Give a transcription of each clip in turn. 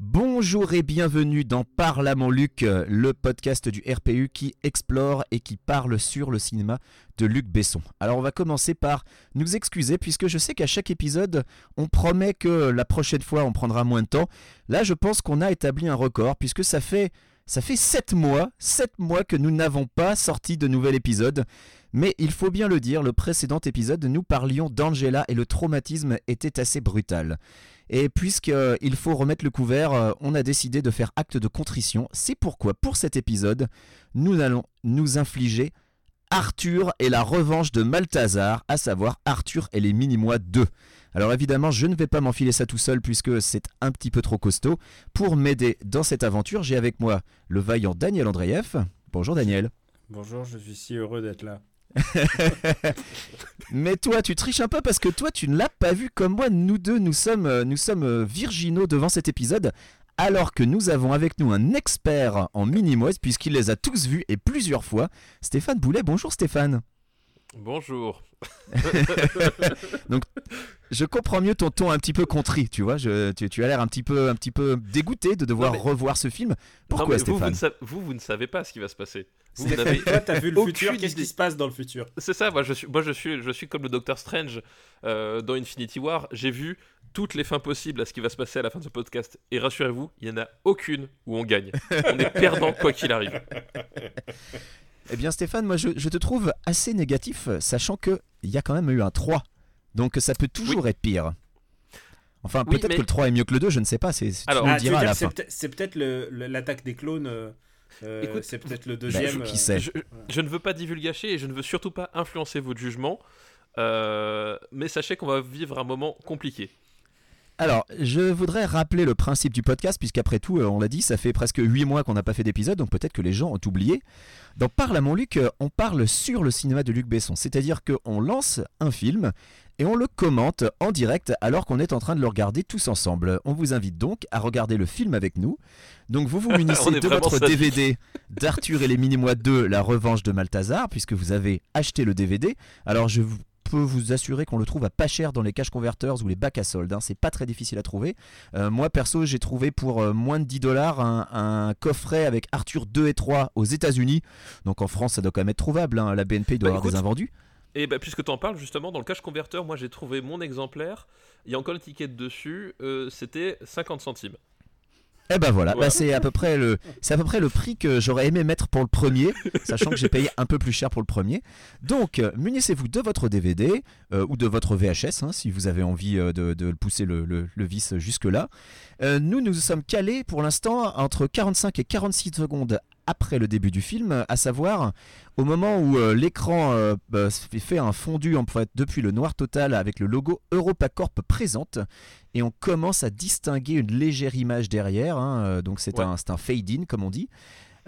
Bonjour et bienvenue dans Parle à mon Luc, euh, le podcast du RPU qui explore et qui parle sur le cinéma de Luc Besson. Alors on va commencer par nous excuser puisque je sais qu'à chaque épisode on promet que la prochaine fois on prendra moins de temps. Là je pense qu'on a établi un record puisque ça fait ça fait 7 mois, 7 mois que nous n'avons pas sorti de nouvel épisode. Mais il faut bien le dire, le précédent épisode, nous parlions d'Angela et le traumatisme était assez brutal. Et puisqu'il faut remettre le couvert, euh, on a décidé de faire acte de contrition. C'est pourquoi, pour cet épisode, nous allons nous infliger Arthur et la revanche de Malthazar, à savoir Arthur et les Minimois 2. Alors évidemment, je ne vais pas m'enfiler ça tout seul puisque c'est un petit peu trop costaud. Pour m'aider dans cette aventure, j'ai avec moi le vaillant Daniel Andreev. Bonjour Daniel. Bonjour, je suis si heureux d'être là. Mais toi, tu triches un peu parce que toi, tu ne l'as pas vu comme moi. Nous deux, nous sommes, euh, nous sommes virginaux devant cet épisode. Alors que nous avons avec nous un expert en minimoise, puisqu'il les a tous vus et plusieurs fois. Stéphane Boulet, bonjour Stéphane. Bonjour. Donc, je comprends mieux ton ton un petit peu contrit, tu vois. Je, tu, tu as l'air un petit peu, un petit peu dégoûté de devoir Non, mais- revoir ce film. Non, Pourquoi mais vous, vous, Stéphane ne sa- vous, vous ne savez pas ce qui va se passer. Vous, vous Stéphane, n'avez- toi, t'as vu le aucune futur, qu'est-ce idée. qui se passe dans le futur C'est ça, moi je suis, moi, je suis, je suis comme le Docteur Strange euh, dans Infinity War. J'ai vu toutes les fins possibles à ce qui va se passer à la fin de ce podcast. Et rassurez-vous, il n'y en a aucune où on gagne. On est perdant quoi qu'il arrive. Eh bien Stéphane, moi je, je te trouve assez négatif, euh, sachant que il y a quand même eu un 3. Donc ça peut toujours être pire. Enfin, Oui, peut-être mais- que le 3 est mieux que le 2, je ne sais pas, c'est c'est- tu Alors- nous Ah, le tu veux diras à dire la que c'est fin. peut-être- c'est peut-être le- le- l'attaque des clones. euh, euh, Écoute, c'est peut-être le Bah, deuxième. qui euh, sait Je, je ne veux pas divulgacher et je ne veux surtout pas influencer votre jugement. Euh, mais sachez qu'on va vivre un moment compliqué. Alors, je voudrais rappeler le principe du podcast, puisqu'après tout, euh, on l'a dit, ça fait presque 8 mois qu'on n'a pas fait d'épisode, donc peut-être que les gens ont oublié. Dans Parle à mon Luc, euh, on parle sur le cinéma de Luc Besson, c'est-à-dire qu'on lance un film et on le commente en direct alors qu'on est en train de le regarder tous ensemble. On vous invite donc à regarder le film avec nous. Donc vous vous munissez On est de vraiment votre sadique. DVD d'Arthur et les Minimois 2, La Revanche de Malthazar, puisque vous avez acheté le DVD. Alors je vous- peux vous assurer qu'on le trouve à pas cher dans les cash converters ou les bacs à soldes. hein. C'est pas très difficile à trouver. Euh, moi perso, j'ai trouvé pour euh, moins de 10 dollars un, un coffret avec Arthur 2 et 3 aux États-Unis. Donc en France, ça doit quand même être trouvable. hein. La BNP doit Bah, avoir des écoute, invendus. Et bah, puisque tu en parles, justement, dans le cache converteur, moi j'ai trouvé mon exemplaire. Il y a encore l'étiquette dessus. euh, C'était 50 centimes. Eh ben voilà, Voilà. Bah, c'est à peu près le c'est à peu près le prix que j'aurais aimé mettre pour le premier, sachant que j'ai payé un peu plus cher pour le premier. Donc euh, munissez-vous de votre DVD euh, ou de votre VHS hein, si vous avez envie euh, de, de pousser le, le- le vice jusque là. nous nous sommes calés pour l'instant entre 45 et 46 secondes après le début du film, à savoir au moment où euh, l'écran euh, bah, se fait- fait un fondu en fait depuis le noir total avec le logo EuropaCorp présente et on commence à distinguer une légère image derrière. hein, euh, donc c'est Ouais. un, c'est un fade-in comme on dit.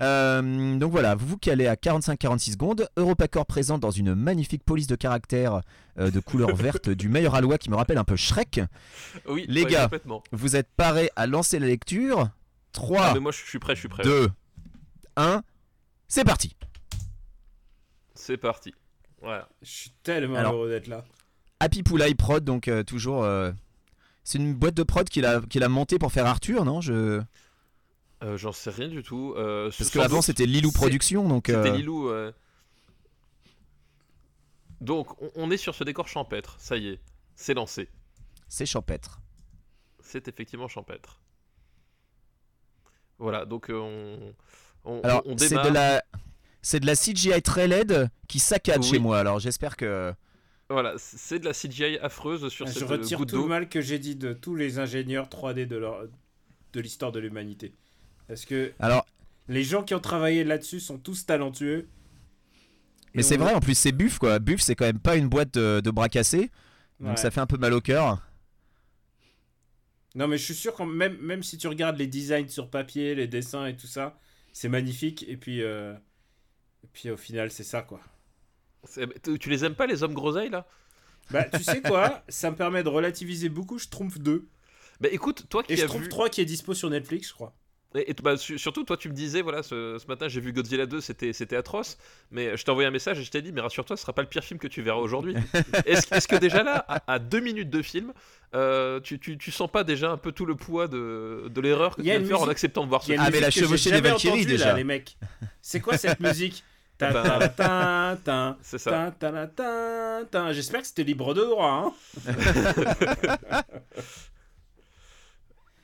Euh, donc voilà, vous vous calez à 45-46 secondes. EuropaCorp présente dans une magnifique police de caractère euh, de couleur verte du meilleur alloy qui me rappelle un peu Shrek. Oui, Les ouais, gars. complètement. Vous êtes parés à lancer la lecture. 3, Ah, mais moi je suis prêt, je suis prêt. 2, 1, c'est parti. C'est parti. Voilà. Je suis tellement Alors- heureux d'être là. Happy Poulay Prod, donc euh, toujours. euh, c'est une boîte de prod qu'il a, qu'il a montée pour faire Arthur, non je... Euh, J'en sais rien du tout. Euh, Parce sans qu'avant doute, c'était Lilou c'est- Productions, donc. c'était euh, Lilou. euh. Donc, on, on est sur ce décor champêtre. Ça y est, c'est lancé. C'est champêtre. C'est effectivement champêtre. Voilà, donc euh, on, on, Alors, on c'est démarre. de la. C'est de la CGI très laide qui saccade Oui. chez moi, alors j'espère que. Voilà, c'est c'est de la CGI affreuse sur Ah, cette Je euh, retire goutte tout le d'eau. mal que j'ai dit de tous les ingénieurs 3D de leur- de l'histoire de l'humanité. Parce que Alors, les gens qui ont travaillé là-dessus sont tous talentueux. Et mais c'est on- vrai, en plus c'est Buff quoi. Buff c'est quand même pas une boîte de, de bras cassés, Ouais. donc ça fait un peu mal au cœur. Non, mais je suis sûr que même, même si tu regardes les designs sur papier, les dessins et tout ça, c'est magnifique. Et puis, euh, et puis au final, c'est ça, quoi. C'est- Tu tu les aimes pas, les hommes groseilles, là Bah, tu sais quoi Ça me permet de relativiser beaucoup Schtroumpf 2. Bah écoute, toi Et qui as Schtroumpf vu. 3 qui est dispo sur Netflix, je crois. Et, et, bah, su- surtout, toi, tu me disais, voilà, ce, ce matin, j'ai vu Godzilla 2, c'était, c'était atroce. Mais euh, je t'ai envoyé un message et je t'ai dit, mais rassure-toi, ce sera pas le pire film que tu verras aujourd'hui. est-ce, est-ce que déjà là, à, à deux minutes de film, euh, tu, tu, tu sens pas déjà un peu tout le poids de, de l'erreur que Il tu y a viens de une faire en musique- acceptant de voir Il ce y a une Ah, mais la musique que j'ai chevauchée des jamais Valkyries, entendue, là, déjà. Eh ben, les mecs. C'est quoi cette musique Ta- Bah. ta- ta- ta- C'est ça. ta- ta- ta- ta- ta. J'espère que c'était libre de droit. hein.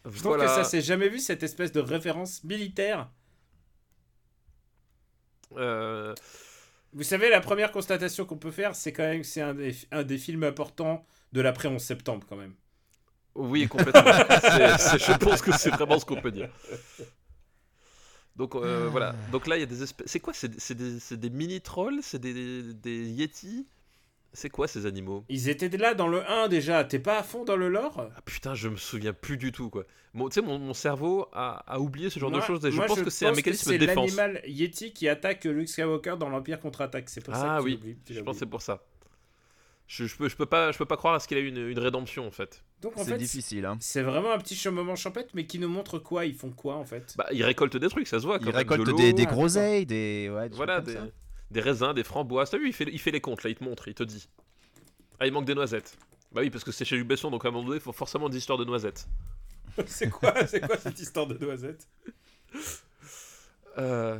Je trouve Voilà. que ça s'est jamais vu, cette espèce de référence militaire. Euh, Vous savez, la première constatation qu'on peut faire, c'est quand même que c'est un des, un des films importants de l'après-11 septembre, quand même. Oui, complètement. C'est- c'est- je pense que c'est vraiment ce qu'on peut dire. Donc Ah. euh, voilà. Donc là, il y a des espèces. C'est quoi C'est c'est des, c'est des mini trolls C'est des, des yétis C'est quoi ces animaux Ils étaient là dans le 1 déjà. T'es pas à fond dans le lore ah, Putain, je me souviens plus du tout quoi. Mon- tu sais, mon, mon cerveau a, a oublié ce genre Moi- de choses. et Je moi, pense que c'est un mécanisme c'est de défense. l'animal Yeti qui attaque Luke Skywalker dans l'Empire contre-attaque. C'est pour ça Ah que tu oui, l'oublies, tu Je l'as oublié. pense que c'est pour ça. Je, je peux, je peux pas, je peux pas croire à ce qu'il a eu une, une rédemption en fait. Donc en C'est fait, difficile. Hein. c'est vraiment un petit ch- moment champêtre, mais qui nous montre quoi Ils font quoi en fait Bah, il récolte des trucs, ça se voit. Quand Il même, de récolte l'eau. des, ah, des d'accord. groseilles, des. Ouais, des Voilà, trucs comme des, ça. des raisins, des framboises. T'as vu, il fait, il fait les comptes, là, il te montre, il te dit. Ah, il manque des noisettes. Bah oui, parce que c'est chez Luc Besson, donc à un moment donné, il faut forcément des histoires de noisettes. C'est quoi, c'est quoi cette histoire de noisette Euh,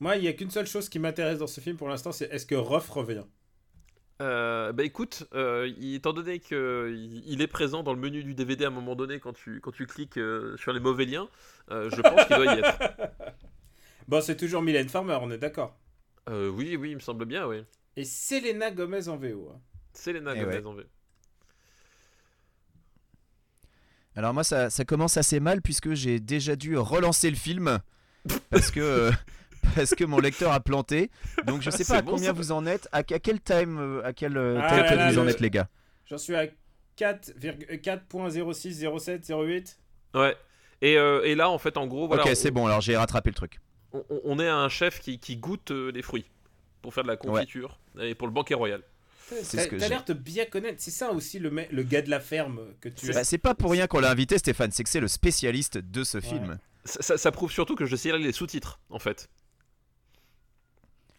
Moi, il y a qu'une seule chose qui m'intéresse dans ce film pour l'instant, c'est est-ce que Ruff revient euh, bah écoute, euh, il- étant donné qu'il il est présent dans le menu du DVD à un moment donné quand tu, quand tu cliques euh, sur les mauvais liens, euh, je pense qu'il doit y être. Bon, c'est toujours Mylène Farmer, on est d'accord. Euh, oui, oui, il me semble bien, oui. Et Selena Gomez en VO. hein. C'est Lena Eh Gomez ouais. en V. Alors moi ça, ça commence assez mal puisque j'ai déjà dû relancer le film parce que euh, parce que mon lecteur a planté. Donc je sais C'est pas à bon, combien ça. vous en êtes, à, à quel time euh, à quel euh, Ah time là code là, vous en le- êtes les gars. J'en suis à euh, 4.060708. Ouais. Et, euh, et là, en fait, en gros, voilà, ok on- c'est bon alors j'ai rattrapé le truc. on, on- on est à un chef qui, qui goûte euh, les fruits pour faire de la confiture et pour le banquet royal. C'est T'as ce que t'as j'ai. l'air de bien connaître. C'est ça aussi le, mec- le gars de la ferme que tu es. Bah, c'est pas pour rien qu'on l'a invité Stéphane, c'est que c'est le spécialiste de ce Ouais. film. Ça, ça- ça prouve surtout que je sais lire les sous-titres, en fait.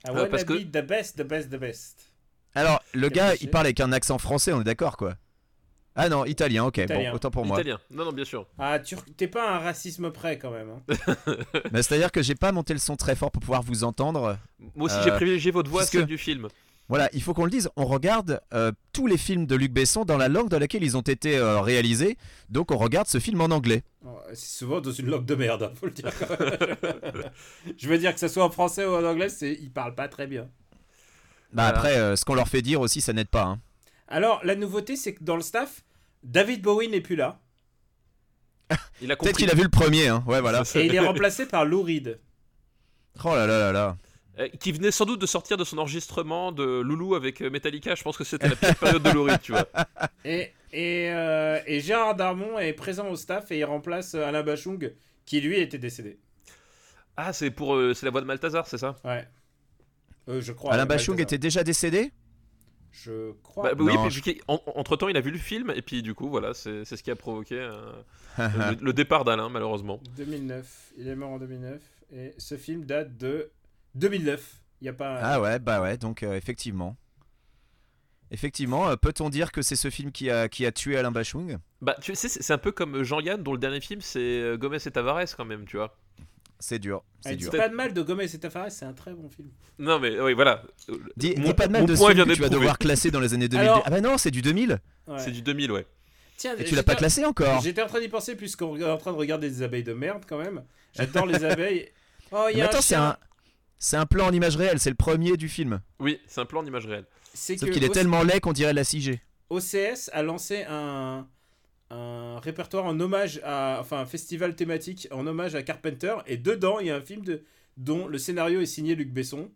I euh, wanna parce que- be the best, the best, the best. Alors le Quel gars cliché. il parle avec un accent français, on est d'accord quoi. Ah non italien ok Italien. bon autant pour moi. Italien. Non, non, bien sûr. Ah, tu- t'es pas à un racisme près quand même. hein. Bah, C'est-à-dire que j'ai pas monté le son très fort pour pouvoir vous entendre. Moi aussi, Euh, j'ai privilégié votre voix à puisque- celle du film. Voilà, il faut qu'on le dise, on regarde euh, tous les films de Luc Besson dans la langue dans laquelle ils ont été euh, réalisés, donc on regarde ce film en anglais. Bon, Oh, C'est souvent dans une langue de merde, hein, faut le dire. quand même. Je veux dire que ce soit en français ou en anglais, c'est ils parlent pas très bien. Bah Voilà. après, euh, ce qu'on leur fait dire aussi, ça n'aide pas. hein. Alors la nouveauté, c'est que dans le staff, David Bowie n'est plus là Il a Peut-être compris. qu'il a vu le premier, hein. ouais voilà. et il est remplacé par Lou Reed. Oh là là là là. Euh, qui venait sans doute de sortir de son enregistrement de Loulou avec euh, Metallica. Je pense que c'était la pire période de Lou Reed, tu vois. Et, et, euh, et Gérard Darmon est présent au staff et il remplace euh, Alain Bachung qui lui était décédé. Ah, c'est pour, euh, c'est la voix de Malthazar, c'est ça Ouais. Euh, je crois. Alain ouais, Bachung Balthazar. était déjà décédé Je Bah, crois. bah oui, Non, puis- puis en- entre temps, il a vu le film, et puis du coup, voilà, c'est c'est ce qui a provoqué euh, le, le départ d'Alain, malheureusement. 2009. Il est mort en 2009 et ce film date de 2009. Il y a pas. Ah ouais, bah ouais, donc euh, effectivement. Effectivement, euh, peut-on dire que c'est ce film qui a, qui a tué Alain Bachung Bah, tu sais, c'est c'est un peu comme Jean-Yann, dont le dernier film, c'est euh, Gomez et Tavares, quand même, tu vois. C'est dur, c'est Elle dit dur. pas de mal de Gomez et Tafares, c'est un très bon film. Non, mais oui, voilà. Dis, Mon- dis pas de mal mon de ce point film vient que d'être tu vas prouvé. devoir classer dans les années 2000. Alors- Ah bah non, c'est du 2000 Ouais. C'est du 2000, ouais. Tiens, Et tu l'as pas j'étais- classé encore J'étais en train d'y penser puisqu'on est en train de regarder des abeilles de merde quand même. J'adore les abeilles. Oh, il y Mais a attends, un c'est chien. un, c'est un plan en image réelle, c'est le premier du film. Oui, c'est un plan en image réelle. C'est Sauf que qu'il est O- tellement laid qu'on dirait de la 6G. OCS a lancé un, un répertoire en hommage à. Enfin, un festival thématique en hommage à Carpenter. Et dedans, il y a un film de, dont le scénario est signé Luc Besson.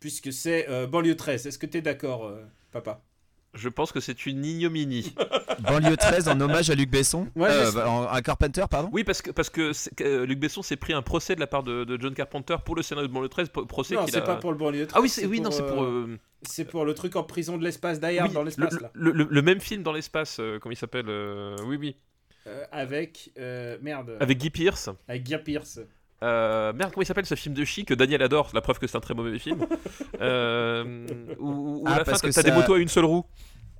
Puisque c'est euh, Banlieue 13. Est-ce que t'es d'accord, euh, papa Je pense que c'est une ignominie. Banlieue 13 en hommage à Luc Besson Ouais, Euh, je sais. bah, en- À Carpenter, pardon Oui, parce que, parce que, c'est- que, euh, Luc Besson s'est pris un procès de la part de, de John Carpenter pour le scénario de Banlieue 13, pro- procès Non, qu'il c'est a- pas pour le Banlieue 13. Ah oui, c'est, oui non, c'est pour... euh, euh, C'est pour le truc en prison de l'espace, oui, d'ailleurs, dans le- l'espace, le, là. le- le- le même film dans l'espace, euh, comment il s'appelle euh, Oui, oui. euh, avec. euh, merde. Avec Guy Pierce. Avec Guy Pierce. Euh, merde, comment il s'appelle ce film de chi que Daniel adore La preuve que c'est un très mauvais film. Euh, où, où- où Ah, à la fin, parce t'as que t'as des ça- motos à une seule roue.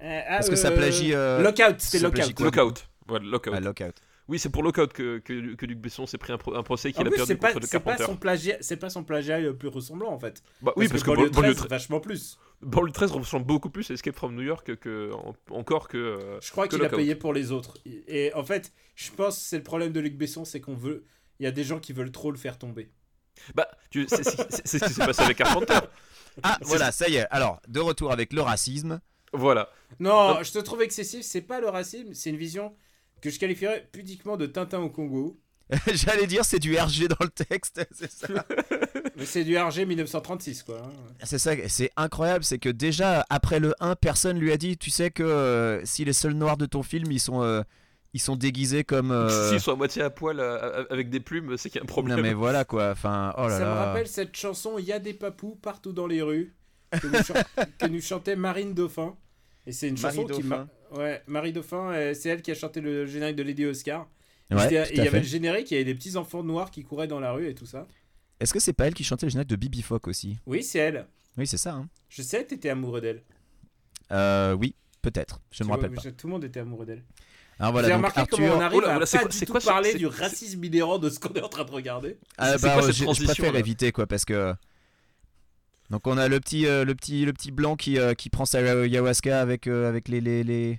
Parce que ça plagie. euh, ah, Lockout, c'est ça plagie Lockout. quoi Lockout. Voilà, Lockout. Ah, Lockout. Oui, c'est pour Lockout que, que, que Luc Besson s'est pris un, pro- un procès En qu'il a plus, perdu c'est pas, contre le c'est pas Carpenter. son plagiat, c'est pas son plagiat le plus ressemblant en fait. Bah, oui, parce que Banlieue Banlieue 13, 13 vachement plus. Banlieue 13 ressemble beaucoup plus à Escape from New York que, que- en- encore que. euh, Je crois Que qu'il a Lockout. payé pour les autres. Et en fait, je pense que c'est le problème de Luc Besson, c'est qu'on veut. Il y a des gens qui veulent trop le faire tomber. Bah, tu- c'est c'est- c'est- c'est ce qui s'est passé avec Carpenter. Ah, voilà, ça y est. Alors, de retour avec le racisme. Voilà. Non, je te trouve excessif. C'est pas le racisme, c'est une vision que je qualifierais pudiquement de Tintin au Congo. J'allais dire, c'est du RG dans le texte, c'est ça. Mais c'est du RG 1936 quoi. hein. C'est ça, c'est incroyable, c'est que déjà après le 1, personne lui a dit, tu sais que euh, si les seuls noirs de ton film, ils sont, euh, ils sont déguisés comme. euh, S'ils sont à moitié à poil euh, avec des plumes, c'est qu'il y a un problème. Non mais voilà quoi, enfin, oh là Ça me là. rappelle cette chanson Il y a des papous partout dans les rues que nous, chan- que nous chantait Marine Dauphin. Et c'est une Marie chanson qui m'a. Dauphin. Ouais, Marie Dauphin, euh, c'est elle qui a chanté le générique de Lady Oscar. Et Ouais, c'était- et tout il y à avait fait. le générique, il y avait des petits enfants noirs qui couraient dans la rue et tout ça. Est-ce que c'est pas elle qui chantait le générique de Bibi Fock aussi Oui, c'est elle. Oui, c'est ça. hein. Je sais que t'étais amoureux d'elle. Euh, oui, peut-être. Je Tu me vois, rappelle pas. Tout le monde était amoureux d'elle. Alors J'ai voilà, donc remarqué comment on Arthur. arrive Oh là, à voilà, c'est pas quoi- du c'est tout quoi ce- parler c'est- du c'est- racisme inhérent de ce qu'on est en train de regarder. Ah, c'est bah, quoi ouais, cette j'ai- je transition, préfère là éviter quoi parce que. Donc on a le petit, euh, le petit, le petit blanc qui, euh, qui prend sa ayahuasca avec, euh, avec les, les, les-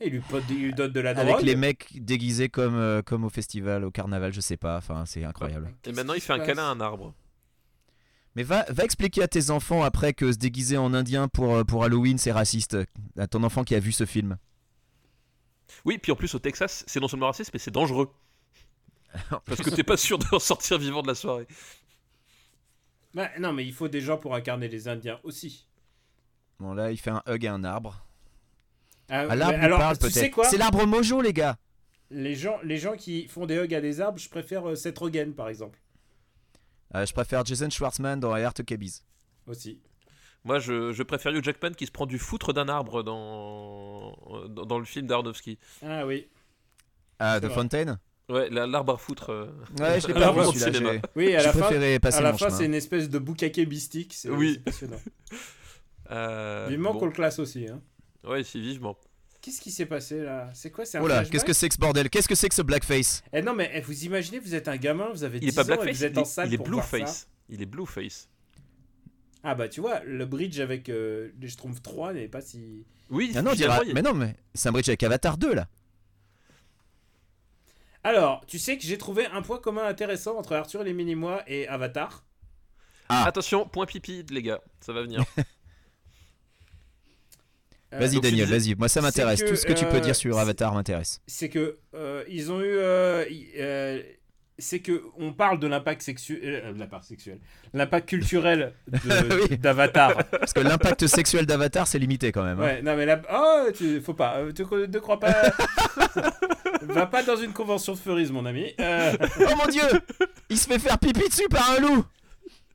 Et il lui, pote- il lui donne de la avec drogue. les mecs déguisés comme, euh, comme au festival, au carnaval, je sais pas. Enfin, c'est incroyable. Et Qu'est-ce maintenant, qui il fait un se câlin à passe un arbre. Mais va, va expliquer à tes enfants après que se déguiser en indien pour, euh, pour Halloween, c'est raciste. À ton enfant qui a vu ce film. Oui, puis en plus, au Texas, c'est non seulement raciste, mais c'est dangereux. Parce que t'es pas sûr de ressortir vivant de la soirée. Bah, non, mais il faut des gens pour incarner les Indiens aussi. Bon, là, il fait un hug à un arbre. Ah, À l'arbre, mais il alors, parle tu sais peut-être. quoi C'est l'arbre mojo, les gars. les gens, les gens qui font des hugs à des arbres, je préfère euh, Seth Rogen, par exemple. Euh, je préfère Jason Schwartzman dans I Heart a Cabiz. Aussi. Moi, je, je préfère Hugh Jackman qui se prend du foutre d'un arbre dans, dans, dans le film d'Aronofsky. Ah oui. Ah, C'est The vrai. Fontaine Ouais, la- l'arbre à foutre. euh. Ouais, je l'ai pas L'arbre vu au celui-là. cinéma. j'ai- Oui, à J'ai la fin, préféré passer hein. à la mon fin chemin. c'est une espèce de boucaquet mystique. C'est Oui. c'est passionnant. Euh, Vivement bon. qu'on le classe aussi. hein. Ouais, si, vivement. Qu'est-ce qui s'est passé là C'est quoi C'est un Oh là, flashback qu'est-ce que c'est que ce bordel Qu'est-ce que c'est que ce blackface Eh non, mais eh, vous imaginez, vous êtes un gamin, vous avez Il est 10 pas ans et blackface, vous êtes il en est, salle il est pour voir ça. blueface. Il est blueface. Ah bah tu vois, le bridge avec euh, les Schtroumpfs 3 n'est pas si... Oui, Ah non, on finalement, dira. il- Mais non, mais c'est un bridge avec Avatar 2 là. Alors, tu sais que j'ai trouvé un point commun intéressant entre Arthur et les Minimois et Avatar. Ah. Attention, point pipi, les gars, ça va venir. Euh, Vas-y, donc, tu Daniel, disais- vas-y. Moi, ça c'est m'intéresse. que, Tout ce que tu peux euh, dire sur Avatar m'intéresse. c'est que euh, ils ont eu euh, i- euh, c'est que on parle de l'impact sexuel euh, de l'impact sexuel l'impact culturel de- Oui. d'Avatar Parce que l'impact sexuel d'Avatar, c'est limité quand même. hein. ouais non mais là oh tu, faut pas euh, te- ne crois pas va pas dans une convention de furries mon ami Euh, Oh mon dieu Il se fait faire pipi dessus par un loup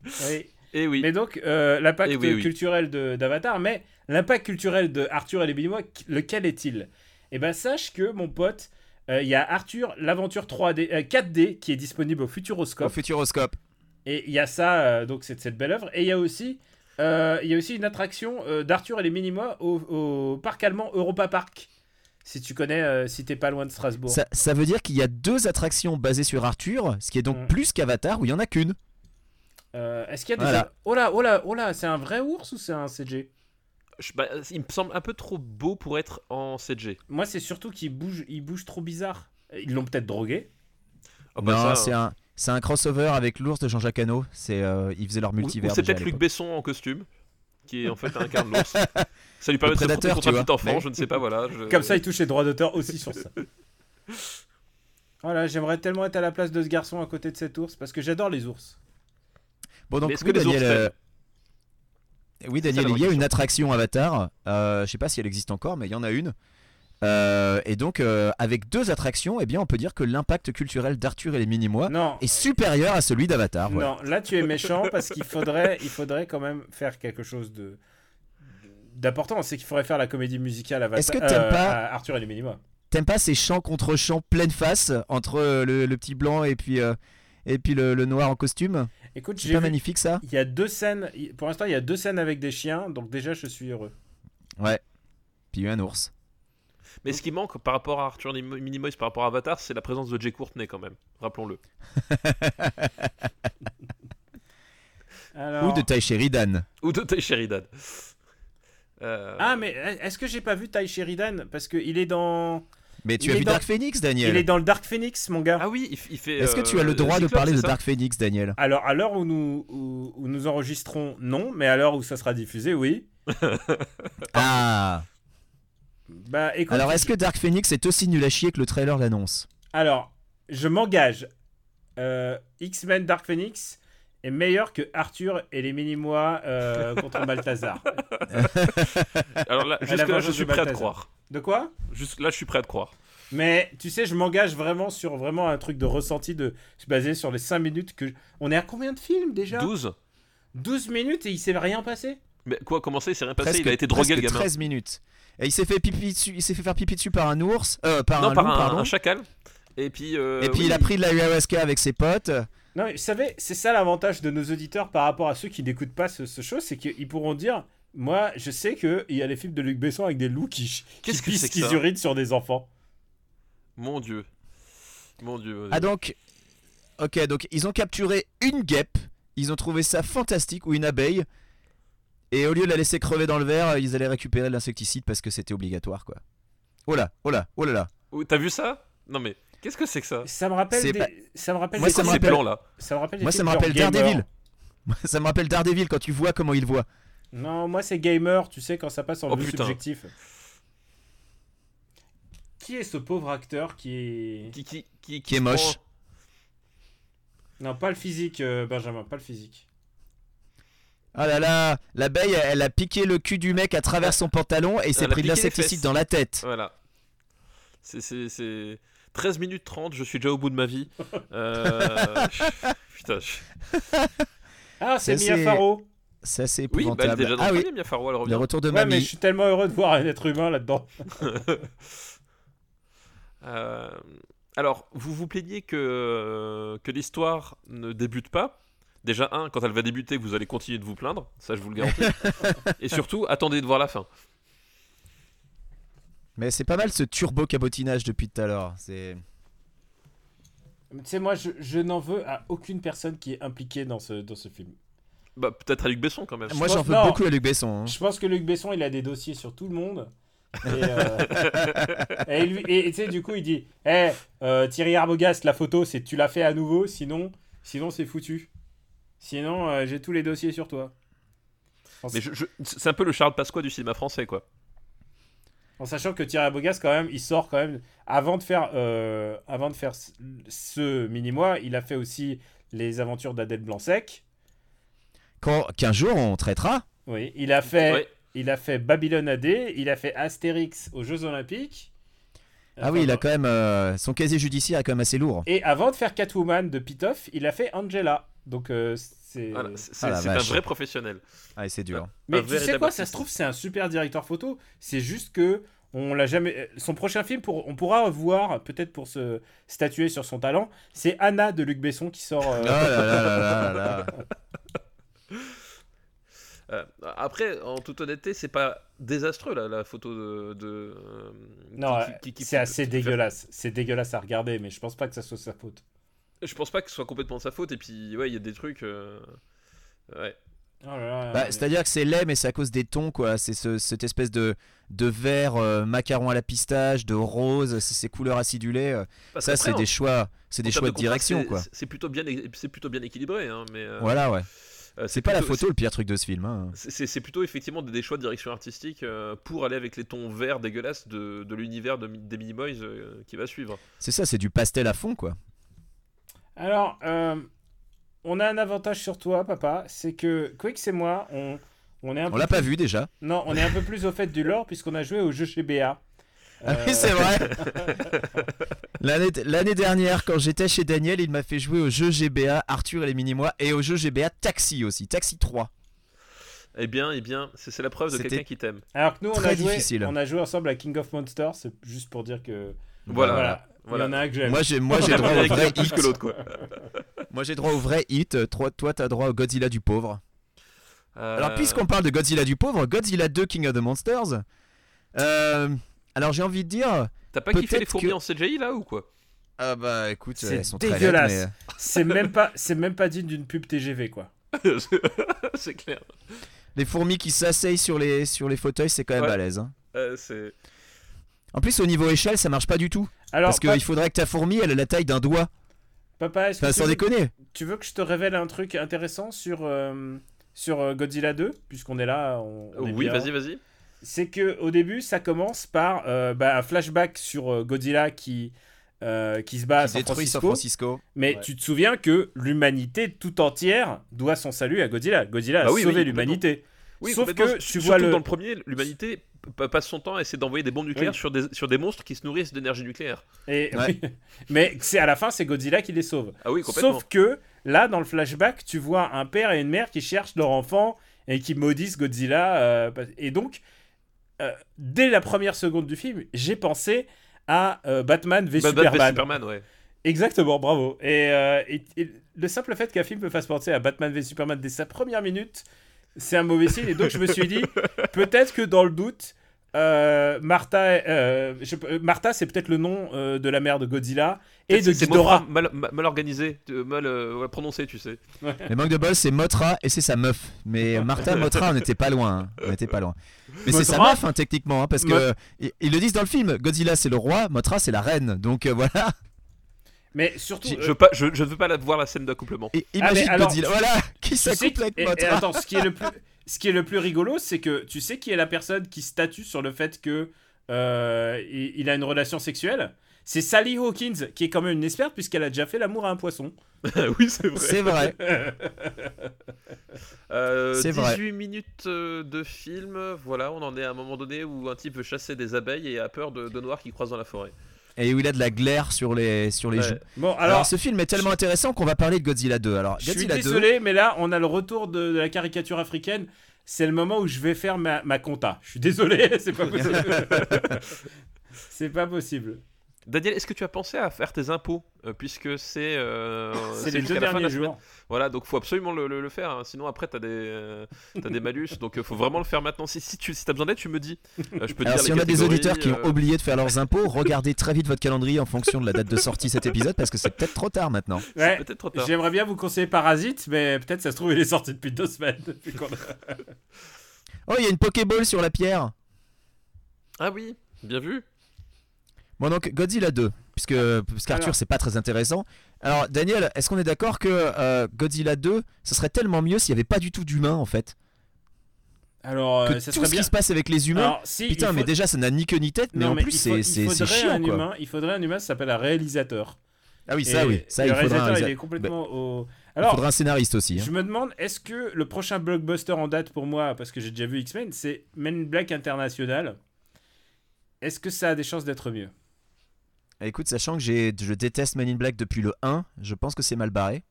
oui. Et Eh oui. mais donc euh, l'impact Eh oui, oui. culturel de- d'Avatar mais l'impact culturel de Arthur et les Béninois lequel est-il eh ben sache que mon pote euh, il y a Arthur l'aventure 3D euh, 4D qui est disponible au Au Futuroscope Oh. futuroscope. Et il y a ça, euh, donc c'est de cette belle œuvre. Et il y a aussi, euh, il y a aussi une attraction euh, d'Arthur et les Minimois au, au parc allemand Europa Park. Si tu connais, euh, si t'es pas loin de Strasbourg. Ça, ça veut dire qu'il y a deux attractions basées sur Arthur, ce qui est donc Mm. plus qu'Avatar où il y en a qu'une. Euh, Est-ce qu'il y a des. Voilà. Oh là, oh là, oh là, c'est un vrai ours ou c'est un CG Je- bah, il me semble un peu trop beau pour être en CG. Moi, c'est surtout qu'il bouge, il bouge trop bizarre. Ils l'ont peut-être drogué. Ah bah, non, ça, c'est hein. un, c'est un crossover avec l'ours de Jean-Jacques Hano. C'est, euh, ils faisaient leur Ou- ou multivers. c'est déjà à peut-être Luc l'époque. Besson en costume, qui est en fait un carne l'ours. Ça lui permet de se prédateur, protéger contre un tu vois. petit enfant, Mais- je ne sais pas, voilà. je- Comme ça, il touche les droits d'auteur aussi sur ça. Voilà, j'aimerais tellement être à la place de ce garçon à côté de cet ours parce que j'adore les ours. Bon, donc, Mais est-ce oui, que les ours Daniel, euh, prennent oui, C'est Daniel, ça, la il y a vraie une attraction Avatar. Euh, je sais pas si elle existe encore, mais il y en a une. Euh, et donc, euh, avec deux attractions, eh bien, on peut dire que l'impact culturel d'Arthur Ah, et les Mm. Minimois Non, est supérieur à celui d'Avatar. voilà. Non, là tu es méchant parce qu'il faudrait, il faudrait quand même faire quelque chose de d'important. C'est qu'il faudrait faire la comédie musicale à Vata- Est-ce que t'aimes euh, pas- à Arthur et les Minimois. T'aimes pas ces champs contre champs pleine face entre euh, le, le petit blanc et puis, euh, et puis le, le noir en costume Écoute, C'est j'ai pas vu- magnifique ça il y a deux scènes. il- Pour l'instant, il y a deux scènes avec des chiens, donc déjà, je suis heureux. Puis il y a eu un ours. Mais ce qui manque par rapport à Arthur Nim- Minimoys, par rapport à Avatar, c'est la présence de Jay Courtney quand même. Rappelons-le. Alors... Ou de taille Sheridan. Ou de Tay Sheridan. Euh, Ah, mais est-ce que j'ai pas vu Ty Sheridan Parce qu'il est dans. Mais tu Il as est vu dans- Dark Phoenix, Daniel Il est dans le Dark Phoenix, mon gars. Ah oui, il, f- il fait. Est-ce que tu as euh, le droit de Cyclope, parler c'est de ça Euh, Dark Phoenix, Daniel Alors, à l'heure où nous, où, où nous enregistrons, non, mais à l'heure où ça sera diffusé, oui. Ah Bah, écoute, Alors est-ce que Dark Phoenix est aussi nul à chier que le trailer l'annonce alors, je m'engage. Euh, X-Men Dark Phoenix est meilleur que Arthur et les mini-mois euh, contre Balthazar. Alors là, la jusque-là, je vengeance de suis prêt à te Balthazar. croire. De quoi Jusque là, je suis prêt à te croire. Mais tu sais, je m'engage vraiment sur vraiment un truc de ressenti de basé sur les 5 minutes que. je- On est à combien de films déjà 12 12 minutes et il s'est rien passé Mais quoi, comment Bah, ça, il s'est rien passé presque, Il a été drogué, le presque gamin. 13 minutes. Et il s'est fait pipi dessus- il s'est fait faire pipi dessus par un ours, euh, par non, un par loup, un, pardon. un chacal. Et puis. euh, Et puis oui, il a pris de la ayahuasca avec ses potes. Non, mais vous savez, c'est ça l'avantage de nos auditeurs par rapport à ceux qui n'écoutent pas ce, ce show, c'est qu'ils pourront dire Moi, je sais qu'il y a les films de Luc Besson avec des loups qui, qui Qu'est-ce que pissent, c'est que qui ça urinent sur des enfants. Mon dieu. Mon dieu. mon dieu. Ah donc, ok, donc ils ont capturé une guêpe, ils ont trouvé ça fantastique, ou une abeille, et au lieu de la laisser crever dans le verre, ils allaient récupérer de l'insecticide parce que c'était obligatoire, quoi. Oh là, oh là, oh là là. Oh, T'as vu ça Non, mais qu'est-ce que c'est que ça Ça me rappelle C'est des. pas- Ça me rappelle Moi, des ça me films- Ces rappelle- plans-là. ça me rappelle des Moi ça films me rappelle genre Gamer. Daredevil. Ça me rappelle Daredevil quand tu vois comment il voit. Non, moi, c'est Gamer, tu sais, quand ça passe en Oh, vue putain. subjectif. Qui est ce pauvre acteur qui est. Qui, qui, qui, Qui est moche. prend- Non, pas le physique, euh, Benjamin, pas le physique. Oh là là, l'abeille, elle, elle a piqué le cul du mec à travers son pantalon et il s'est Elle pris a de piqué les l'insecticide fesses. dans la tête. Voilà. C'est- C'est. c'est 13 minutes 30, je suis déjà au bout de ma vie. Euh, Putain. je- Ah, c'est Ça, Mia c'est- Farrow Ça c'est Oui, bah, elle est épouvantable. déjà dans ah le oui, premier, Mia Farrow, elle le revient. retour de Ouais, mais je mamie. suis tellement heureux de voir un être humain là-dedans. Euh, alors, vous vous plaignez euh, que, que l'histoire ne débute pas. Déjà, un, quand elle va débuter, vous allez continuer de vous plaindre, ça je vous le garantis. Et surtout, attendez de voir la fin. Mais c'est pas mal ce turbo cabotinage depuis tout à l'heure. C'est Tu sais, moi, je, je n'en veux à aucune personne qui est impliquée dans ce, dans ce film. Bah, peut-être à Luc Besson quand même. Moi pense- j'en veux non. beaucoup à Luc Besson. hein. Je pense que Luc Besson, il a des dossiers sur tout le monde. Et, euh, et lui- et- et tu sais, du coup, il dit Eh, euh, Thierry Arbogast, la photo, c'est tu l'as fait à nouveau, sinon, sinon c'est foutu. Sinon, euh, j'ai tous les dossiers sur toi. En, Mais je- je- c'est un peu le Charles Pasqua du cinéma français, quoi. en sachant que Thierry Arbogast, quand même, il sort quand même. Avant de faire, euh, avant de faire ce- ce mini-mois, il a fait aussi Les aventures d'Adèle Blanc-Sec. Quand qu'un jour on traitera. Oui, il a fait. Ouais. Il a fait Babylone AD, il a fait Astérix aux Jeux Olympiques. Ah oui, il a quand même euh, son casier judiciaire est quand même assez lourd. Et avant de faire Catwoman de Pitoff, il a fait Angela. Donc euh, c'est. Voilà, c'est Ah la c'est un vache. vrai professionnel. Ah et c'est dur. Mais un tu sais véritable quoi, ça artiste. se trouve, c'est un super directeur photo. C'est juste que on l'a jamais. euh, Son prochain film, pour... on pourra voir peut-être pour se statuer sur son talent. C'est Anna de Luc Besson qui sort. euh, Oh là là là là là là. Euh, après, en toute honnêteté, c'est pas désastreux la, la photo de. de, euh, Non, qui- qui- qui- c'est qui- assez qui- dégueulasse. C'est dégueulasse à regarder, mais je pense pas que ça soit sa faute. Je pense pas que ce soit complètement de sa faute. Et puis, ouais, il y a des trucs. euh, Ouais. Oh là là, Bah, mais- C'est-à-dire que c'est laid, mais c'est à cause des tons quoi. C'est ce- cette espèce de de vert euh, macaron à la pistache, de rose, c'est ces couleurs acidulées. euh. Parce ça qu'après, c'est en- des choix, c'est en des termes choix de contraste, direction c'est- quoi. C'est plutôt bien, c'est plutôt bien équilibré, hein, mais. euh, Voilà ouais. euh, C'est pas la plutôt- photo le pire truc de ce film. hein. c'est- C'est c'est plutôt effectivement des des choix de direction artistique euh, pour aller avec les tons verts dégueulasses de, de l'univers de, Mi- des Minimoys euh, qui va suivre. C'est ça, c'est du pastel à fond quoi. Alors, euh, on a un avantage sur toi, papa, c'est que Quick et moi, on, on est un On peu l'a pas plus- vu déjà. Non, on est un peu plus au fait du lore puisqu'on a Euh, joué au jeu chez BA. Ah oui, c'est vrai. L'année l'année dernière, quand j'étais chez Daniel, il m'a fait jouer au jeu GBA Arthur et les mini-mois et au jeu GBA Taxi aussi, Taxi 3. Eh bien, eh bien, c'est c'est la preuve de C'était- quelqu'un qui t'aime. Alors que nous, on a, Très joué, difficile. on a joué ensemble à King of Monsters, c'est juste pour dire que. Voilà. Bah, voilà. Voilà. Il y en a un que j'aime. Moi j'ai moi j'ai droit Il y en au a qui vrai aiment plus hit. que l'autre, quoi. Moi j'ai droit au vrai hit. Euh, Toi toi t'as droit au Godzilla du pauvre. Euh, Alors puisqu'on parle de Godzilla du pauvre, Godzilla 2 King of the Monsters. euh, alors j'ai envie de dire, T'as pas kiffé peut-être les fourmis que- en CGI là ou quoi ah bah écoute, C'est elles sont très laides, dégueulasse. mais, euh, C'est même pas, c'est même pas digne d'une pub TGV quoi. C'est clair. les fourmis qui s'asseyent sur les sur les fauteuils, c'est quand même Ouais. balèze. hein. Euh, c'est- En plus au niveau échelle, ça marche pas du tout Alors, parce qu'il pa- faudrait que ta fourmi elle ait la taille d'un doigt. papa, est-ce que Enfin, tu sans veux- déconner. Tu veux que je te révèle un truc intéressant sur, euh, sur euh, Godzilla 2 Puisqu'on est là, on, on est Euh, Oui, bien. vas-y, vas-y. C'est que au début, ça commence par euh, bah, un flashback sur euh, Godzilla qui, euh, qui se bat à Qui San détruit Francisco. San Francisco. Mais Ouais. tu te souviens que l'humanité tout entière doit son salut à Godzilla. Godzilla a Bah oui, sauvé oui, l'humanité. Oui, Sauf complètement. que S- tu surtout vois le- dans le premier, l'humanité p- passe son temps à essayer d'envoyer des bombes nucléaires Oui. sur, des, sur des monstres qui se nourrissent d'énergie nucléaire. Et, Ouais. mais c'est à la fin, c'est Godzilla qui les sauve. Ah oui, complètement. Sauf que là, dans le flashback, tu vois un père et une mère qui cherchent leur enfant et qui maudissent Godzilla. euh, parce- et donc, euh, dès la première seconde du film, j'ai pensé à euh, Batman v Bah, Batman Superman. v Superman, ouais. Exactement, bravo. Et, euh, et- et le simple fait qu'un film me fasse penser à Batman v Superman dès sa première minute, c'est un mauvais signe. Et donc, je me suis dit, peut-être que dans le doute. euh, Martha, euh, je- euh, Martha, c'est peut-être le nom euh, de la mère de Godzilla et de C'est- c'est Ghidorah. Mothra, mal, mal- mal organisé, euh, mal euh, ouais, prononcé, tu sais. Le manque de bol, c'est Motra et c'est sa meuf. Mais Martha Motra, on n'était pas loin. hein. On n'était pas loin. Mais c'est sa Mothra meuf, hein, techniquement, hein, parce que Mo- euh, ils, ils le disent dans le film. Godzilla, c'est le roi. Motra, c'est la reine. Donc euh, voilà. Mais surtout, Je- euh, Je, pa- je, je ne veux pas la- voir la scène d'accouplement. Et Ah, mais imagine alors, Godzilla. Voilà, qui Tu sais s'accouple qui- avec et- et Motra. attends, ce qui est le plus, ce qui est le plus rigolo, c'est que tu sais qui est la personne qui statue sur le fait que euh, il, il a une relation sexuelle. C'est Sally Hawkins, qui est quand même une experte puisqu'elle a déjà fait l'amour à un poisson. oui, c'est vrai. C'est vrai. Euh, C'est 18 vrai. minutes euh, de film, voilà, on en est à un moment donné où un type veut chasser des abeilles et a peur de, de noirs qui croisent dans la forêt. Et où il a de la glaire sur les, sur les Ouais. joues. Bon, Alors, alors, ce film est tellement intéressant qu'on va parler de Godzilla 2. Alors, je suis Godzilla 2. désolé, mais là, on a le retour de, de la caricature africaine. C'est le moment où je vais faire ma, ma compta. Je suis désolé, c'est pas possible. c'est pas Euh, possible. Daniel, est-ce que tu as pensé à faire tes impôts euh, Puisque c'est. euh, C'est les jusqu'à deux la fin de la derniers semaine. jours. Voilà, donc faut absolument le, le- le faire, hein, sinon après t'as des, euh, t'as des malus, donc euh, faut vraiment le faire maintenant. Si, si tu si t'as besoin d'aide, tu me dis. Euh, je peux te Alors, dire si les on a des catégories, auditeurs qui ont euh, oublié de faire leurs impôts, regardez très vite votre calendrier en fonction de la date de sortie cet épisode parce que c'est peut-être trop tard maintenant. Ouais, Peut-être trop tard. J'aimerais bien vous conseiller Parasite, mais peut-être ça se trouve il est sorti depuis deux semaines. depuis qu'on a- Oh, il y a une Pokéball sur la pierre. Ah oui, bien vu. Bon donc Godzilla 2, puisque parce qu'Arthur Alors. c'est pas très intéressant. Alors Daniel, est-ce qu'on est d'accord que euh, Godzilla 2, ce serait tellement mieux s'il n'y avait pas du tout d'humains en fait Alors, euh, Que ça tout serait ce bien. qui se passe avec les humains, Alors, si, putain il mais faut- déjà ça n'a ni queue ni tête, mais Non, en mais plus il faut- c'est il c'est- c'est faudrait chiant un quoi. Humain, il faudrait un humain, ça s'appelle un réalisateur. Ah oui ça Et- oui, ça il et faudra, un, le réalisateur, il réalisa- est complètement au. il Alors, faudra un scénariste aussi. hein. je me demande, est-ce que le prochain blockbuster en date pour moi, parce que j'ai déjà vu X-Men, c'est Men in Black International. Est-ce que ça a des chances d'être mieux Ah, Écoute, sachant que j'ai- je déteste Men in Black depuis le 1, je pense que c'est mal barré.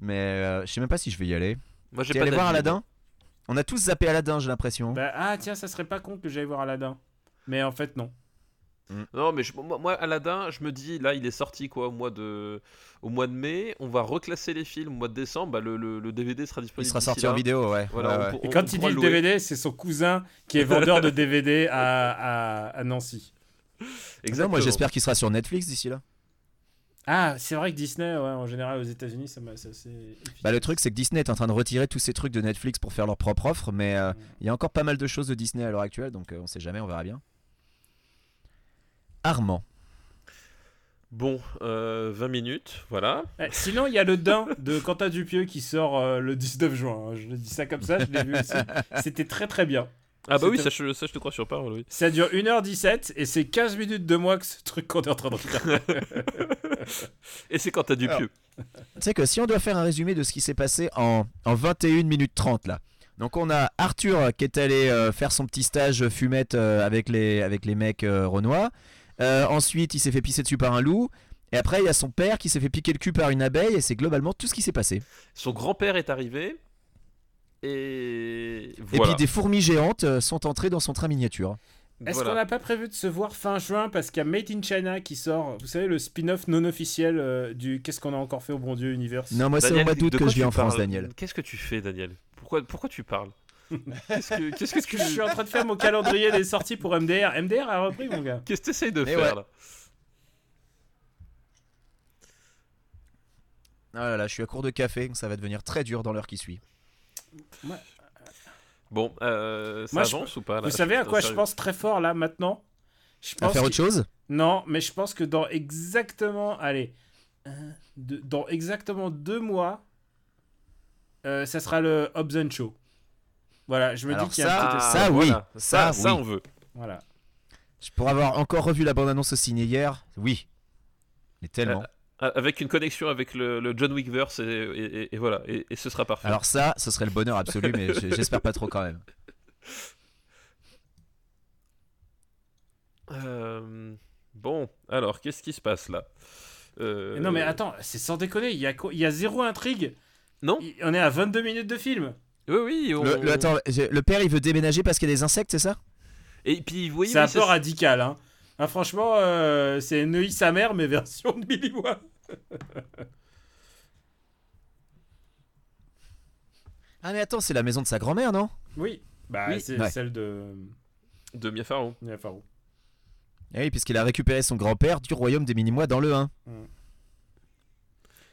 Mais euh, je sais même pas si je vais y aller. Moi j'ai T'es pas allé voir d'avis, moi. Aladdin On a tous zappé Aladdin, j'ai l'impression. Bah, Ah tiens, ça serait pas con que j'aille voir Aladdin. Mais en fait, non. Non, mais je- moi, moi, Aladdin, je me dis, là, il est sorti quoi au mois de, au mois de mai. On va reclasser les films au mois de décembre. bah, le, le- le DVD sera disponible. Il sera d'ici sorti là. en vidéo, ouais. Voilà, Ouais, ouais. on- Et on- on quand il dit pourra le louer. DVD, c'est son cousin qui est vendeur de DVD à, à- à Nancy. Non, Exactement. moi j'espère qu'il sera sur Netflix d'ici là. Ah, c'est vrai que Disney, ouais, en général aux États-Unis, ça m'a- ça, c'est. efficace. Bah, le truc, c'est que Disney est en train de retirer tous ces trucs de Netflix pour faire leur propre offre, mais euh, il y a encore pas mal de choses de Disney à l'heure actuelle, donc euh, on sait jamais, on verra bien. Armand. Bon, euh, 20 minutes, voilà. Eh, sinon, il y a le Dain de Quentin Dupieux qui sort euh, le 19 juin. hein. Je le dis ça comme ça, je l'ai vu aussi. C'était très très bien. Ah bah oui, C'était- ça je, ça, je te crois sur parole, oui. Ça dure 1h17 et c'est 15 minutes de moins que ce truc qu'on est en train de regarder. Et c'est quand t'as du Alors. pieu. Tu sais que si on doit faire un résumé de ce qui s'est passé en, en 21 minutes 30 là. Donc on a Arthur qui est allé euh, faire son petit stage fumette euh, avec, les, avec les mecs euh, renois. Euh, ensuite il s'est fait pisser dessus par un loup. Et après il y a son père qui s'est fait piquer le cul par une abeille et c'est globalement tout ce qui s'est passé. Son grand-père est arrivé. Et, Et voilà. puis des fourmis géantes euh, sont entrées dans son train miniature. Est-ce Voilà. qu'on n'a pas prévu de se voir fin juin parce qu'il y a Made in China qui sort, vous savez, le spin-off non officiel euh, du Qu'est-ce qu'on a encore fait au bon Dieu Universe Non, moi c'est au Daniel, mois d'août de que quoi je vis tu en France, parles Daniel. Qu'est-ce que tu fais, Daniel pourquoi, pourquoi tu parles Qu'est-ce que, qu'est-ce que Qu'est-ce tu que je suis en train de faire mon calendrier des sorties pour MDR MDR a repris, mon gars. Qu'est-ce que t'essayes de Mais faire ouais. là Ah là là, je suis à court de café, ça va devenir très dur dans l'heure qui suit. Bon, euh, ça Moi, je- avance ou pas là vous savez à Putain, quoi je sérieux. pense très fort là maintenant Je À pense faire que- autre chose Non, mais je pense que dans exactement, allez, un, deux- dans exactement deux mois, euh, ça sera le Hobbs and Show. Voilà, je me Alors dis qu'il y a un ça- petit Ah, essai. ça, oui. voilà. Ça, ça, oui. on veut. Voilà. Pour avoir encore revu la bande-annonce au ciné hier, oui. Mais tellement. Ah, Avec une connexion avec le, le John Wickverse et, et- et- et voilà, et, et ce sera parfait. Alors ça, ce serait le bonheur absolu, mais j- j'espère pas trop quand même. Euh, bon, alors qu'est-ce qui se passe là Euh, Et Non mais attends, c'est sans déconner, il y a, quoi- il y a zéro intrigue. Non. Il- On est à 22 minutes de film. Oui, oui. on- Le, le- attends, j'ai- le père il veut déménager parce qu'il y a des insectes, c'est ça Et puis, vous voyez, c'est un oui, ça, peu radical, hein. Ah, franchement, euh, c'est Neuilly sa mère, mais version de Billy Watt. Ah mais attends, c'est la maison de sa grand-mère, non Oui, bah Oui. c'est Ouais. celle de de Mia Farrow. Mia Farrow. Eh oui, puisqu'il a récupéré son grand-père du royaume des Minimois dans le 1.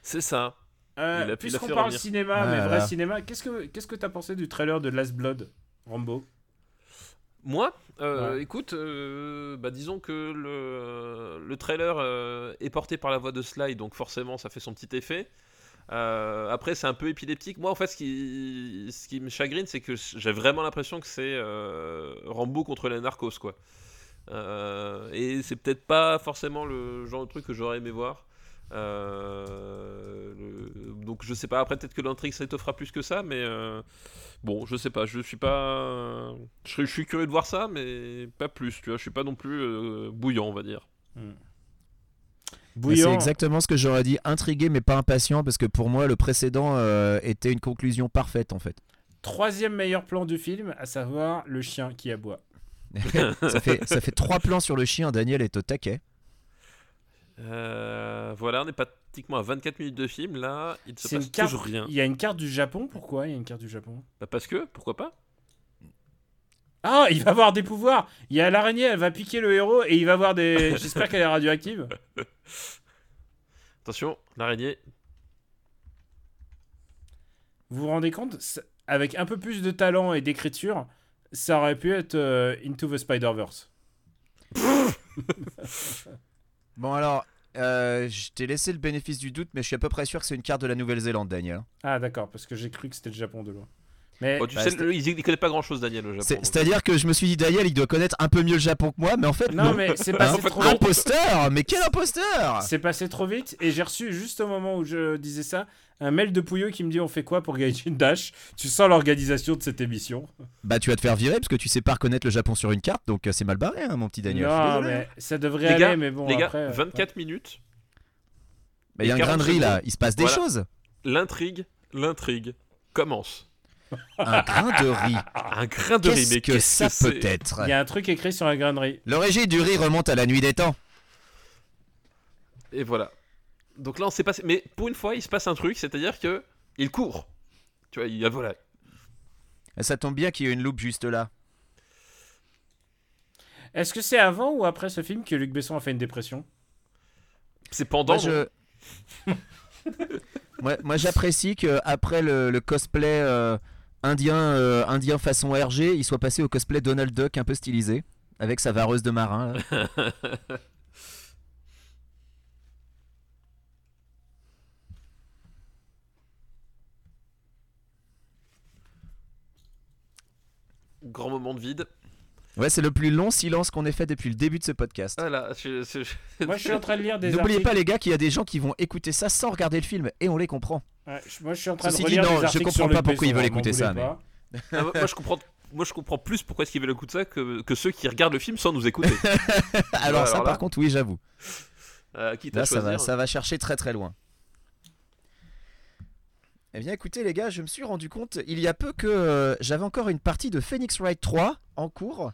C'est ça. Euh, Il a- il a Puisqu'on fait parle revenir. cinéma, Ah mais là vrai là. cinéma, qu'est-ce que qu'est-ce que t'as pensé du trailer de Last Blood, Rambo Bah, Moi, euh, Ouais. écoute, euh, bah, disons que le, le trailer euh, est porté par la voix de Sly, donc forcément ça fait son petit effet. Euh, après, c'est un peu épileptique. Moi, en fait, ce qui, ce qui me chagrine, c'est que j'ai vraiment l'impression que c'est euh, Rambo contre les narcos, quoi. Euh, et c'est peut-être pas forcément le genre de truc que j'aurais aimé voir. Euh, le- donc je sais pas. Après peut-être que l'intrigue s'étoffera plus que ça, mais euh, bon, je sais pas. Je suis pas. Je, suis- je suis curieux de voir ça, mais pas plus. Tu vois, je suis pas non plus euh, bouillant, on va dire. Mais C'est Bouillant. exactement ce que j'aurais dit, intrigué mais pas impatient, parce que pour moi le précédent euh, était une conclusion parfaite en fait. Troisième meilleur plan du film, à savoir le chien qui aboie. ça, fait, ça fait trois plans sur le chien, Daniel est au taquet. Euh, voilà, on est pratiquement à 24 minutes de film là. Il ne se C'est passe une carte. toujours rien. Il y a une carte du Japon, pourquoi Il y a une carte du Japon. Bah, parce que, pourquoi pas Ah, il va avoir des pouvoirs. Il y a l'araignée, elle va piquer le héros et il va avoir des. J'espère qu'elle est radioactive. Attention, l'araignée. Vous vous rendez compte Ça- Avec un peu plus de talent et d'écriture, ça aurait pu être euh, Into the Spider-Verse. Bon alors, euh, je t'ai laissé le bénéfice du doute, mais je suis à peu près sûr que c'est une carte de la Nouvelle-Zélande, Daniel. Ah, d'accord, parce que j'ai cru que c'était le Japon de loin. Mais Oh, tu bah, sais, c'était- le- il il connaît pas grand chose, Daniel, au Japon. C'est- C'est-à-dire que je me suis dit, Daniel, il doit connaître un peu mieux le Japon que moi, mais en fait, non, non. mais c'est Hein, passé trop vite. imposteur Mais quel imposteur C'est passé trop vite et j'ai reçu juste au moment où je disais ça un mail de Pouilleux qui me dit on fait quoi pour Gaijin Dash Tu sens l'organisation de cette émission. Bah tu vas te faire virer parce que tu sais pas reconnaître le Japon sur une carte, donc euh, c'est mal barré, hein, mon petit Daniel. Je suis non, désolé. mais ça devrait Les aller, gars, mais bon, Les gars, après. euh, 24 minutes. Bah, il y a un les grain de 40 riz là, secondes. il se passe des Voilà. choses. L'intrigue, l'intrigue commence. Un grain de riz. Un grain de riz, Ah, Qu'est-ce mais que qu'est-ce ça peut c'est être Il y a un truc écrit sur la grainerie. L'origine du riz remonte à la nuit des temps. Et voilà. Donc là, on s'est passé. Mais pour une fois, il se passe un truc, c'est-à-dire que il court. Tu vois, il y a voilà. Ça tombe bien qu'il y ait une loupe juste là. Est-ce que c'est avant ou après ce film que Luc Besson a fait une dépression C'est pendant. moi, je... moi, moi, j'apprécie que après le, le cosplay euh, indien, euh, indien façon RG, il soit passé au cosplay Donald Duck un peu stylisé, avec sa vareuse de marin. là. Grand moment de vide. Ouais, c'est le plus long silence qu'on ait fait depuis le début de ce podcast. Ah là, je- je- je- Moi, je suis en train de lire Euh, des N'oubliez articles. pas les gars qu'il y a des gens qui vont écouter ça sans regarder le film et on les comprend. Ouais, je- moi, je suis en train Ceci de dit, relire non, des je articles comprends sur Luc pas pourquoi Besson, ils veulent m'en écouter ça, voulez mais- pas. Ah, moi, je comprends. Moi, je comprends plus pourquoi est-ce qu'ils veulent écouter ça que, que ceux qui regardent le film sans nous écouter. alors, alors ça, là- par contre, oui, j'avoue. Euh, quitte à Là, ça va, choisir. ça va chercher très très loin. Eh bien écoutez les gars, je me suis rendu compte il y a peu que euh, j'avais encore une partie de Phoenix Wright 3 en cours.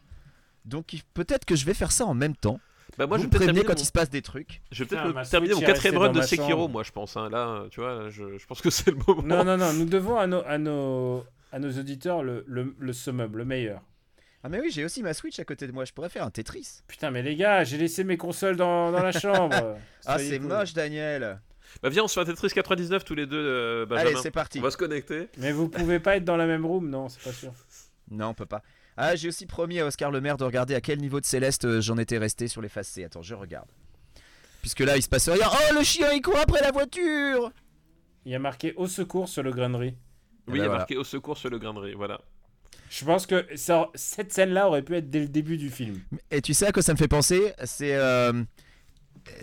Donc il- peut-être que je vais faire ça en même temps. Bah, moi, Vous je me vais peut-être prévenez terminer, quand mon- il se passe des trucs. je vais peut-être Putain, me ma terminer Switch mon est quatrième restée dans run de ma Sekiro, chambre. moi, je pense. hein. Là, euh, tu vois, je, je pense que c'est le moment. Non, non, non, nous devons à nos, à nos, à nos auditeurs le, le, le summum, le meilleur. Ah mais oui, j'ai aussi ma Switch à côté de moi, je pourrais faire un Tetris. Putain, mais les gars, j'ai laissé mes consoles dans, dans la chambre. Ah Soyez c'est cool. moche Daniel. Bah, viens, on se fait un Tetris 99 tous les deux, euh, Benjamin. Allez, c'est parti. on va se connecter. Mais vous pouvez pas être dans la même room, non, c'est pas sûr. Non, on peut pas. Ah, j'ai aussi promis à Oscar Le Maire de regarder à quel niveau de Céleste euh, j'en étais resté sur les faces C. Attends, je regarde. Puisque là, il se passe rien. Oh, le chien, il court après la voiture Il y a marqué au secours sur le grainerie. Eh Oui, il y ben, a voilà. marqué au secours sur le grain de riz, voilà. Je pense que ça- cette scène-là aurait pu être dès le début du film. Et tu sais à quoi ça me fait penser C'est euh,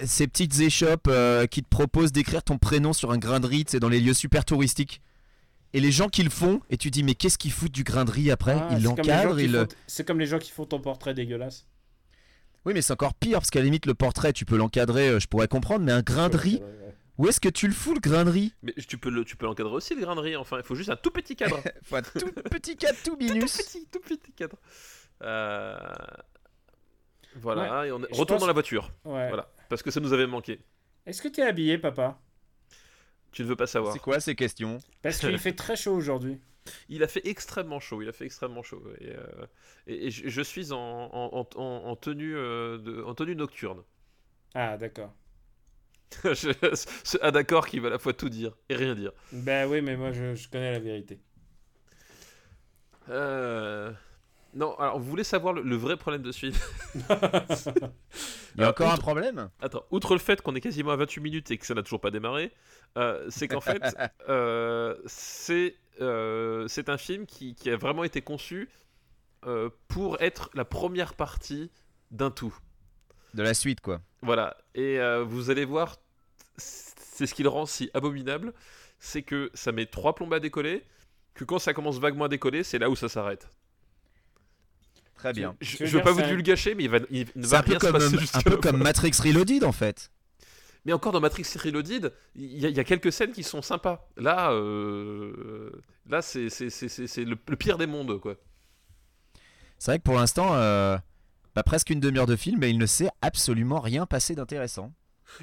ces petites échoppes euh, qui te proposent d'écrire ton prénom sur un grain de riz, c'est dans les lieux super touristiques. Et les gens qui le font, et tu dis, mais qu'est-ce qu'ils foutent du grain de riz après Ah, Ils c'est comme les gens l'encadrent, qui ils le- font- C'est comme les gens qui font ton portrait dégueulasse. Oui, mais c'est encore pire, parce qu'à la limite, le portrait, tu peux l'encadrer, euh, je pourrais comprendre, mais un grain de riz, où est-ce que tu le fous, le grain de riz Mais tu peux le- tu peux l'encadrer aussi, le grain de riz, enfin. Il faut juste un tout petit cadre. Enfin, tout petit cas, tout tout minus. petit, tout petit cadre. Euh, Voilà, et on est- je retourne pense- dans la voiture, Ouais. Voilà. parce que ça nous avait manqué. Est-ce que t'es habillé, papa Tu ne veux pas savoir. C'est quoi ces questions Parce qu'il fait très chaud aujourd'hui. Il a fait extrêmement chaud, il a fait extrêmement chaud. Et, euh, et- et je, je suis en, en- en- en- en tenue, euh, de- en tenue nocturne. Ah, d'accord. Je- ce ah d'accord qui va à la fois tout dire et rien dire. Ben oui, mais moi, je, je connais la vérité. Euh, Non, alors vous voulez savoir le, le vrai problème de ce film Il y a Euh, encore un outre- problème Attends, outre le fait qu'on est quasiment à 28 minutes et que ça n'a toujours pas démarré, euh, c'est qu'en fait, euh, c'est euh, c'est un film qui, qui a vraiment été conçu euh, pour être la première partie d'un tout. De la suite, quoi. Voilà, et euh, vous allez voir, c'est ce qui le rend si abominable, c'est que ça met trois plombes à décoller, que quand ça commence vaguement à décoller, c'est là où ça s'arrête. Très Tu- bien. tu Je, veux je veux dire, pas vous c'est un- divulgacher, mais il, va, il ne C'est va un peu rien se comme, passer euh, un jusqu'à peu la comme fin. Matrix Reloaded, en fait. Mais encore dans Matrix Reloaded, il y, a- il y a quelques scènes qui sont sympas. Là, euh, là c'est c'est- c'est- c'est- c'est le, le pire des mondes, quoi. C'est vrai que pour l'instant, euh, bah, presque une demi-heure de film, mais il ne s'est absolument rien passé d'intéressant.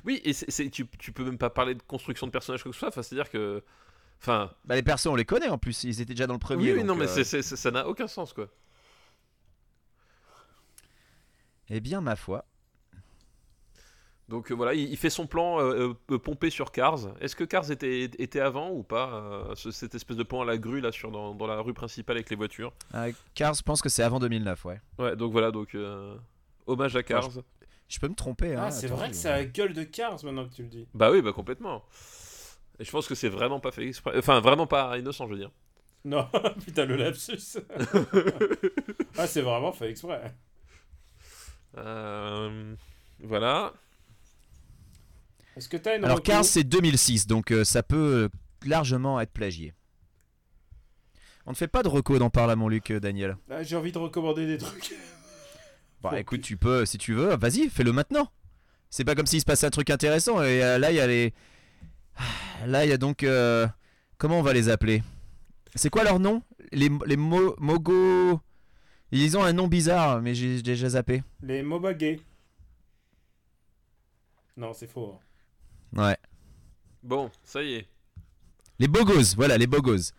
Oui, et c'est- c'est- tu, tu peux même pas parler de construction de personnage quoi que ce soit. Enfin, c'est-à-dire que, enfin, Bah, les persos, on les connaît en plus, ils étaient déjà dans le oui, premier. oui, donc, non, mais euh, c'est- c'est- c'est- ça n'a aucun sens, quoi. Eh bien, ma foi. Donc euh, voilà, il, il fait son plan euh, euh, pompé sur Cars. Est-ce que Cars était, était avant ou pas euh, ce- Cette espèce de plan à la grue là sur dans, dans la rue principale avec les voitures. Euh, Cars, je pense que c'est avant 2009, ouais. Ouais, donc voilà, donc euh, hommage à Cars. Je peux me tromper. hein, Ah, c'est attends, vrai je- que ça a gueule de Cars maintenant que tu le dis. Bah oui, bah complètement. Et je pense que c'est vraiment pas fait exprès. Enfin, vraiment pas innocent, je veux dire. Non, putain, le lapsus. ah, c'est vraiment fait exprès. Euh, voilà. Est-ce que t'as une Alors, reco Cars, c'est 2006, donc euh, ça peut euh, largement être plagié. On ne fait pas de reco d'en parle à mon Luc, euh, Daniel. Ah, J'ai envie de recommander des trucs. Bah Oh, écoute, pu- tu peux, si tu veux, vas-y, fais-le maintenant. C'est pas comme s'il se passait un truc intéressant. Et euh, là, il y a les. Ah, Là, il y a donc. euh, Comment on va les appeler C'est quoi leur nom Les, les mo- Mogo. Ils ont un nom bizarre, mais j'ai j'ai déjà zappé. Les MOBA gays. Non, c'est faux. hein. Ouais. Bon, ça y est. Les Bogos, voilà, les Bogos.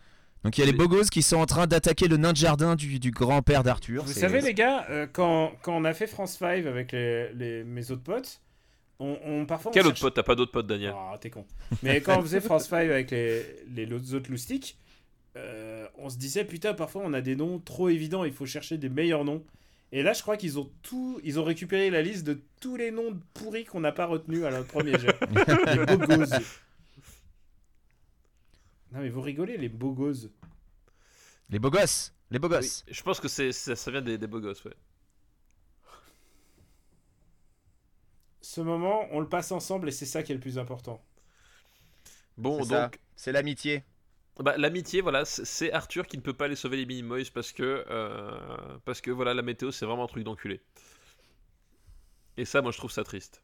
Donc il y a les Les- Bogos qui sont en train d'attaquer le nain de jardin du, du grand-père d'Arthur. Vous C'est- savez, les gars, euh, quand, quand on a fait France 5 avec les, les- mes autres potes, on, on- parfois. on Quel autre cherche- pote T'as pas d'autres potes, Daniel Ah, t'es con. Mais quand on faisait France 5 avec les, les lo- autres loustiques, euh, on se disait, putain, parfois on a des noms trop évidents, il faut chercher des meilleurs noms. Et là, je crois qu'ils ont tout, ils ont récupéré la liste de tous les noms pourris qu'on n'a pas retenus à notre premier jet. les bogos. Non, mais vous rigolez, les bogos. Les Bogos Les Bogos Oui, bah, Je pense que c'est ça, ça vient des, des beaux gosses, ouais. Ce moment, on le passe ensemble et c'est ça qui est le plus important. Bon, C'est ça. donc, C'est l'amitié. Bah, l'amitié, voilà, c- c'est Arthur qui ne peut pas aller sauver les Minimoys parce que, euh, parce que voilà, la météo, c'est vraiment un truc d'enculé. Et ça, moi, je trouve ça triste.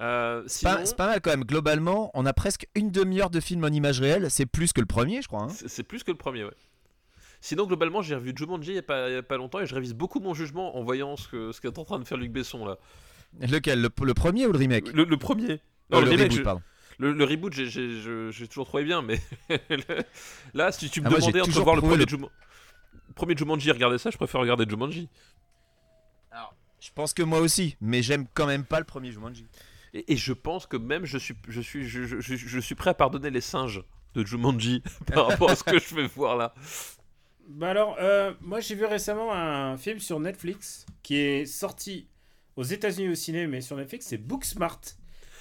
Euh, C'est pas, sinon, c'est pas mal quand même. Globalement, on a presque une demi-heure de film en image réelle. C'est plus que le premier, je crois. hein. c'est c'est plus que le premier, ouais. Sinon, globalement, j'ai revu Jumanji il y a, pas, il y a pas longtemps et je révise beaucoup mon jugement en voyant ce que ce qu'est en train de faire Luc Besson là. Lequel le, le premier ou le remake Le, le premier. Non, Euh, le, le remake, reboot, je- pardon. le- le reboot, j'ai- j'ai je- j'ai toujours trouvé bien, mais le- là, si tu me Ah, moi, j'ai demandais entre toujours voir le trouvé premier, le- Juman- premier Jumanji et regarder ça, je préfère regarder Jumanji. Je pense que moi aussi, mais j'aime quand même pas le premier Jumanji. Et, et je pense que même je suis, je, suis, je, je- je- je suis prêt à pardonner les singes de Jumanji par rapport à ce que je vais voir là. Bah alors, euh, moi j'ai vu récemment un film sur Netflix qui est sorti aux États-Unis au ciné, mais sur Netflix, c'est Booksmart.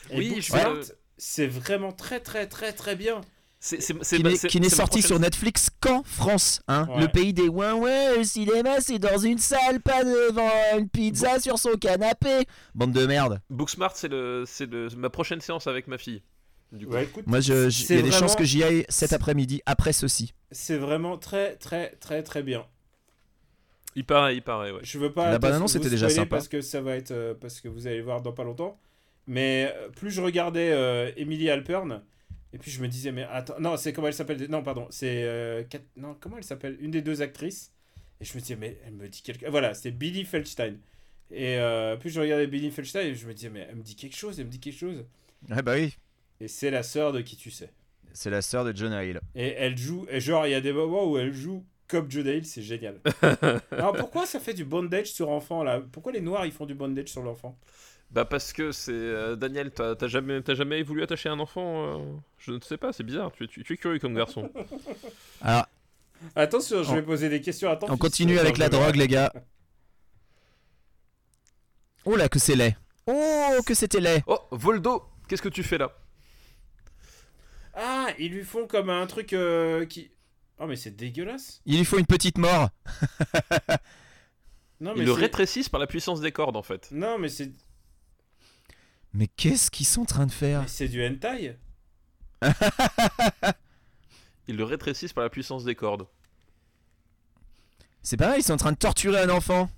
Et Oui, je Booksmart, vois le- c'est vraiment très très très très bien. C'est- c'est- c'est Qui ma- n'est- c'est- qui n'est c'est ma sorti prochaine- sur Netflix qu'en France. Hein Ouais. Le pays des ouin ouais, le cinéma c'est dans une salle, pas devant une pizza sur son canapé. Bande de merde. Booksmart, c'est le, c'est le- ma prochaine séance avec ma fille. Du coup. Ouais, écoute, Moi, je- je- il y C'est a des vraiment- chances que j'y aille cet c'est- après-midi, après ceci. c'est vraiment très très très très bien. Il paraît, il paraît, ouais. Je veux pas La te- bande-annonce vous était déjà spoiler sympa. parce que ça va être euh, parce que vous allez le voir dans pas longtemps. Mais euh, plus je regardais euh, Emily Alpern et puis je me disais mais attends non c'est comment elle s'appelle non pardon c'est euh, Kat- non comment elle s'appelle une des deux actrices et je me disais mais elle me dit quelque voilà c'est Billy Feldstein et euh, plus je regardais Billy Feldstein et je me disais mais elle me dit quelque chose elle me dit quelque chose Ah bah oui, et c'est la sœur de qui tu sais c'est la sœur de John Hill. et elle joue et genre il y a des moments où elle joue comme Joe Dale c'est génial alors pourquoi ça fait du bondage sur enfant là pourquoi les noirs ils font du bondage sur l'enfant Bah parce que c'est... euh, Daniel, t'as t'as jamais, t'as jamais voulu attacher un enfant euh, Je ne sais pas, c'est bizarre, tu, es- tu- tu es curieux comme garçon. Alors, Attention, je On- vais poser des questions à ton on fils. continue avec la Attends, je drogue, les gars. Oh là, que c'est laid. Oh, que c'était laid. Oh, Voldo, qu'est-ce que tu fais là vais- Ah, ils lui font comme un truc euh, qui. Oh, mais c'est dégueulasse. Il lui faut une petite mort. Non, mais Ils le c'est- rétrécissent par la puissance des cordes en fait. Non, mais c'est Mais qu'est-ce qu'ils sont en train de faire mais c'est du hentai. Ils le rétrécissent par la puissance des cordes. C'est pas mal, ils sont en train de torturer un enfant.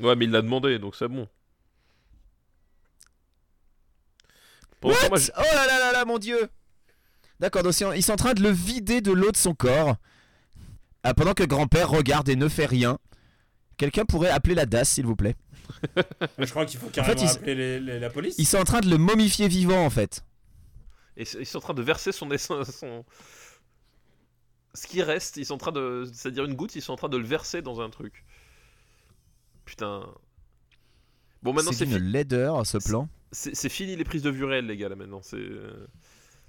Ouais, mais il l'a demandé, donc c'est bon. Pour What l'instant, moi, je- Oh là là là là, mon dieu D'accord, donc c'est- ils sont en train de le vider de l'eau de son corps. Ah, pendant que grand-père regarde et ne fait rien. Quelqu'un pourrait appeler la DAS, s'il vous plaît. Je crois qu'il faut carrément ils- appeler les- les- la police. Ils sont en train de le momifier vivant, en fait. Et c- ils sont en train de verser son, son, son- Ce qui reste, ils sont en train de. C'est-à-dire une goutte, ils sont en train de le verser dans un truc. Putain. Bon, maintenant, C'est c'est une fi- laideur, ce plan. c'est- c'est fini les prises de vue réelles, les gars, là, maintenant. c'est, euh,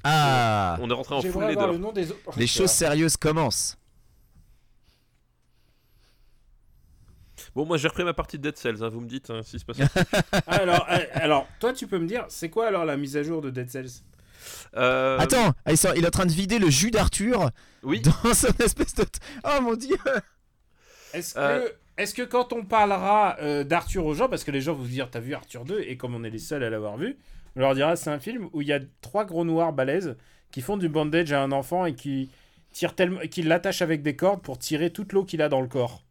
Ah On est rentré en full J'aimerais avoir leader. le nom des autres. Les choses sérieuses commencent. Bon, moi, j'ai repris ma partie de Dead Cells, hein, vous me dites hein, s'il se passe. Alors, euh, alors, toi, tu peux me dire, c'est quoi alors la mise à jour de Dead Cells Euh, Attends, ah, ils sont- il est en train de vider le jus d'Arthur Oui, dans son espèce de... Oh mon dieu Est-ce que, Euh. est-ce que quand on parlera euh, d'Arthur aux gens, parce que les gens vont se dire, t'as vu Arthur 2, et comme on est les seuls à l'avoir vu, on leur dira, c'est un film où il y a trois gros noirs balèzes qui font du bandage à un enfant et qui tirent tellement, qui l'attachent avec des cordes pour tirer toute l'eau qu'il a dans le corps.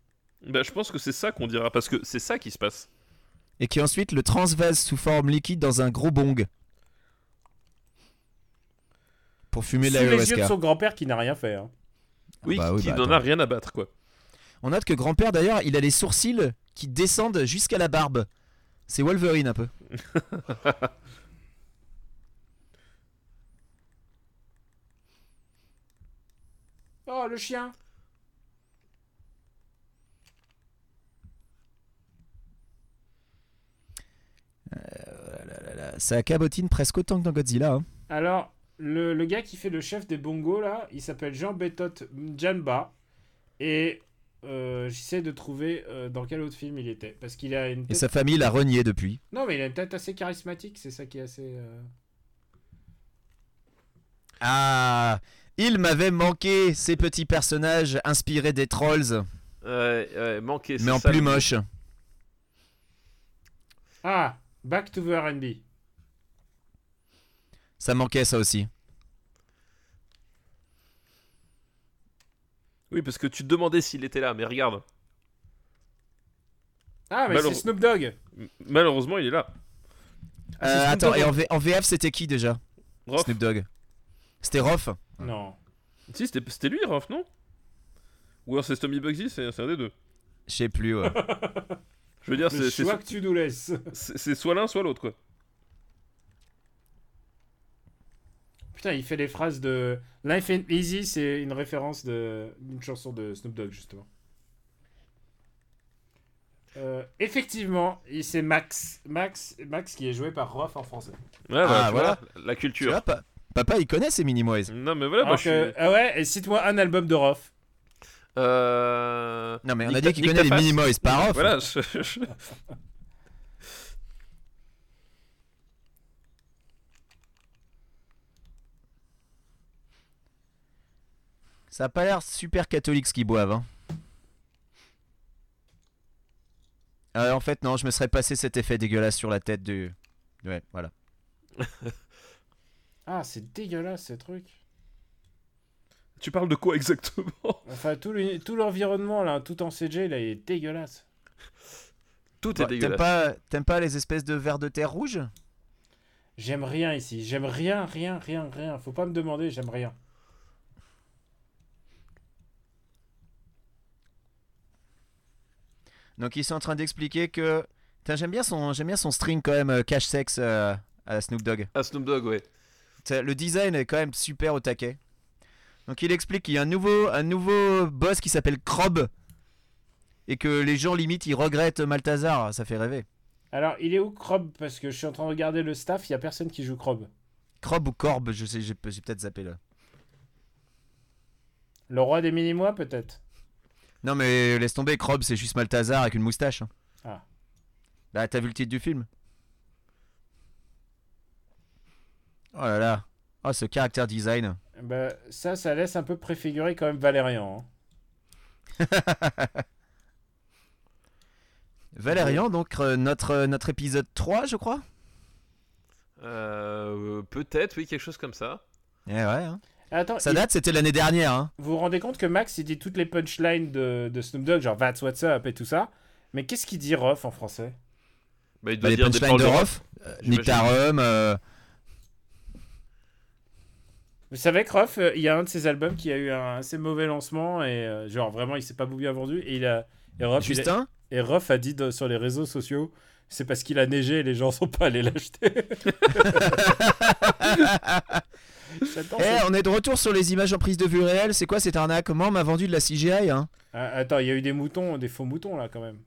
bah, je pense que c'est ça qu'on dira, parce que c'est ça qui se passe. Et qui ensuite le transvase sous forme liquide dans un gros bong. Pour fumer Sous de la les yeux de ayahuasca. son grand-père qui n'a rien fait. hein. Ah Oui, bah qui, oui, qui bah n'en a attends. rien à battre, quoi. On note que grand-père d'ailleurs, il a les sourcils qui descendent jusqu'à la barbe. C'est Wolverine un peu. Oh, le chien Voilà, Euh, Ça cabotine presque autant que dans Godzilla. hein. Alors, le, le gars qui fait le chef des bongos, là, il s'appelle Jean Bétot Mjanba. Et euh, j'essaie de trouver euh, dans quel autre film il était. Parce qu'il a une Et tête... sa famille l'a renié depuis. Non, mais il a une tête assez charismatique, c'est ça qui est assez... euh, Ah Il m'avait manqué ces petits personnages inspirés des trolls, Ouais, ouais, manqué, mais c'est en hein. ça, plus le- moche. Ah, Back to the R&B. Ça manquait ça aussi. Oui, parce que tu te demandais s'il était là, mais regarde. Ah, mais Malheureux- Ah, c'est Snoop Dogg M- Malheureusement, il est là. Ah, c'est Euh, Snoop attends, Dogg. et en, V- en VF, c'était qui déjà Rof. Snoop Dogg. C'était Rof Non. Si, c'était c'était lui, Raph, non Ou alors c'est Tommy Bugsy, c'est c'est un des deux. Je sais plus, ouais. Je veux dire, Le c'est- c'est choix que tu nous laisses. c'est- c'est soit l'un, soit l'autre, quoi. Putain, il fait les phrases de Life ain't easy, c'est une référence de- d'une chanson de Snoop Dogg, justement. Euh, effectivement, il- c'est Max. Max. Max qui est joué par Roth en français. Ouais, bah, Ah, tu voilà. vois, La tu culture. vois, pa- papa, il connaît ces Minimoise. Non, mais voilà, Alors moi bah, je que- suis. Ah ouais, et cite-moi un album de Roth. Euh... Non, mais on Nique a ta- dit qu'il nique connaît ta les face. Minimoise, pas Rof. Voilà, je- je- Ça a pas l'air super catholique ce qu'ils boivent. Hein. Euh, en fait, non, je me serais passé cet effet dégueulasse sur la tête du. Ouais, voilà. Ah, c'est dégueulasse ces trucs. Tu parles de quoi exactement Enfin, tout l'uni- tout l'environnement là, tout en CG là, il est dégueulasse. Tout est Bah, T'aimes dégueulasse. pas, t'aimes pas les espèces de vers de terre rouge J'aime rien ici. J'aime rien, rien, rien, rien. Faut pas me demander, j'aime rien. Donc ils sont en train d'expliquer que. Putain, j'aime bien son, j'aime bien son string quand même, euh, cash sex euh, à Snoop Dogg. Ah, Snoop Dogg, ouais. Ça, Le design est quand même super au taquet. Donc il explique qu'il y a un nouveau, un nouveau boss qui s'appelle Krob et que les gens limite ils regrettent Maltazar. Ça fait rêver. Alors, il est où Krob Parce que je suis en train de regarder le staff, il y a personne qui joue Krob. Krob ou Korb, je sais, j'ai, j'ai peut-être zappé là. Le roi des mini-mois peut-être Non mais laisse tomber, Krob c'est juste Maltazar avec une moustache. hein. Ah. Bah t'as vu le titre du film Oh là là. Oh ce caractère design. Bah, ça, ça laisse un peu préfigurer quand même Valérian. hein. Valérian, donc euh, notre, euh, notre épisode 3, je crois. Euh, euh, Peut-être, oui, quelque chose comme ça. Eh ouais, hein. Attends, Ça il- date, c'était l'année dernière. hein. vous vous rendez compte que Max, il dit toutes les punchlines de, de Snoop Dogg, genre That's what's up et tout ça. Mais qu'est-ce qu'il dit Ruff en français Bah, il Bah, doit les dire des punchlines de paroles de- Rof, euh, Nick j'imagine. Tarum, euh, Vous savez que Ruff, euh, il y a un de ses albums qui a eu un assez mauvais lancement et euh, genre vraiment, il s'est pas bien vendu. Et, il a, et, Ah, Ruff, il a- Justin. et Ruff a dit de- sur les réseaux sociaux, c'est parce qu'il a neigé et les gens sont pas allés l'acheter. J'adore Eh, ce- on est de retour sur les images en prise de vue réelle. C'est quoi cette arnaque Comment on m'a vendu de la CGI hein Ah, Attends, il y a eu des moutons, des faux moutons là quand même.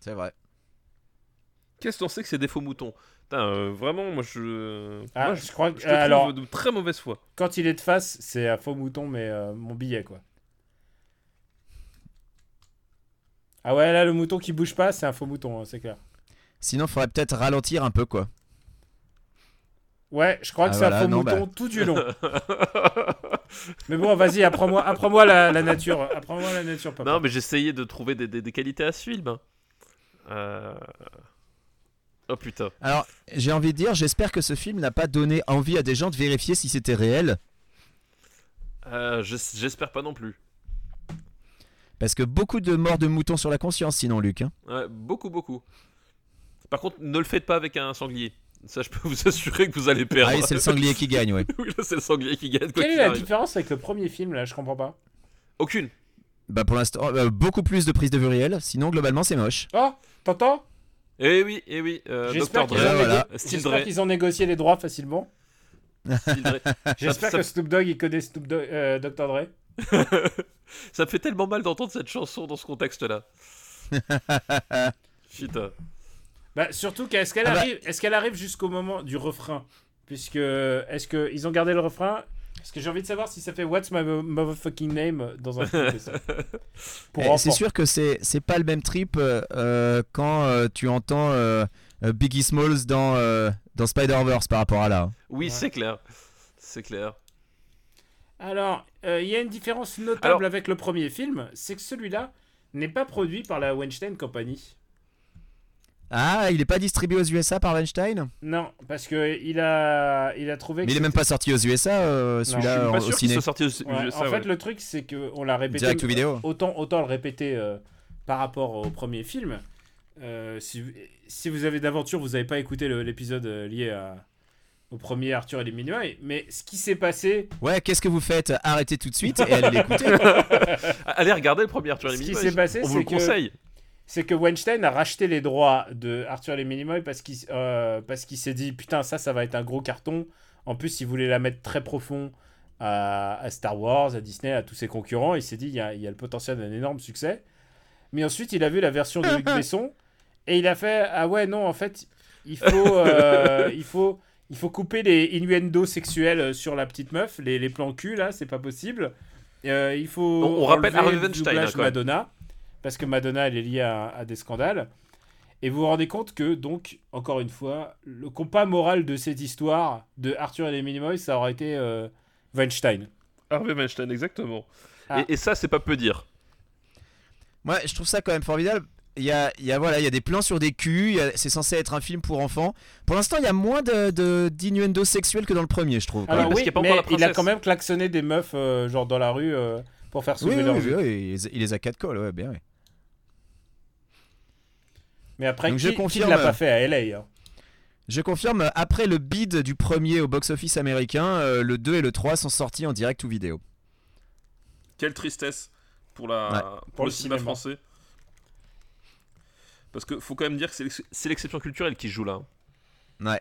C'est vrai. Qu'est-ce qu'on sait que c'est des faux moutons Putain, euh, vraiment, moi je. Ah, moi, je, je... crois je que. te alors, trouve de très mauvaise foi. quand il est de face, c'est un faux mouton, mais euh, mon billet, quoi. Ah ouais, là, le mouton qui bouge pas, c'est un faux mouton, hein, c'est clair. Sinon, faudrait peut-être ralentir un peu, quoi. Ouais, je crois Ah que c'est voilà, un faux non, mouton tout du long. mais bon, vas-y, apprends-moi apprends la, la nature. Apprends-moi la nature, papa. Non, mais j'essayais de trouver des, des- des qualités à ce film. hein. Euh, Oh putain. Alors, j'ai envie de dire, j'espère que ce film n'a pas donné envie à des gens de vérifier si c'était réel. Euh, je- J'espère pas non plus. Parce que beaucoup de morts de moutons sur la conscience, sinon, Luc. hein. Ouais, beaucoup, beaucoup. Par contre, ne le faites pas avec un sanglier. Ça, je peux vous assurer que vous allez perdre. Ah, et c'est le sanglier qui gagne, ouais. Oui, là, c'est le sanglier qui gagne. Quoi Quelle est qu'il la arrive. différence avec le premier film, là Je comprends pas. Aucune. Bah, pour l'instant, euh, beaucoup plus de prise de vue réelle. Sinon, globalement, c'est moche. Oh, t'entends Eh oui, eh oui. euh, J'espère Dr. qu'ils qu'il Dre. y en ont, a- Voilà. négo- Style j'espère Dre. qu'ils ont négocié les droits facilement. Style Dre. J'espère ça- que Snoop Dogg, il connaît Snoop Dogg, euh, Dr. Dre. Ça me fait tellement mal d'entendre cette chanson dans ce contexte-là. Putain. Bah, surtout qu'est-ce qu'elle Ah bah- arrive, est-ce qu'elle arrive jusqu'au moment du refrain Puisque est-ce que ils ont gardé le refrain Parce que j'ai envie de savoir si ça fait What's my mo- motherfucking name dans un film que ça. Pour Eh, C'est enfants. sûr que c'est c'est pas le même trip euh, euh, quand euh, tu entends euh, euh, Biggie Smalls dans, euh, dans Spider-Verse par rapport à là. hein. Oui, Ouais. c'est clair. C'est clair. Alors, euh, il y a une différence notable Alors- avec le premier film, c'est que celui-là n'est pas produit par la Weinstein Company. Ah, il est pas distribué aux USA par Weinstein Non, parce que il a, il a trouvé. Mais que il est même c'était- pas sorti aux USA euh, Je celui-là suis en- pas au sûr qu'il ciné. soit sorti aux Ouais, USA, en fait, ouais. le truc, c'est que on l'a répété. Direct ou vidéo. Autant, autant le répéter euh, par rapport au premier film. Euh, si, si vous avez d'aventure, vous n'avez pas écouté le- l'épisode euh, lié à- au premier Arthur et les Minimoys, mais ce qui s'est passé, Ouais, qu'est-ce que vous faites Arrêtez tout de suite et allez l'écouter. Allez regarder le premier Arthur et les ce qui Minimoys. s'est passé, On vous c'est le que conseille. c'est que Weinstein a racheté les droits de Arthur et les Minimoys parce qu'il euh, parce qu'il s'est dit putain ça ça va être un gros carton. En plus il voulait la mettre très profond à, à Star Wars, à Disney, à tous ses concurrents. Il s'est dit il y, a, il y a le potentiel d'un énorme succès. Mais ensuite il a vu la version de Luc Besson et il a fait ah ouais non en fait il faut euh, il faut il faut couper les innuendos sexuels euh, sur la petite meuf, les, les plans cul là c'est pas possible. Euh, il faut On- on rappelle enlever Harvey le Weinstein, doublage hein, quand même. Madonna parce que Madonna elle est liée à, à des scandales. Et vous vous rendez compte que donc encore une fois le compas moral de cette histoire de Arthur et les Minimoys ça aurait été euh, Weinstein. Harvey Weinstein, exactement. Ah. Et, et ça, c'est pas peu dire. Moi, je trouve ça quand même formidable. Il y a, il y a- voilà, il y a des plans sur des culs, il y a- c'est censé être un film pour enfants. Pour l'instant, il y a moins de, de, d'innuendos sexuels que dans le premier, je trouve. quand Ah, même. Alors parce oui, qu'il y a pas mais encore la il a princesse. quand même klaxonné des meufs euh, genre dans la rue euh, pour faire oui, sauver oui, leur oui, jeu. oui, il les a- il les a quatre cols, ouais, bien. ouais. Mais après Donc qui, je qui ne confirme. euh, l'a pas fait à LA hein Je confirme, après le bid du premier au box-office américain, euh, le 2 et le 3 sont sortis en direct ou vidéo. Quelle tristesse pour, la, Ouais. pour, le, cinéma, français. Parce que faut quand même dire que c'est l'ex- C'est l'exception culturelle qui joue là. hein. Ouais.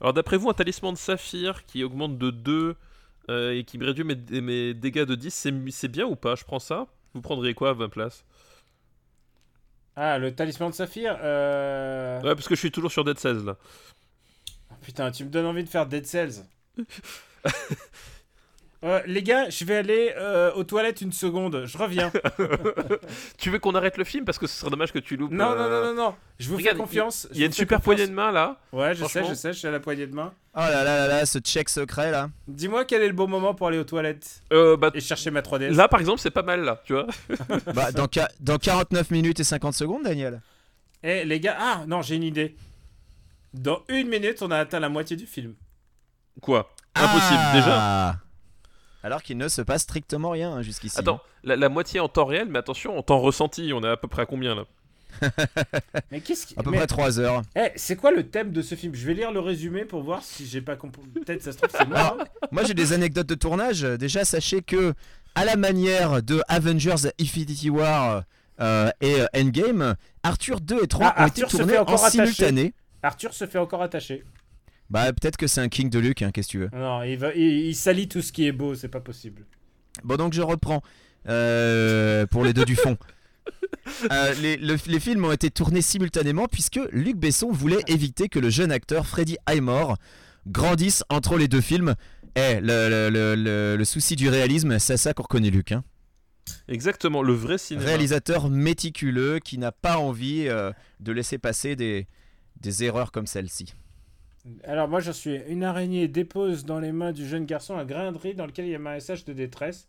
Alors, d'après vous, un talisman de saphir qui augmente de 2 euh, et qui réduit mes, mes dégâts de 10, c'est, mi- c'est bien ou pas Je prends ça Vous prendriez quoi à ma place Ah le talisman de saphir. euh, Ouais, parce que je suis toujours sur Dead 16 là. Putain, tu me donnes envie de faire Dead Cells. Euh, les gars, je vais aller euh, aux toilettes une seconde, je reviens. Tu veux qu'on arrête le film Parce que ce serait dommage que tu loupes. Non, non, non, euh, non, non, je vous Regarde, fais confiance. Il y a une super poignée de main là. main. Ouais, je sais, Franchement. je sais, je suis à la poignée de main. Oh là là là là, ce check secret là. Dis-moi quel est le bon moment pour aller aux toilettes Euh, bah, et chercher ma 3DS. là, par exemple, c'est pas mal là, tu vois. Bah, dans, ca- dans 49 minutes et 50 secondes, Daniel. Eh, les gars, ah non, j'ai une idée. Dans une minute, on a atteint la moitié du film. Quoi Impossible déjà. déjà. Ah. Alors qu'il ne se passe strictement rien hein, jusqu'ici. Attends, la, la moitié en temps réel, mais attention, en temps ressenti, on est à peu près à combien là Mais qu'est-ce qui. À peu mais- près 3 heures. Eh, c'est quoi le thème de ce film Je vais lire le résumé pour voir si j'ai pas compris. Peut-être ça se trouve, c'est moi. hein. Moi j'ai des anecdotes de tournage. Déjà sachez que à la manière de Avengers Infinity War euh, et euh, Endgame, Arthur 2 et 3 Ah, ont Arthur se été tournés fait en encore attacher. simultané. Arthur se fait encore attacher. Bah peut-être que c'est un king de Luke, hein, qu'est-ce que tu veux. Non, il, va, il, il salit tout ce qui est beau, c'est pas possible. Bon donc je reprends euh, pour les deux du fond. Euh, les, le- les films ont été tournés simultanément puisque Luc Besson voulait éviter que le jeune acteur Freddy Highmore grandisse entre les deux films. Eh, le, le- le- le- le souci du réalisme, c'est ça qu'on reconnaît Luc. hein. Exactement, le vrai cinéma. Réalisateur méticuleux qui n'a pas envie euh, de laisser passer des, des erreurs comme celle-ci. Alors moi je suis une araignée dépose dans les mains du jeune garçon un grain de riz dans lequel il y a un message de détresse.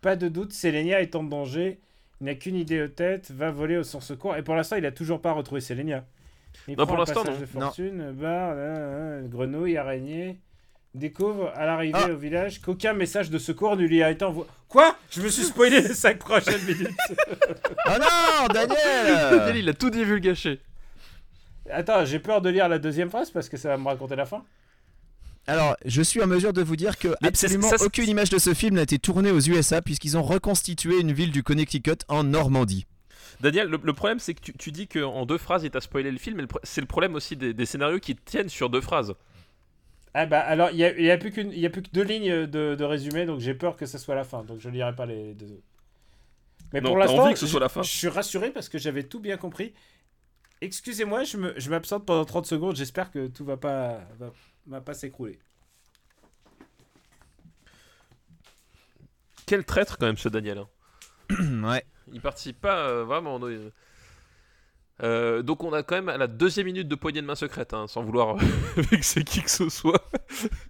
Pas de doute, Selenia est en danger. Il n'a qu'une idée aux têtes, va voler au sans secours. Et pour l'instant, il a toujours pas retrouvé Selenia. Il Non, prend pour un l'instant, passage non. De fortune, barre, euh, euh, grenouille, araignée. Découvre à l'arrivée Ah. au village qu'aucun message de secours ne lui a été envoyé. Quoi Je me suis spoilé les 5 prochaines minutes. Oh non, Daniel, Daniel il a tout divulgaché. Attends, j'ai peur de lire la deuxième phrase parce que ça va me raconter la fin. Alors, je suis en mesure de vous dire que Mais c'est- absolument ça, c'est- aucune image de ce film n'a été tournée aux USA puisqu'ils ont reconstitué une ville du Connecticut en Normandie. Daniel, le, le problème, c'est que tu, tu dis qu'en deux phrases, il t'a spoilé le film, mais le pro- c'est le problème aussi des, des scénarios qui tiennent sur deux phrases. Ah bah alors il n'y a, il y a plus qu'une- il y a plus que deux lignes de, de résumé donc j'ai peur que ce soit la fin donc je lirai pas les deux autres. Mais Non, pour t'as l'instant envie que ce soit la fin. je suis rassuré parce que j'avais tout bien compris. Excusez-moi je me- je m'absente pendant 30 secondes j'espère que tout va pas va, va pas s'écrouler. Quel traître, quand même, ce Daniel. hein. ouais. Il participe pas euh, vraiment. non, il- Euh, donc, on a quand même à la deuxième minute de poignée de main secrète, hein, sans vouloir vexer qui que ce soit.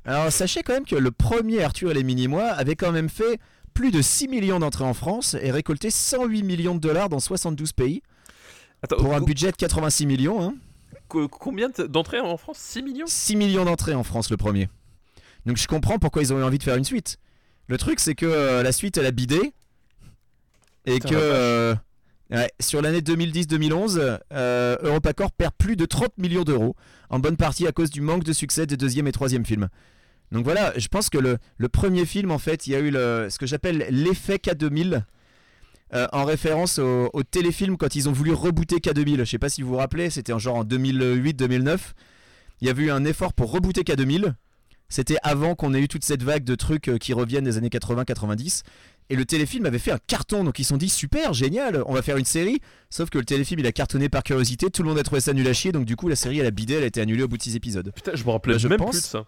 Alors, sachez quand même que le premier Arthur et les Minimois avait quand même fait plus de 6 millions d'entrées en France et récolté 108 millions de dollars dans 72 pays Attends, pour un co- budget de 86 millions. hein. co- combien de- d'entrées en France 6 millions 6 millions d'entrées en France le premier. Donc je comprends pourquoi ils ont eu envie de faire une suite. Le truc c'est que euh, la suite elle a bidé et Putain, que la vache. euh, Ouais, sur l'année 2010-2011, euh, EuropaCorp perd plus de 30 millions d'euros, en bonne partie à cause du manque de succès des deuxième et troisième films. Donc voilà, je pense que le, le premier film, en fait, il y a eu le, ce que j'appelle l'effet K2000, euh, en référence au, au téléfilm quand ils ont voulu rebooter K2000. Je sais pas si vous vous rappelez, c'était en genre en 2008-2009. Il y avait eu un effort pour rebooter K2000. C'était avant qu'on ait eu toute cette vague de trucs euh, qui reviennent des années 80-90. Et le téléfilm avait fait un carton, donc ils se sont dit super, génial, on va faire une série. Sauf que le téléfilm il a cartonné par curiosité, tout le monde a trouvé ça nul à chier, donc du coup la série elle a bidé, elle a été annulée au bout de 6 épisodes. Putain, je me rappelais Bah, je même pense. plus de ça.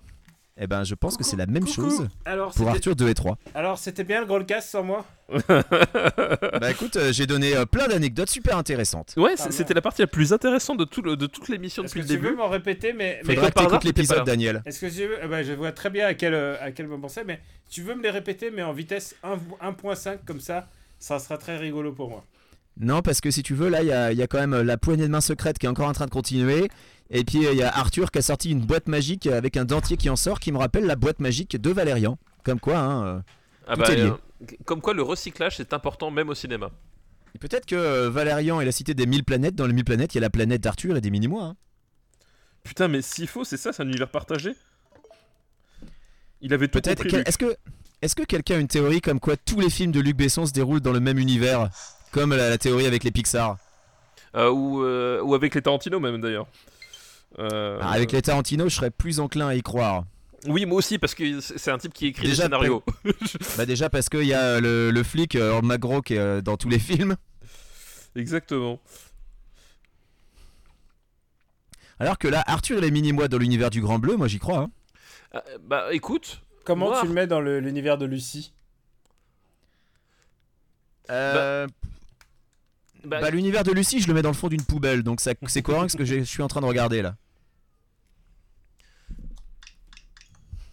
Et ben je pense que c'est la même Coucou. chose Alors, pour c'était- Arthur 2 et 3. alors, c'était bien le gros casse sans moi bah écoute, euh, j'ai donné euh, plein d'anecdotes super intéressantes. Ouais, Ah, c'est- c'était la partie la plus intéressante de, tout le- de toute l'émission Est-ce depuis que le tu veux début. m'en répéter mais, Faudra mais comme que par hasard, t'écoutes t'étais pas là. l'épisode, Daniel. Est-ce que tu veux Eh ben, Je vois très bien à quel, euh, à quel moment c'est, mais tu veux me les répéter, mais en vitesse 1 1.5, comme ça, ça sera très rigolo pour moi. Non, parce que si tu veux, là, il y a, il y a quand même euh, la poignée de main secrète qui est encore en train de continuer. Et puis, euh, il y a Arthur qui a sorti une boîte magique euh, avec un dentier qui en sort, qui me rappelle la boîte magique de Valérian. Comme quoi, hein, euh, Ah Tout est lié. euh, comme quoi le recyclage c'est important même au cinéma. et peut-être que euh, Valérian est la cité des mille planètes. Dans les mille planètes, il y a la planète d'Arthur et des mini-mois. hein. Putain, mais s'il faut, c'est ça, c'est un univers partagé Il avait tout Peut-être. compris. que- Luc. Est-ce que, est-ce que quelqu'un a une théorie comme quoi tous les films de Luc Besson se déroulent dans le même univers Comme la, la théorie avec les Pixar. Euh, ou, euh, ou avec les Tarantino, même d'ailleurs. Euh, Ah, avec les Tarantino, je serais plus enclin à y croire. Oui, moi aussi parce que c'est c'est un type qui écrit Déjà, des scénarios. Bah, déjà parce qu'il y a le, le flic euh, Magro qui est euh, dans tous les films. Exactement. Alors que là, Arthur et les mini-mois dans l'univers du Grand Bleu, moi j'y crois. hein. Ah, euh, bah écoute, Comment Noir. tu le mets dans le- l'univers de Lucie bah, Bah, l'univers de Lucie, je le mets dans le fond d'une poubelle, donc ça- c'est cohérent avec ce que j'ai- je suis en train de regarder là.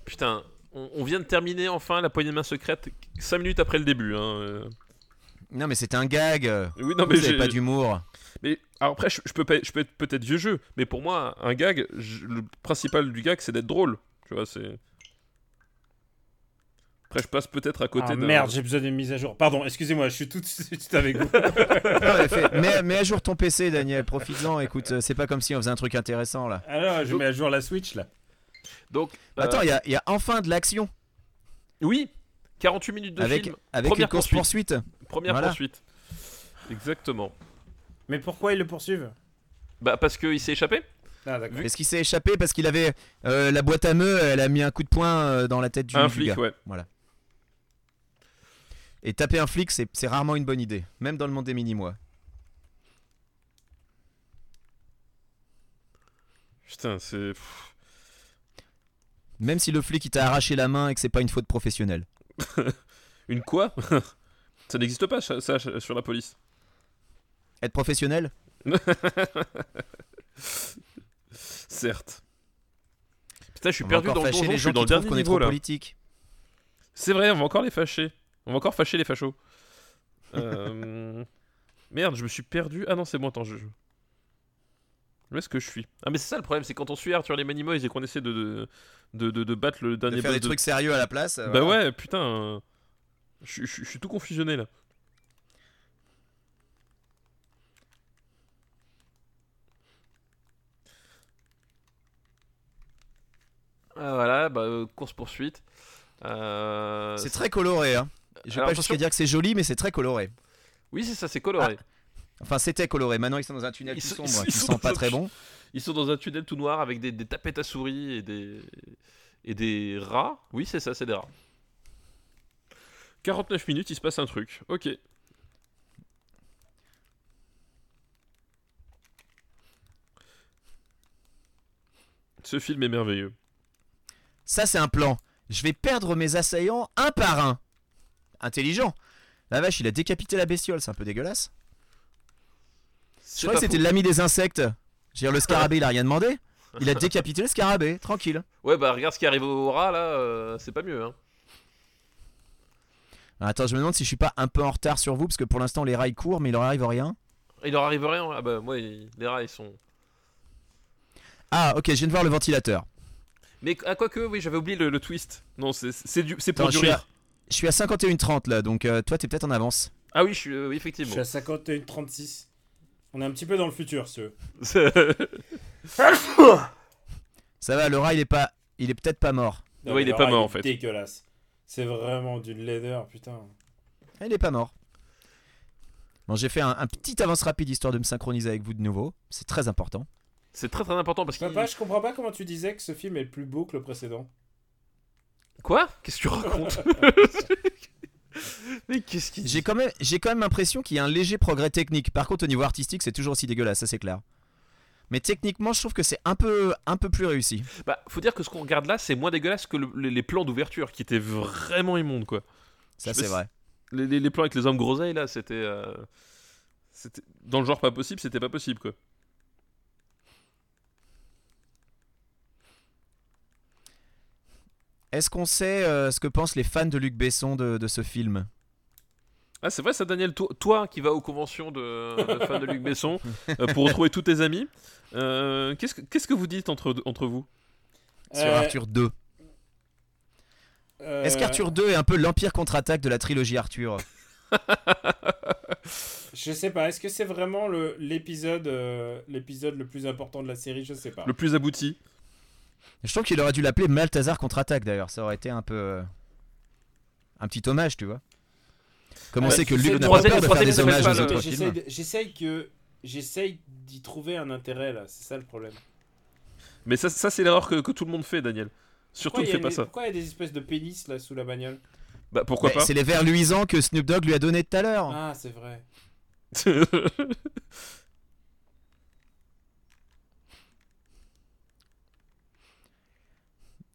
putain, on, on vient de terminer enfin la poignée de main secrète 5 minutes après le début. hein, euh. Non mais c'était un gag, euh. Oui, non, mais vous avez j'ai. pas d'humour. Mais alors après, je, je peux, pas- je peux être peut-être vieux jeu, mais pour moi, un gag, je- le principal du gag, c'est d'être drôle. Tu vois, c'est. Après, je passe peut-être à côté Ah, d'un- merde, j'ai besoin d'une mise à jour. Pardon, excusez-moi, je suis tout de suite avec vous. Non, mais fais- mets, mets à jour ton PC Daniel, profites-en, écoute, euh, c'est pas comme si on faisait un truc intéressant là. Alors, Ah je mets à jour la Switch là. Donc Bah, euh, Attends, il y a- il y, a enfin de l'action oui, 48 minutes de avec, film, avec Première une course poursuite. première voilà. poursuite. Exactement. Mais pourquoi ils le poursuivent Bah parce qu'il s'est échappé. Ah, d'accord. Est-ce qu'il s'est échappé parce qu'il avait euh, la boîte à meux, elle a mis un coup de poing euh, dans la tête du, un du gars. flic, ouais. Et taper un flic, c'est c'est rarement une bonne idée, même dans le monde des mini-mois. Putain, c'est. pff, Même si le flic il t'a arraché la main et que c'est pas une faute professionnelle. Une quoi Ça n'existe pas, ça, ça, sur la police. Être professionnel Certes. Putain, je suis on va perdu encore dans le fâcher donjon, les je gens suis qui dans trouvent le dernier qu'on est niveau trop là. politique. C'est vrai, on va encore les fâcher. On va encore fâcher les fachos. Euh, Merde, je me suis perdu. Ah non, c'est bon, attends, je. je- Où est-ce que je suis Ah mais c'est ça le problème, c'est quand on suit Arthur les Manimoys et qu'on essaie de de, de, de- de battre le dernier De faire boss des de- trucs sérieux à la place. euh, Bah voilà. ouais, putain. euh, Je je- je suis tout confusionné là. Ah, voilà, bah, euh, course poursuite. Euh, C'est très coloré. Hein. Je vais Alors, pas jusqu'à attention. dire que c'est joli, mais c'est très coloré. Oui, c'est ça, c'est coloré. Enfin, c'était coloré. Maintenant, ils sont dans un tunnel Ils qui sont- sombre, ils sont- qui ils sont sent pas dans- très bon. Ils sont dans un tunnel tout noir avec des, des tapettes à souris et des et des rats. Oui, c'est ça, c'est des rats. 49 minutes, il se passe un truc. Ok. Ce film est merveilleux. Ça, c'est un plan. Je vais perdre mes assaillants un par un. Intelligent. La vache, il a décapité la bestiole, c'est un peu dégueulasse. Je C'est croyais pas que c'était faux. l'ami des insectes. Je veux dire, le scarabée, il a rien demandé. Il a décapité le scarabée, tranquille. Ouais, bah regarde ce qui arrive aux rats là, euh, c'est pas mieux. Hein. Ah, Attends, je me demande si je suis pas un peu en retard sur vous, parce que pour l'instant, les rails courent, mais il leur arrive rien. Il leur arrive rien. Ah bah moi, ils- les rats ils sont. Ah, ok, je viens de voir le ventilateur. Mais à quoi que, oui, j'avais oublié le, le twist. Non, c'est- c'est du- c'est pour Attends, du je suis rire. Je suis à 51,30 là, donc euh, toi t'es peut-être en avance. Ah oui, je suis, euh, oui, Je suis effectivement. à 51, 36. On est un petit peu dans le futur, si tu veux. Ça va, le rat, il est pas. Il est peut-être pas mort. Non, Ouais, mais il est le pas rat, mort, en fait. Dégueulasse. C'est vraiment d'une laideur, putain. Ah, Il est pas mort. Bon, j'ai fait un, un petit avance rapide histoire de me synchroniser avec vous de nouveau. C'est très important. C'est très très important parce que. Papa, je comprends pas comment tu disais que ce film est le plus beau que le précédent. Quoi Qu'est-ce que tu racontes Mais qu'est-ce qu'il J'ai quand même, j'ai quand même l'impression qu'il y a un léger progrès technique. Par contre, au niveau artistique, c'est toujours aussi dégueulasse, ça c'est clair. Mais techniquement, je trouve que c'est un peu, un peu plus réussi. Bah, faut dire que ce qu'on regarde là, c'est moins dégueulasse que le- les les plans d'ouverture qui étaient vraiment immondes, quoi. Ça Je sais c'est pas vrai. Les, les- les plans avec les hommes groseilles, là, c'était. euh, c'était- Dans le genre pas possible, c'était pas possible, quoi. Est-ce qu'on sait euh, ce que pensent les fans de Luc Besson de, de ce film Ah, c'est vrai ça, Daniel. Toi, toi qui vas aux conventions de, de fans de Luc Besson euh, pour retrouver tous tes amis, Euh, qu'est-ce, que, qu'est-ce que vous dites entre, entre vous sur Euh, Arthur 2 euh, Est-ce qu'Arthur 2 est un peu l'empire contre-attaque de la trilogie Arthur Je sais pas, est-ce que c'est vraiment le- l'épisode euh, l'épisode le plus important de la série Je sais pas. Le plus abouti Je trouve qu'il aurait dû l'appeler Malthazar contre-attaque d'ailleurs. Ça aurait été un peu euh, un petit hommage, tu vois. Comme on Ouais, sait que c'est Luc le n'a pas troisième- peur de le faire troisième des s'appelle hommages pas aux le- autres J'essaye films. de- J'essaye que j'essaye d'y trouver un intérêt là, c'est ça le problème. Mais ça, ça c'est l'erreur que, que tout le monde fait, Daniel. Surtout, Pourquoi ne il y a fais pas des- ça. pourquoi il y a des espèces de pénis là sous la bagnole Bah, pourquoi Mais pas C'est les vers luisants que Snoop Dogg lui a donné tout à l'heure. Ah, c'est vrai.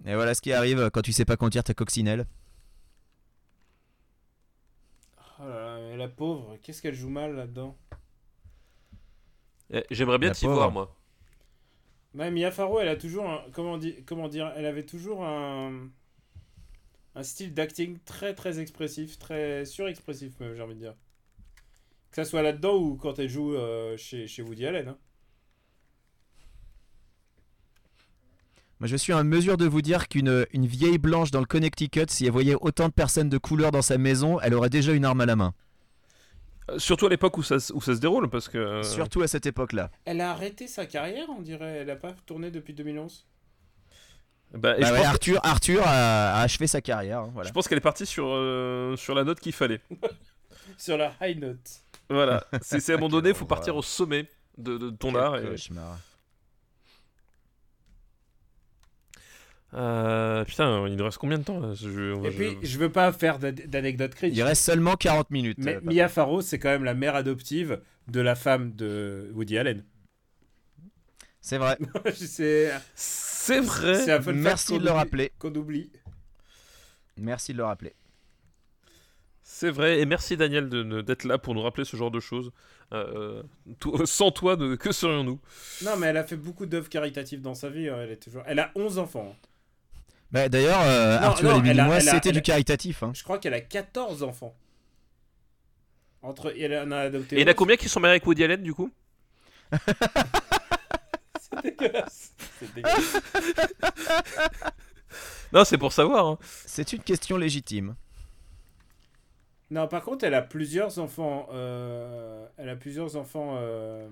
Et voilà ce qui arrive quand tu sais pas conduire ta coccinelle. Oh là là, mais la pauvre, qu'est-ce qu'elle joue mal là-dedans eh, j'aimerais bien La t'y pauvre. voir, moi. Même Bah, Mia Farrow, elle a toujours un, comment, di- comment dire, elle avait toujours un, un style d'acting très très expressif, très surexpressif même, j'ai envie de dire. Que ça soit là-dedans ou quand elle joue euh, chez, chez Woody Allen. hein. Moi, je suis en mesure de vous dire qu'une une vieille blanche dans le Connecticut, si elle voyait autant de personnes de couleur dans sa maison, elle aurait déjà une arme à la main. Euh, Surtout à l'époque où ça, se- où ça se déroule, parce que. euh, Surtout à cette époque-là. Elle a arrêté sa carrière, on dirait. Elle a pas tourné depuis 2011. bah, et Bah je, ouais, ah, pense, Arthur, Arthur a, a achevé sa carrière. hein, voilà. je pense qu'elle est partie sur, euh, sur la note qu'il fallait. Sur la high note. Voilà. c'est, c'est à un moment donné, Quel faut partir horreur. au sommet de, de ton Quel art. et- cauchemar. Euh, putain, il nous reste combien de temps là Je- on- Et je- puis, je veux pas faire d'an- d'anecdote cringe. Il reste seulement 40 minutes. Mais euh, papa. Mia Farrow, c'est quand même la mère adoptive de la femme de Woody Allen. C'est vrai. c'est C'est c'est vrai. un fun fact Euh, Merci qu'on de le oublie- rappeler. Qu'on oublie. Merci de le rappeler. C'est vrai. Et merci Daniel de- de- d'être là pour nous rappeler ce genre de choses. Euh, to- sans toi, de- que serions-nous Non, mais elle a fait beaucoup d'œuvres caritatives dans sa vie. hein, Elle, est toujours... elle a 11 enfants. hein. Bah, D'ailleurs, euh, Non, Arthur non, et Billy elle a- moi, elle a- c'était elle du a- caritatif. hein. Je crois qu'elle a 14 enfants. Entre... Elle en a adopté. Et il y en a 11. combien qui sont mariés avec Woody Allen, du coup C'est dégueulasse. C'est dégueulasse. Non, c'est pour savoir. hein. C'est une question légitime. non, par contre, elle a plusieurs enfants. euh, Elle a plusieurs enfants euh,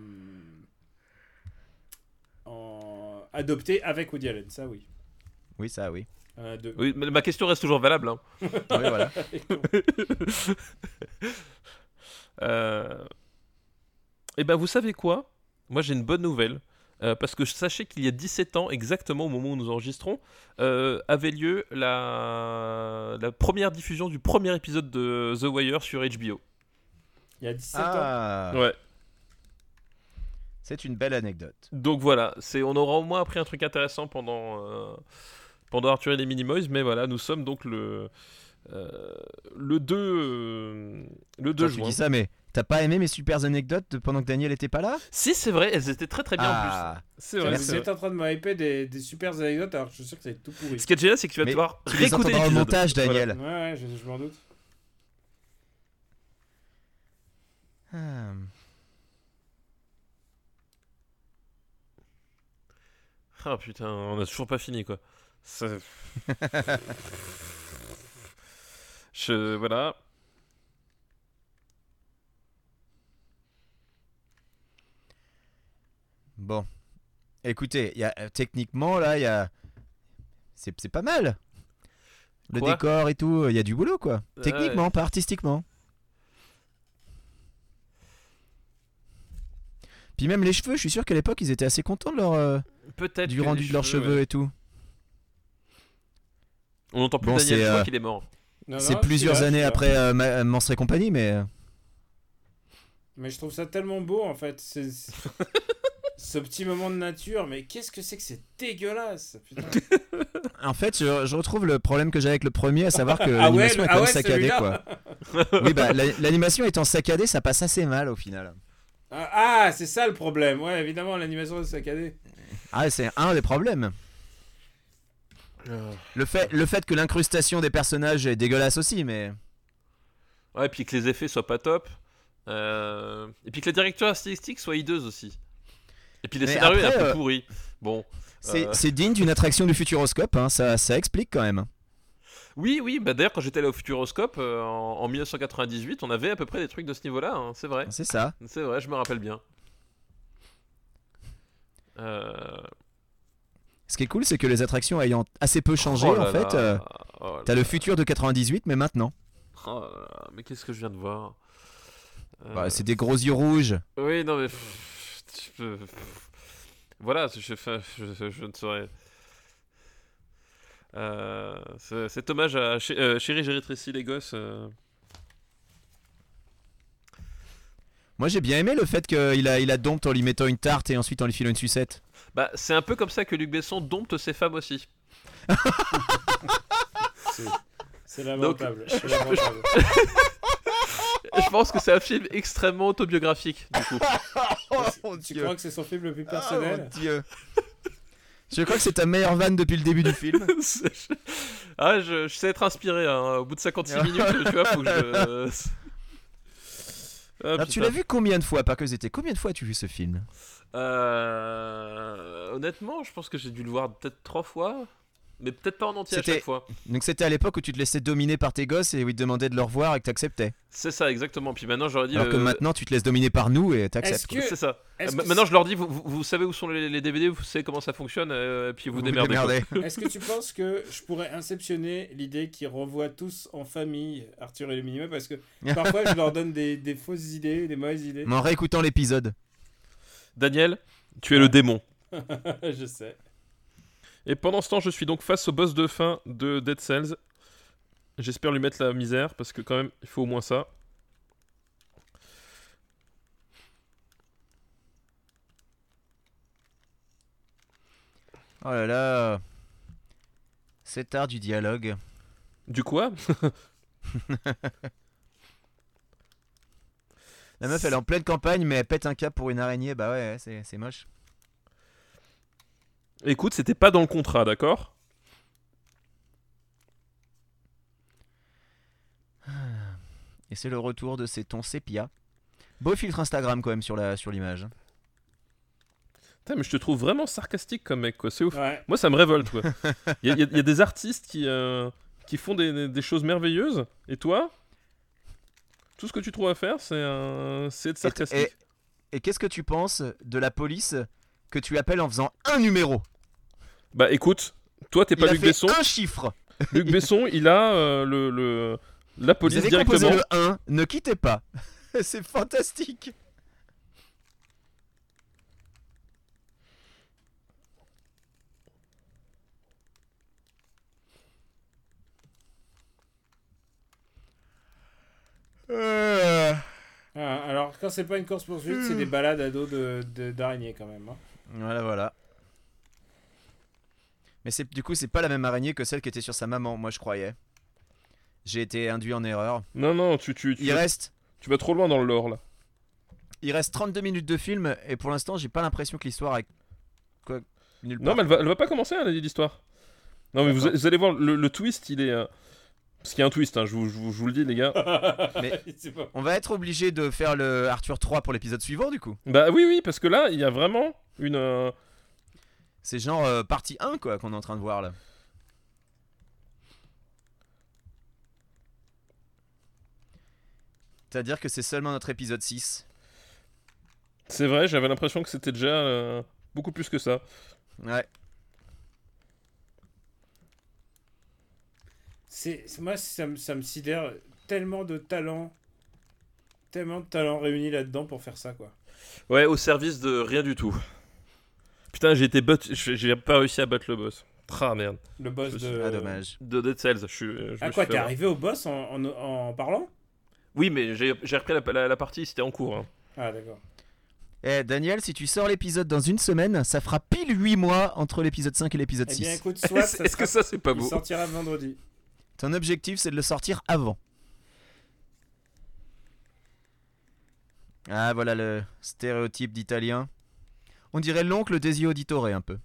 en... adoptés avec Woody Allen. Ça, oui. Oui, ça, oui. Elle en a deux. Oui, mais ma question reste toujours valable. hein. Oui, voilà. Euh, Eh ben, vous savez quoi Moi, j'ai une bonne nouvelle. Euh, parce que sachez qu'il y a 17 ans, exactement au moment où nous enregistrons, euh, avait lieu la... la première diffusion du premier épisode de The Wire sur HBO. Il y a 17 ans. Ah, Ouais. C'est une belle anecdote. Donc voilà, c'est on aura au moins appris un truc intéressant pendant euh, pendant Arthur et les Minimoys, mais voilà, nous sommes donc le euh, le 2 euh, le 2 Toi, tu juin. dis ça, mais t'as pas aimé mes super anecdotes de pendant que Daniel était pas là Si, c'est vrai, elles étaient très très Eh bien en plus. Ah, C'est Ouais, vrai. Merci. Vous c'est êtes vrai. en train de me hyper des, des super anecdotes alors que je suis sûr que c'est tout pourri. Ce qui est génial, c'est que tu vas Mais devoir tu les réécouter entendras au l'épisode. montage, Daniel. Ouais, ouais, je, je m'en doute. Ah. Ah putain, on a toujours pas fini quoi. Ça- Je voilà. Bon. Écoutez, il y a- euh, techniquement, là, il y a. C'est c'est pas mal. Le Quoi décor et tout, il y a du boulot, quoi. Ouais. Techniquement, pas artistiquement. Puis même les cheveux, je suis sûr qu'à l'époque, ils étaient assez contents de leur, euh, Peut-être. du que rendu les de leurs cheveux ouais. et tout. On n'entend plus Bon, Daniel, c'est, je crois euh, qu'il est mort. Non, Ah non, je C'est suis plusieurs là, je suis années là. après euh, Ma- euh, Monstre et compagnie, mais. euh, Mais je trouve ça tellement beau en fait. c'est- c'est- Ce petit moment de nature, mais qu'est-ce que c'est que c'est dégueulasse putain. En fait, je, je retrouve le problème que j'ai avec le premier, à savoir que Ah ouais, l'animation le- est quand ah même ouais, saccadée, celui-là. quoi. oui, bah, la- l'animation étant saccadée, ça passe assez mal au final. Ah, ah, c'est ça le problème. Ouais, évidemment, l'animation est saccadée. Ah, c'est un des problèmes. Le fait, le fait que l'incrustation des personnages est dégueulasse aussi, mais. Ouais, puis que les effets soient pas top. Euh, Et puis que la direction artistique soit hideuse aussi. Et puis les Mais scénarios après, est un peu euh, pourris. Bon. C'est Euh. c'est digne d'une attraction du Futuroscope, hein, ça, ça explique quand même. hein. Oui, oui, bah d'ailleurs, quand j'étais allé au Futuroscope euh, en, en 1998, on avait à peu près des trucs de ce niveau-là, hein, c'est vrai. C'est ça. C'est vrai, je me rappelle bien. Euh, Ce qui est cool, c'est que les attractions ayant assez peu changé, oh en là fait, là, euh, oh là t'as le futur de 98, mais maintenant. Oh là là, mais qu'est-ce que je viens de voir Euh, Bah, c'est des gros yeux rouges. Oui, non, mais. pff, tu peux- pff. Voilà, je, je, je- je ne saurais. Euh, c'est- cet hommage à Ch- euh, Chérie, j'ai rétréci les gosses. euh, Moi, j'ai bien aimé le fait qu'il a, il a dompte en lui mettant une tarte et ensuite en lui filant une sucette. Bah, c'est un peu comme ça que Luc Besson dompte ses femmes aussi. C'est- C'est lamentable. c'est lamentable. Je pense que c'est un film extrêmement autobiographique, du coup. Oh mon Ah, Tu crois que c'est son film le plus personnel dieu Je crois que c'est ta meilleure vanne depuis le début du film. C'est- ah, je, je sais être inspiré, hein. au bout de 56 minutes, tu vois, faut que je. Ah, Alors, tu putain. l'as vu combien de fois, par curiosité Combien de fois as-tu vu ce film Euh, honnêtement, je pense que j'ai dû le voir peut-être trois fois, mais peut-être pas en entier à C'était- chaque fois. Donc, c'était à l'époque où tu te laissais dominer par tes gosses et où ils te demandaient de le revoir et que t'acceptais. C'est ça, exactement. Puis maintenant, j'aurais dit. Alors que euh, maintenant, tu te laisses dominer par nous et Est-ce t'acceptes. que. C'est ça. Est-ce Ma- que, Maintenant, je leur dis, vous, vous- vous savez où sont les, les DVD, vous savez comment ça fonctionne, euh, puis vous, vous démerdez. quoi. démerdez. est-ce que tu penses que je pourrais inceptionner l'idée qu'ils renvoient tous en famille Arthur et le Minima Parce que parfois, je leur donne des, des fausses idées, des mauvaises idées. Mais en réécoutant l'épisode. Daniel, tu es le démon. je sais. Et pendant ce temps, je suis donc face au boss de fin de Dead Cells. J'espère lui mettre la misère parce que quand même, il faut au moins ça. Oh là là. C'est tard du dialogue. Du ah, quoi La meuf, elle est en pleine campagne, mais elle pète un cap pour une araignée. Bah ouais, c'est c'est moche. Écoute, c'était pas dans le contrat, d'accord Et c'est le retour de ces tons sépia. Beau filtre Instagram quand même sur la sur l'image. hein. Putain, mais je te trouve vraiment sarcastique comme mec, quoi. C'est ouf. Ouais. Moi, ça me révolte, quoi. Il y, a- y a- y a des artistes qui, euh, qui font des, des- des choses merveilleuses, et toi Tout ce que tu trouves à faire, c'est euh, c'est être sarcastique. Et, et qu'est-ce que tu penses de la police que tu appelles en faisant un numéro Bah écoute, toi, t'es Il pas a Luc fait Besson. un chiffre. Luc Besson, il a euh, le, le- la Vous police avez composé directement. le 1, ne quittez pas. c'est fantastique. Euh, Ah, alors, quand c'est pas une course poursuite, c'est des balades à dos de, de- d'araignées quand même. hein. Voilà, voilà. Mais c'est du coup, c'est pas la même araignée que celle qui était sur sa maman, moi je croyais. J'ai été induit en erreur. Non, non, tu, tu, tu, Il reste, tu vas trop loin dans le lore, là. il reste 32 minutes de film et pour l'instant, j'ai pas l'impression que l'histoire est quoi nulle part. Non, mais elle va, elle va pas commencer, hein, l'histoire. Non, mais vous, vous allez voir, le, le twist, il est... euh, Parce qu'il y a un twist, hein, je, vous, je vous- je vous le dis, les gars. Mais- C'est pas- On va être obligé de faire le Arthur 3 pour l'épisode suivant du coup. bah oui, oui, parce que là, il y a vraiment une... euh, C'est genre euh, partie 1 quoi qu'on est en train de voir là. C'est-à-dire que c'est seulement notre épisode 6. C'est vrai, j'avais l'impression que c'était déjà euh, beaucoup plus que ça. Ouais. C'est c'est- moi ça me ça me sidère tellement de talent tellement de talent réunis là-dedans pour faire ça quoi. Ouais, au service de rien du tout. Putain, j'ai été butt- j'ai j'ai pas réussi à battre le boss. Ah merde. Le boss Je suis- de Ah, dommage. De Dead Cells, je suis. euh, je me Ah quoi, suis fait t'es avoir. arrivé au boss en, en, en parlant Oui, mais j'ai j'ai repris la, la- la partie, c'était en cours. hein. Ah d'accord. Eh, Daniel, si tu sors l'épisode dans une semaine, ça fera pile 8 mois entre l'épisode 5 et l'épisode Eh 6. bien écoute, soit Est-ce ça est-ce que sera- ça, c'est pas il beau sortira vendredi. Ton objectif, c'est de le sortir avant. Ah, voilà le stéréotype d'italien. On dirait l'oncle des Auditore un peu.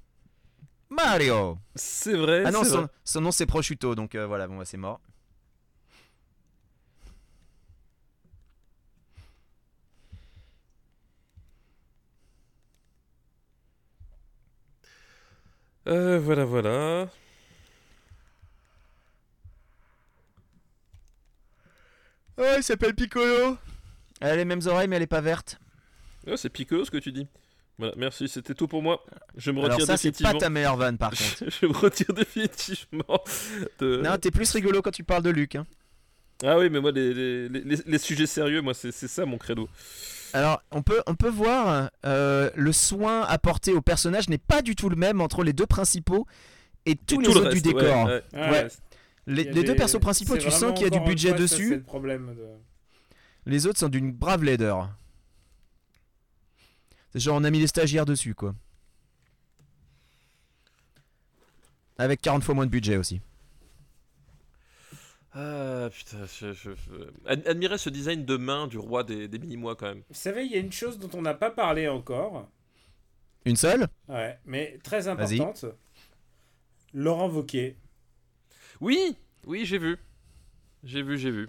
Mario C'est vrai. Ah non, c'est son, vrai. son nom c'est Prosciutto, donc euh, voilà, bon, bah, c'est mort. Euh, voilà, voilà. Oh, il s'appelle Piccolo Elle a les mêmes oreilles, mais elle est pas verte. Oh, c'est piccolo ce que tu dis. Voilà, merci, c'était tout pour moi. Je me Alors retire ça, c'est définitivement. pas ta meilleure vanne, par contre. je, je me retire définitivement. de- non, t'es plus rigolo quand tu parles de Luc. hein. Ah oui, mais moi, les, les- les- les- les sujets sérieux, moi, c'est c'est ça mon credo. Alors, on peut, on peut voir, euh, le soin apporté au personnage n'est pas du tout le même entre les deux principaux et tous Et les tout le autres du reste, ouais, décor. ouais. Ah, Ouais. il Les, y a les deux des- persos principaux, c'est tu sens vraiment qu'il y a du encore une budget fois, ça, dessus. C'est le problème. de- Les autres sont d'une brave laideur. C'est genre on a mis les stagiaires dessus quoi. Avec 40 fois moins de budget aussi. Ah putain, je, je- je- Ad- admirez ce design de main du roi des, des mini-mois quand même. Vous savez, il y a une chose dont on n'a pas parlé encore, Une seule ouais, mais très Vas-y. importante. Laurent Wauquiez. Oui, oui, j'ai vu. J'ai vu, j'ai vu.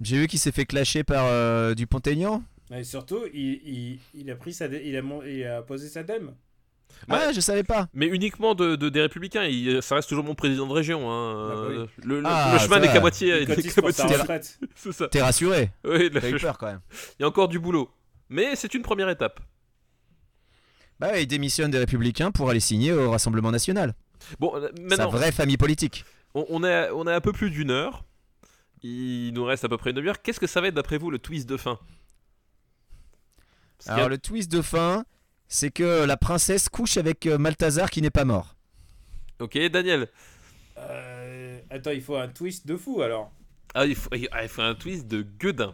J'ai vu qu'il s'est fait clasher par euh, du Pontaignan. Et surtout, il, il- il a pris sa, dé- il a, mon- il a posé sa dème. Ah Bah- je savais pas. Mais uniquement de, de- des républicains, il- euh, ça reste toujours mon président de région. hein. Ah, bah oui. le, le- Ah, le chemin ça n'est va. qu'à moitié. Il n'est cotise qu'à pour sa moitié- retraite. C'est ça. T'es rassuré. Oui, le- T'as eu je- peur quand même. il y a encore du boulot. Mais c'est une première étape. Bah ouais, il démissionne des Républicains pour aller signer au Rassemblement National. Bon, euh, Sa maintenant, vraie famille politique. on, on est, à- on est à un peu plus d'une heure. Il nous reste à peu près une demi-heure. Qu'est-ce que ça va être d'après vous le twist de fin Parce qu'il y a- Alors le twist de fin, c'est que la princesse couche avec euh, Malthazar qui n'est pas mort. Ok, Daniel. Euh, attends, il faut un twist de fou alors. Ah, il faut, il- ah, il faut un twist de gueudin.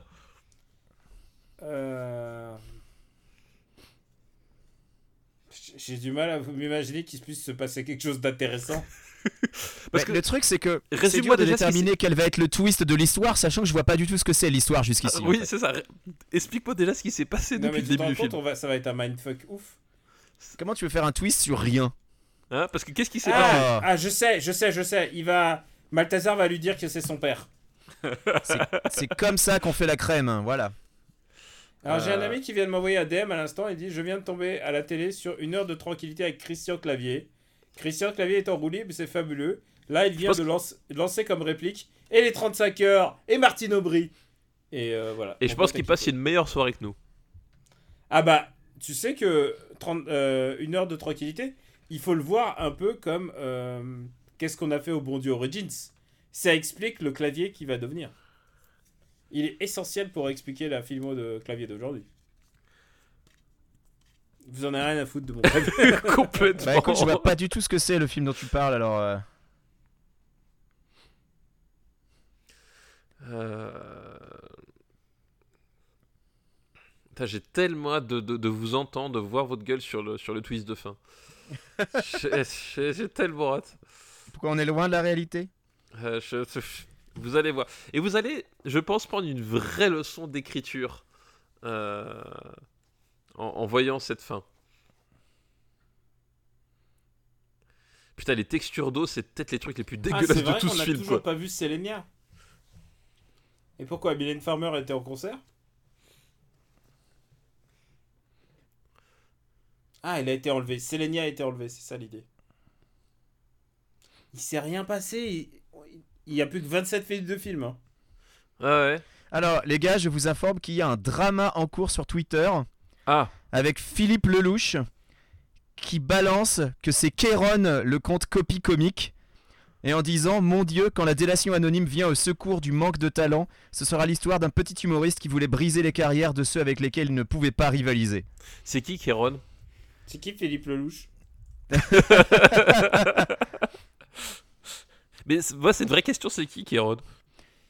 Euh, j- J'ai du mal à m'imaginer qu'il puisse se passer quelque chose d'intéressant. Parce Mais que- le truc, c'est que Résume-moi c'est dur de déjà ce qui déterminer quel va être le twist de l'histoire, sachant que je vois pas du tout ce que c'est l'histoire jusqu'ici. Ah, oui, en fait. c'est ça. Ré- Explique-moi déjà ce qui s'est passé Non, mais depuis le tu te début rends du compte, film. on va, ça va être un mindfuck ouf. Comment tu veux faire un twist sur rien Hein, Parce que qu'est-ce qui s'est passé Ah, pas- ah, je sais, je sais, je sais. Il va. Malthazar va lui dire que c'est son père. C'est comme ça qu'on fait la crème, hein, voilà. Alors j'ai un Euh. ami qui vient de m'envoyer un DM à l'instant. Il dit Je viens de tomber à la télé sur une heure de tranquillité avec Christian Clavier. Christian Clavier est en roue libre, c'est fabuleux. Là, il vient pense de lance- lancer comme réplique Et les 35 heures Et Martine Aubry Et euh, voilà. Et je On pense peut t'inquiéter. qu'il passe une meilleure soirée que nous. Ah bah, tu sais que 30, euh, une heure de tranquillité, il faut le voir un peu comme euh, qu'est-ce qu'on a fait au Bon Dieu Origins. Ça explique le clavier qui va devenir. Il est essentiel pour expliquer la filmo de clavier d'aujourd'hui. Vous en avez rien à foutre de mon clavier. Complètement. Bah écoute, je vois pas du tout ce que c'est le film dont tu parles, alors. euh, Euh, putain, J'ai tellement hâte de, de- de vous entendre, de voir votre gueule sur le, sur le twist de fin. J'ai- J'ai j'ai tellement hâte. Pourquoi on est loin de la réalité Euh, je- je- vous allez voir. Et vous allez, je pense, prendre une vraie leçon d'écriture euh, en, en voyant cette fin. Putain, les textures d'eau, c'est peut-être les trucs les plus Ah, dégueulasses c'est de vrai tout qu'on ce n'a film. toujours Quoi. pas vu Selenia. Et pourquoi Mylène Farmer était en concert Ah, elle a été enlevée. Selenia a été enlevée, c'est ça l'idée. Il s'est rien passé. il- Il n'y a plus que 27 minutes de film. hein. Ah ouais. Alors, les gars, je vous informe qu'il y a un drama en cours sur Twitter Ah. avec Philippe Lelouch qui balance que c'est Kéron le compte copie comique et en disant Mon Dieu, quand la délation anonyme vient au secours du manque de talent, ce sera l'histoire d'un petit humoriste qui voulait briser les carrières de ceux avec lesquels il ne pouvait pas rivaliser. C'est qui, Kéron C'est qui Philippe Lelouch Mais c'est- moi, c'est une vraie question, c'est qui, Kéron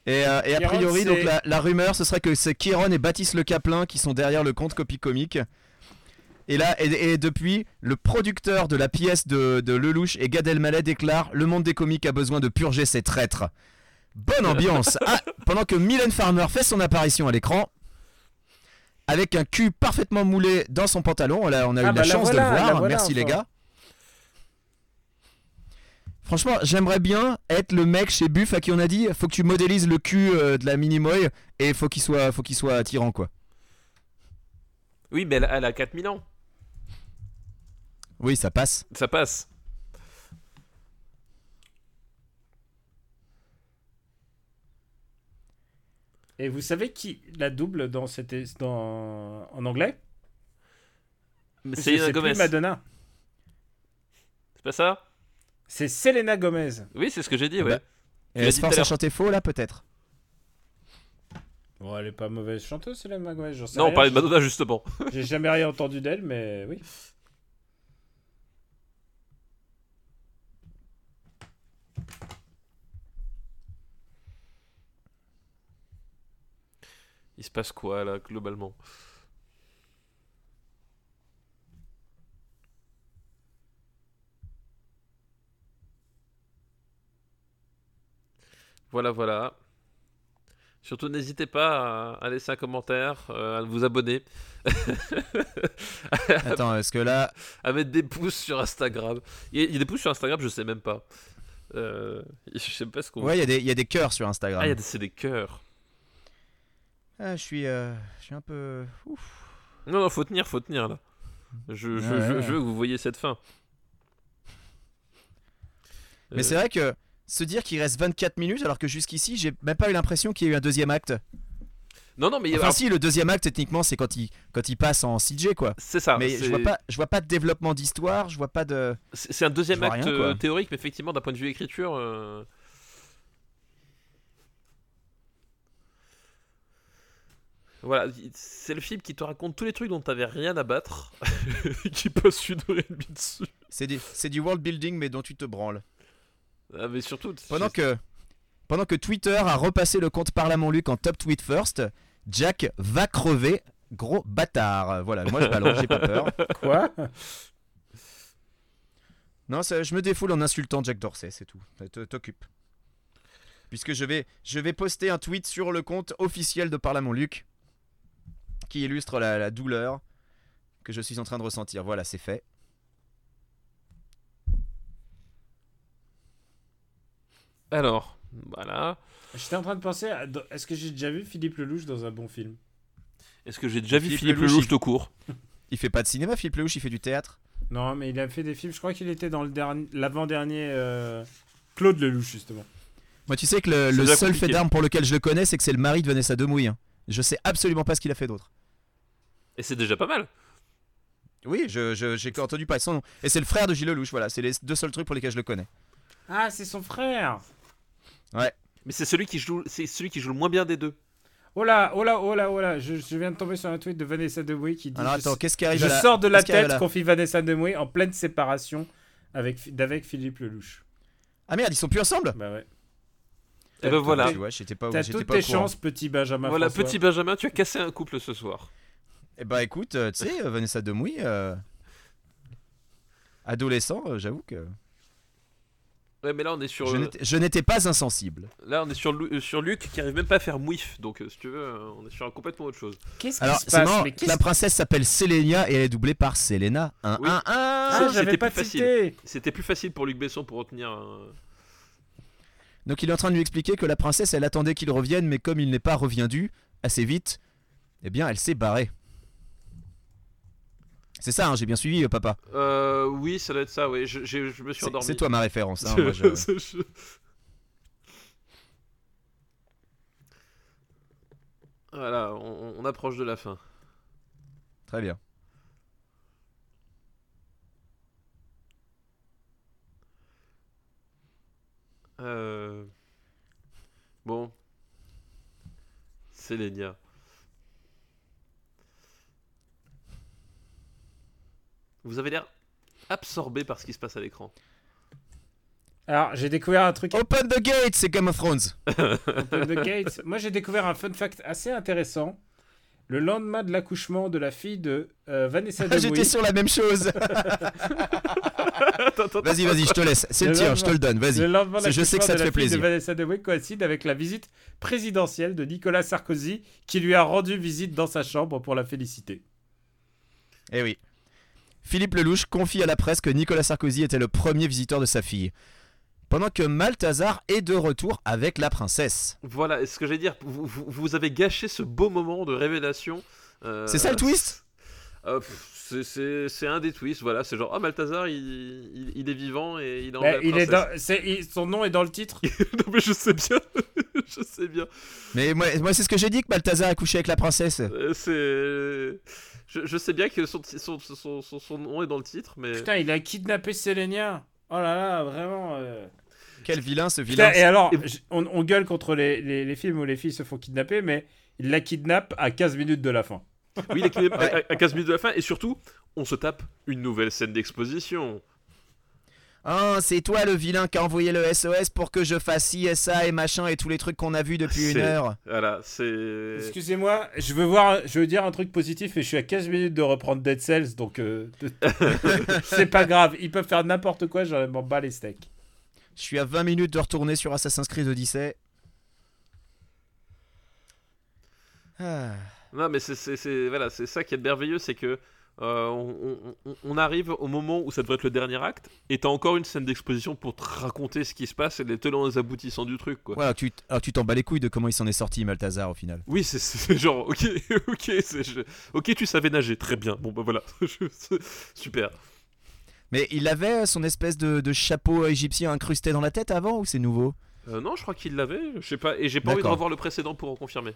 Et, euh, et a Kéron, priori, donc c'est- la, la rumeur, ce serait que c'est Kéron et Baptiste Le Caplin qui sont derrière le compte copie comique. Et là, et, et depuis, le producteur de la pièce de, de Lelouch et Gad Elmaleh déclare Le monde des comiques a besoin de purger ses traîtres. Bonne ambiance Ah, Pendant que Mylène Farmer fait son apparition à l'écran, avec un cul parfaitement moulé dans son pantalon, on a, on a Ah, eu la bah, la chance voilà, de le la voir, voilà, merci les enfin. gars. Franchement, j'aimerais bien être le mec chez Buff à qui on a dit faut que tu modélises le cul euh, de la Minimoy et faut qu'il soit, faut qu'il soit attirant quoi. Oui, mais elle, elle a 4000 ans. Oui, ça passe. Ça passe. Et vous savez qui la double dans cette dans en anglais Mais Parce C'est que Selena plus Gomez. C'est Madonna. pas ça C'est Selena Gomez. Oui, c'est ce que j'ai dit, ouais. Bah, Et Tu l'as elle dit se tout à force à l'heure. chanter faux là peut-être. Bon, elle est pas mauvaise chanteuse, Selena Gomez. j'en sais non, on rien, parlait de j'ai- Madonna, justement. J'ai jamais rien entendu d'elle, mais oui. Il se passe quoi, là, globalement Voilà, voilà. Surtout, n'hésitez pas à, à laisser un commentaire, euh, à vous abonner, Attends, est-ce que là, à mettre des pouces sur Instagram. Il y a, il y a des pouces sur Instagram, je sais même pas. Euh, je sais pas ce qu'on. ouais, il y a des- il y, a des cœurs sur Instagram. Ah, il y a des- c'est des cœurs. Ah, je suis, euh, je suis un peu. Ouf. Non, non, faut tenir, faut tenir là. Je, je- Ouais, je- ouais. je veux que vous voyez cette fin. Mais Euh, c'est vrai que se dire qu'il reste 24 minutes alors que jusqu'ici j'ai même pas eu l'impression qu'il y ait eu un deuxième acte. Non, non, mais il y a- Enfin si, le deuxième acte techniquement c'est quand il quand il passe en CJ quoi. c'est ça. mais je Ah, c'est- vois pas, je vois pas de développement d'histoire, je vois pas de. C'est c'est un deuxième je vois acte rien, quoi. euh, théorique, mais effectivement, d'un point de vue écriture. euh, Voilà, il- c'est le film qui te raconte tous les trucs dont t'avais rien à battre, et qui passe une heure et demie dessus. C'est du, c'est du world building mais dont tu te branles. Ah, mais surtout, c'est- Pendant que, pendant que Twitter a repassé le compte par la Montluc en top tweet first, Jack va crever, gros bâtard. Voilà, moi je balance, j'ai pas peur. Quoi Non, ça- je me défoule en insultant Jack Dorsey, c'est tout. Euh, te- T'occupes. Puisque je vais, je vais poster un tweet sur le compte officiel de Parla Mon Luc qui illustre la, la douleur que je suis en train de ressentir. Voilà, c'est fait. Alors, voilà. J'étais en train de penser, à- dans- est-ce que j'ai déjà vu Philippe Lelouch dans un bon film Est-ce que j'ai déjà vu Philippe Philippe Lelouch, Lelouch il- de court Il fait pas de cinéma, Philippe Lelouch, il fait du théâtre. Non, mais il a fait des films, je crois qu'il était dans le dernier- l'avant-dernier euh, Claude Lelouch, justement. Moi, tu sais que le, C'est le déjà seul compliqué. fait d'armes pour lequel je le connais, c'est que c'est le mari de Vanessa Demouy. hein. Je sais absolument pas ce qu'il a fait d'autre. Et c'est déjà pas mal. Oui, je- je- j'ai entendu parler de son nom. Et c'est le frère de Gilles Lelouch, voilà. C'est les deux seuls trucs pour lesquels je le connais. Ah, c'est son frère Mais c'est celui qui joue, c'est celui qui joue le moins bien des deux. Oh là, oh là, oh là, oh là, je, je viens de tomber sur un tweet de Vanessa Demouy qui dit Alors attends, Je, qu'est-ce qui arrive je à la- sors de la qu'est-ce qui arrive à tête la- qu'on fit Vanessa Demouy en pleine séparation avec, d'avec Philippe Lelouch. Ah merde, ils sont plus ensemble Bah ouais. Et ben voilà. Tu vois, j'étais pas, T'as j'étais toutes pas au tes courant. chances, petit Benjamin voilà, François. petit Benjamin, tu as cassé un couple ce soir. Eh bah écoute, euh, tu sais, euh, Vanessa Demouy, euh, adolescent, euh, j'avoue que Ouais, mais là on est sur, je euh, n'étais- je n'étais pas insensible. là on est sur, Lu- euh, sur Luc qui arrive même pas à faire mouif. Donc euh, si tu veux, euh, on est sur un complètement autre chose. Qu'est-ce qui Alors, se c'est passe marrant, Mais qu'est-ce la princesse s'appelle Selenia et elle est doublée par Selena. Un, Oui. un, un. Ah, C'était j'avais plus pas facile. cité C'était plus facile pour Luc Besson pour retenir. euh, un- Donc il est en train de lui expliquer que la princesse, elle attendait qu'il revienne, mais comme il n'est pas reviendu assez vite, eh bien, elle s'est barrée. C'est ça, hein, j'ai bien suivi, euh, papa. Euh, oui, ça doit être ça. Oui, je, j'ai- je me suis C'est endormi. c'est toi ma référence. hein, Je- moi, je- je- Voilà, on, on approche de la fin. Très bien. Euh, Bon. Selenia. Vous avez l'air absorbé par ce qui se passe à l'écran. Alors, j'ai découvert un truc Open the gate, c'est Game of Thrones. Open the Gates. Moi, j'ai découvert un fun fact assez intéressant. Le lendemain de l'accouchement de la fille de euh, Vanessa Ah, J'étais Demouy, sur la même chose. vas-y, vas-y, je te laisse. C'est le Le tien, je te le donne. le Vas-y. lendemain de Je sais que l'accouchement ça te de la fait fille plaisir. de Vanessa Demouy coïncide avec la visite présidentielle de Nicolas Sarkozy qui lui a rendu visite dans sa chambre pour la féliciter. Eh oui. Philippe Lelouch confie à la presse que Nicolas Sarkozy était le premier visiteur de sa fille. Pendant que Malthazar est de retour avec la princesse. Voilà, et ce que j'allais dire, vous, vous- vous avez gâché ce beau moment de révélation. euh, C'est ça, le twist euh, pff, c'est- C'est c'est un des twists, voilà. C'est genre, ah, Balthazar, il, il- il est vivant et il est en Bah, il est dans- c'est- il- son nom est dans le titre. Non, mais je sais bien, je sais bien. Mais moi, moi, c'est ce que j'ai dit que Malthazar a couché avec la princesse. Euh, C'est. Je, je sais bien que son, son, son, son- son nom est dans le titre, mais. Putain, il a kidnappé Selenia. Oh là là, vraiment. euh. Quel vilain ce vilain. Putain, et alors, Et- j- on, on gueule contre les, les- les films où les filles se font kidnapper, mais il la kidnappe à 15 minutes de la fin. Oui, il est quand même à- Ouais. à, à 15 minutes de la fin, et surtout, on se tape une nouvelle scène d'exposition. Oh, c'est toi le vilain qui a envoyé le SOS pour que je fasse ISA et machin et tous les trucs qu'on a vus depuis une C'est- heure. Voilà, c'est. Excusez-moi, je veux voir, je veux dire un truc positif et je suis à 15 minutes de reprendre Dead Cells, donc euh, c'est pas grave. Ils peuvent faire n'importe quoi, j'en m'en bats les steaks. Je suis à 20 minutes de retourner sur Assassin's Creed Odyssey. Ah. Non, mais c'est- c'est c'est- voilà, c'est ça qui est merveilleux, c'est que. euh, on, on- on- on arrive au moment où ça devrait être le dernier acte, et t'as encore une scène d'exposition pour te raconter ce qui se passe et les tenants et les aboutissants du truc, quoi. Voilà, tu t- alors, tu t'en bats les couilles de comment il s'en est sorti, Malthazar, au final. Oui, c'est- c'est genre, ok, ok, c'est- je- ok, tu savais nager, très bien. Bon, bah voilà, Je- c'est- super. Mais il avait euh, son espèce de, de chapeau euh, égyptien incrusté dans la tête avant ou c'est nouveau Euh, non, je crois qu'il l'avait, je sais pas, et j'ai pas envie de D'accord. revoir le précédent pour en confirmer.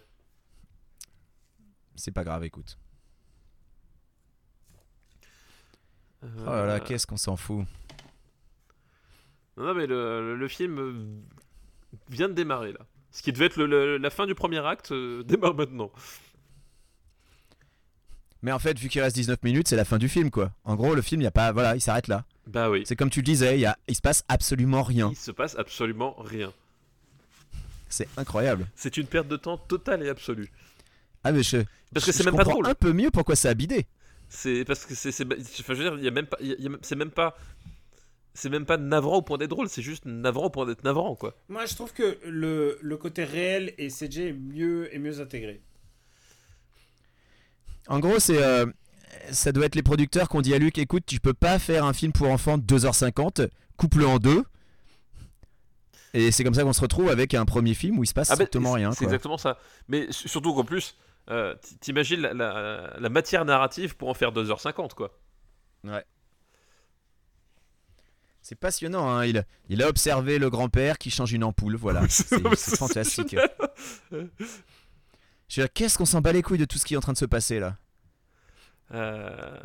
C'est pas grave, écoute. Oh là là, Euh, qu'est-ce qu'on s'en fout. Non, non, mais le, le film euh, vient de démarrer là. Ce qui devait être le- le- la fin du premier acte euh, démarre maintenant. Mais en fait, vu qu'il reste 19 minutes, c'est la fin du film, quoi. En gros, le film, il y a pas. Voilà, il s'arrête là. Bah oui, C'est comme tu le disais, il y a- il se passe absolument rien. il se passe absolument rien. C'est incroyable. C'est une perte de temps totale et absolue. Ah, mais je. Parce que je- c'est je même pas comprends drôle. un peu mieux pourquoi ça a bidé. C'est parce que c'est, c'est- enfin, je veux dire, il y a même pas, il y a- il y a- c'est même pas, c'est même pas navrant au point d'être drôle, c'est juste navrant au point d'être navrant quoi. Moi, je trouve que le, le côté réel et CG est mieux, est mieux intégré. En gros, c'est. euh, ça doit être les producteurs qui ont dit à Luc écoute, tu peux pas faire un film pour enfants de 2h50, coupe-le en deux. Et c'est comme ça qu'on se retrouve avec un premier film où il se passe Ah ben, strictement c'est- rien. C'est quoi. exactement ça. Mais su- surtout qu'en plus, euh, t- t'imagines la, la- la matière narrative pour en faire 2h50 quoi. C'est passionnant, hein. il, il a observé le grand-père qui change une ampoule, voilà. C'est c'est fantastique. génial. Je veux dire, qu'est-ce qu'on s'en bat les couilles de tout ce qui est en train de se passer là Euh,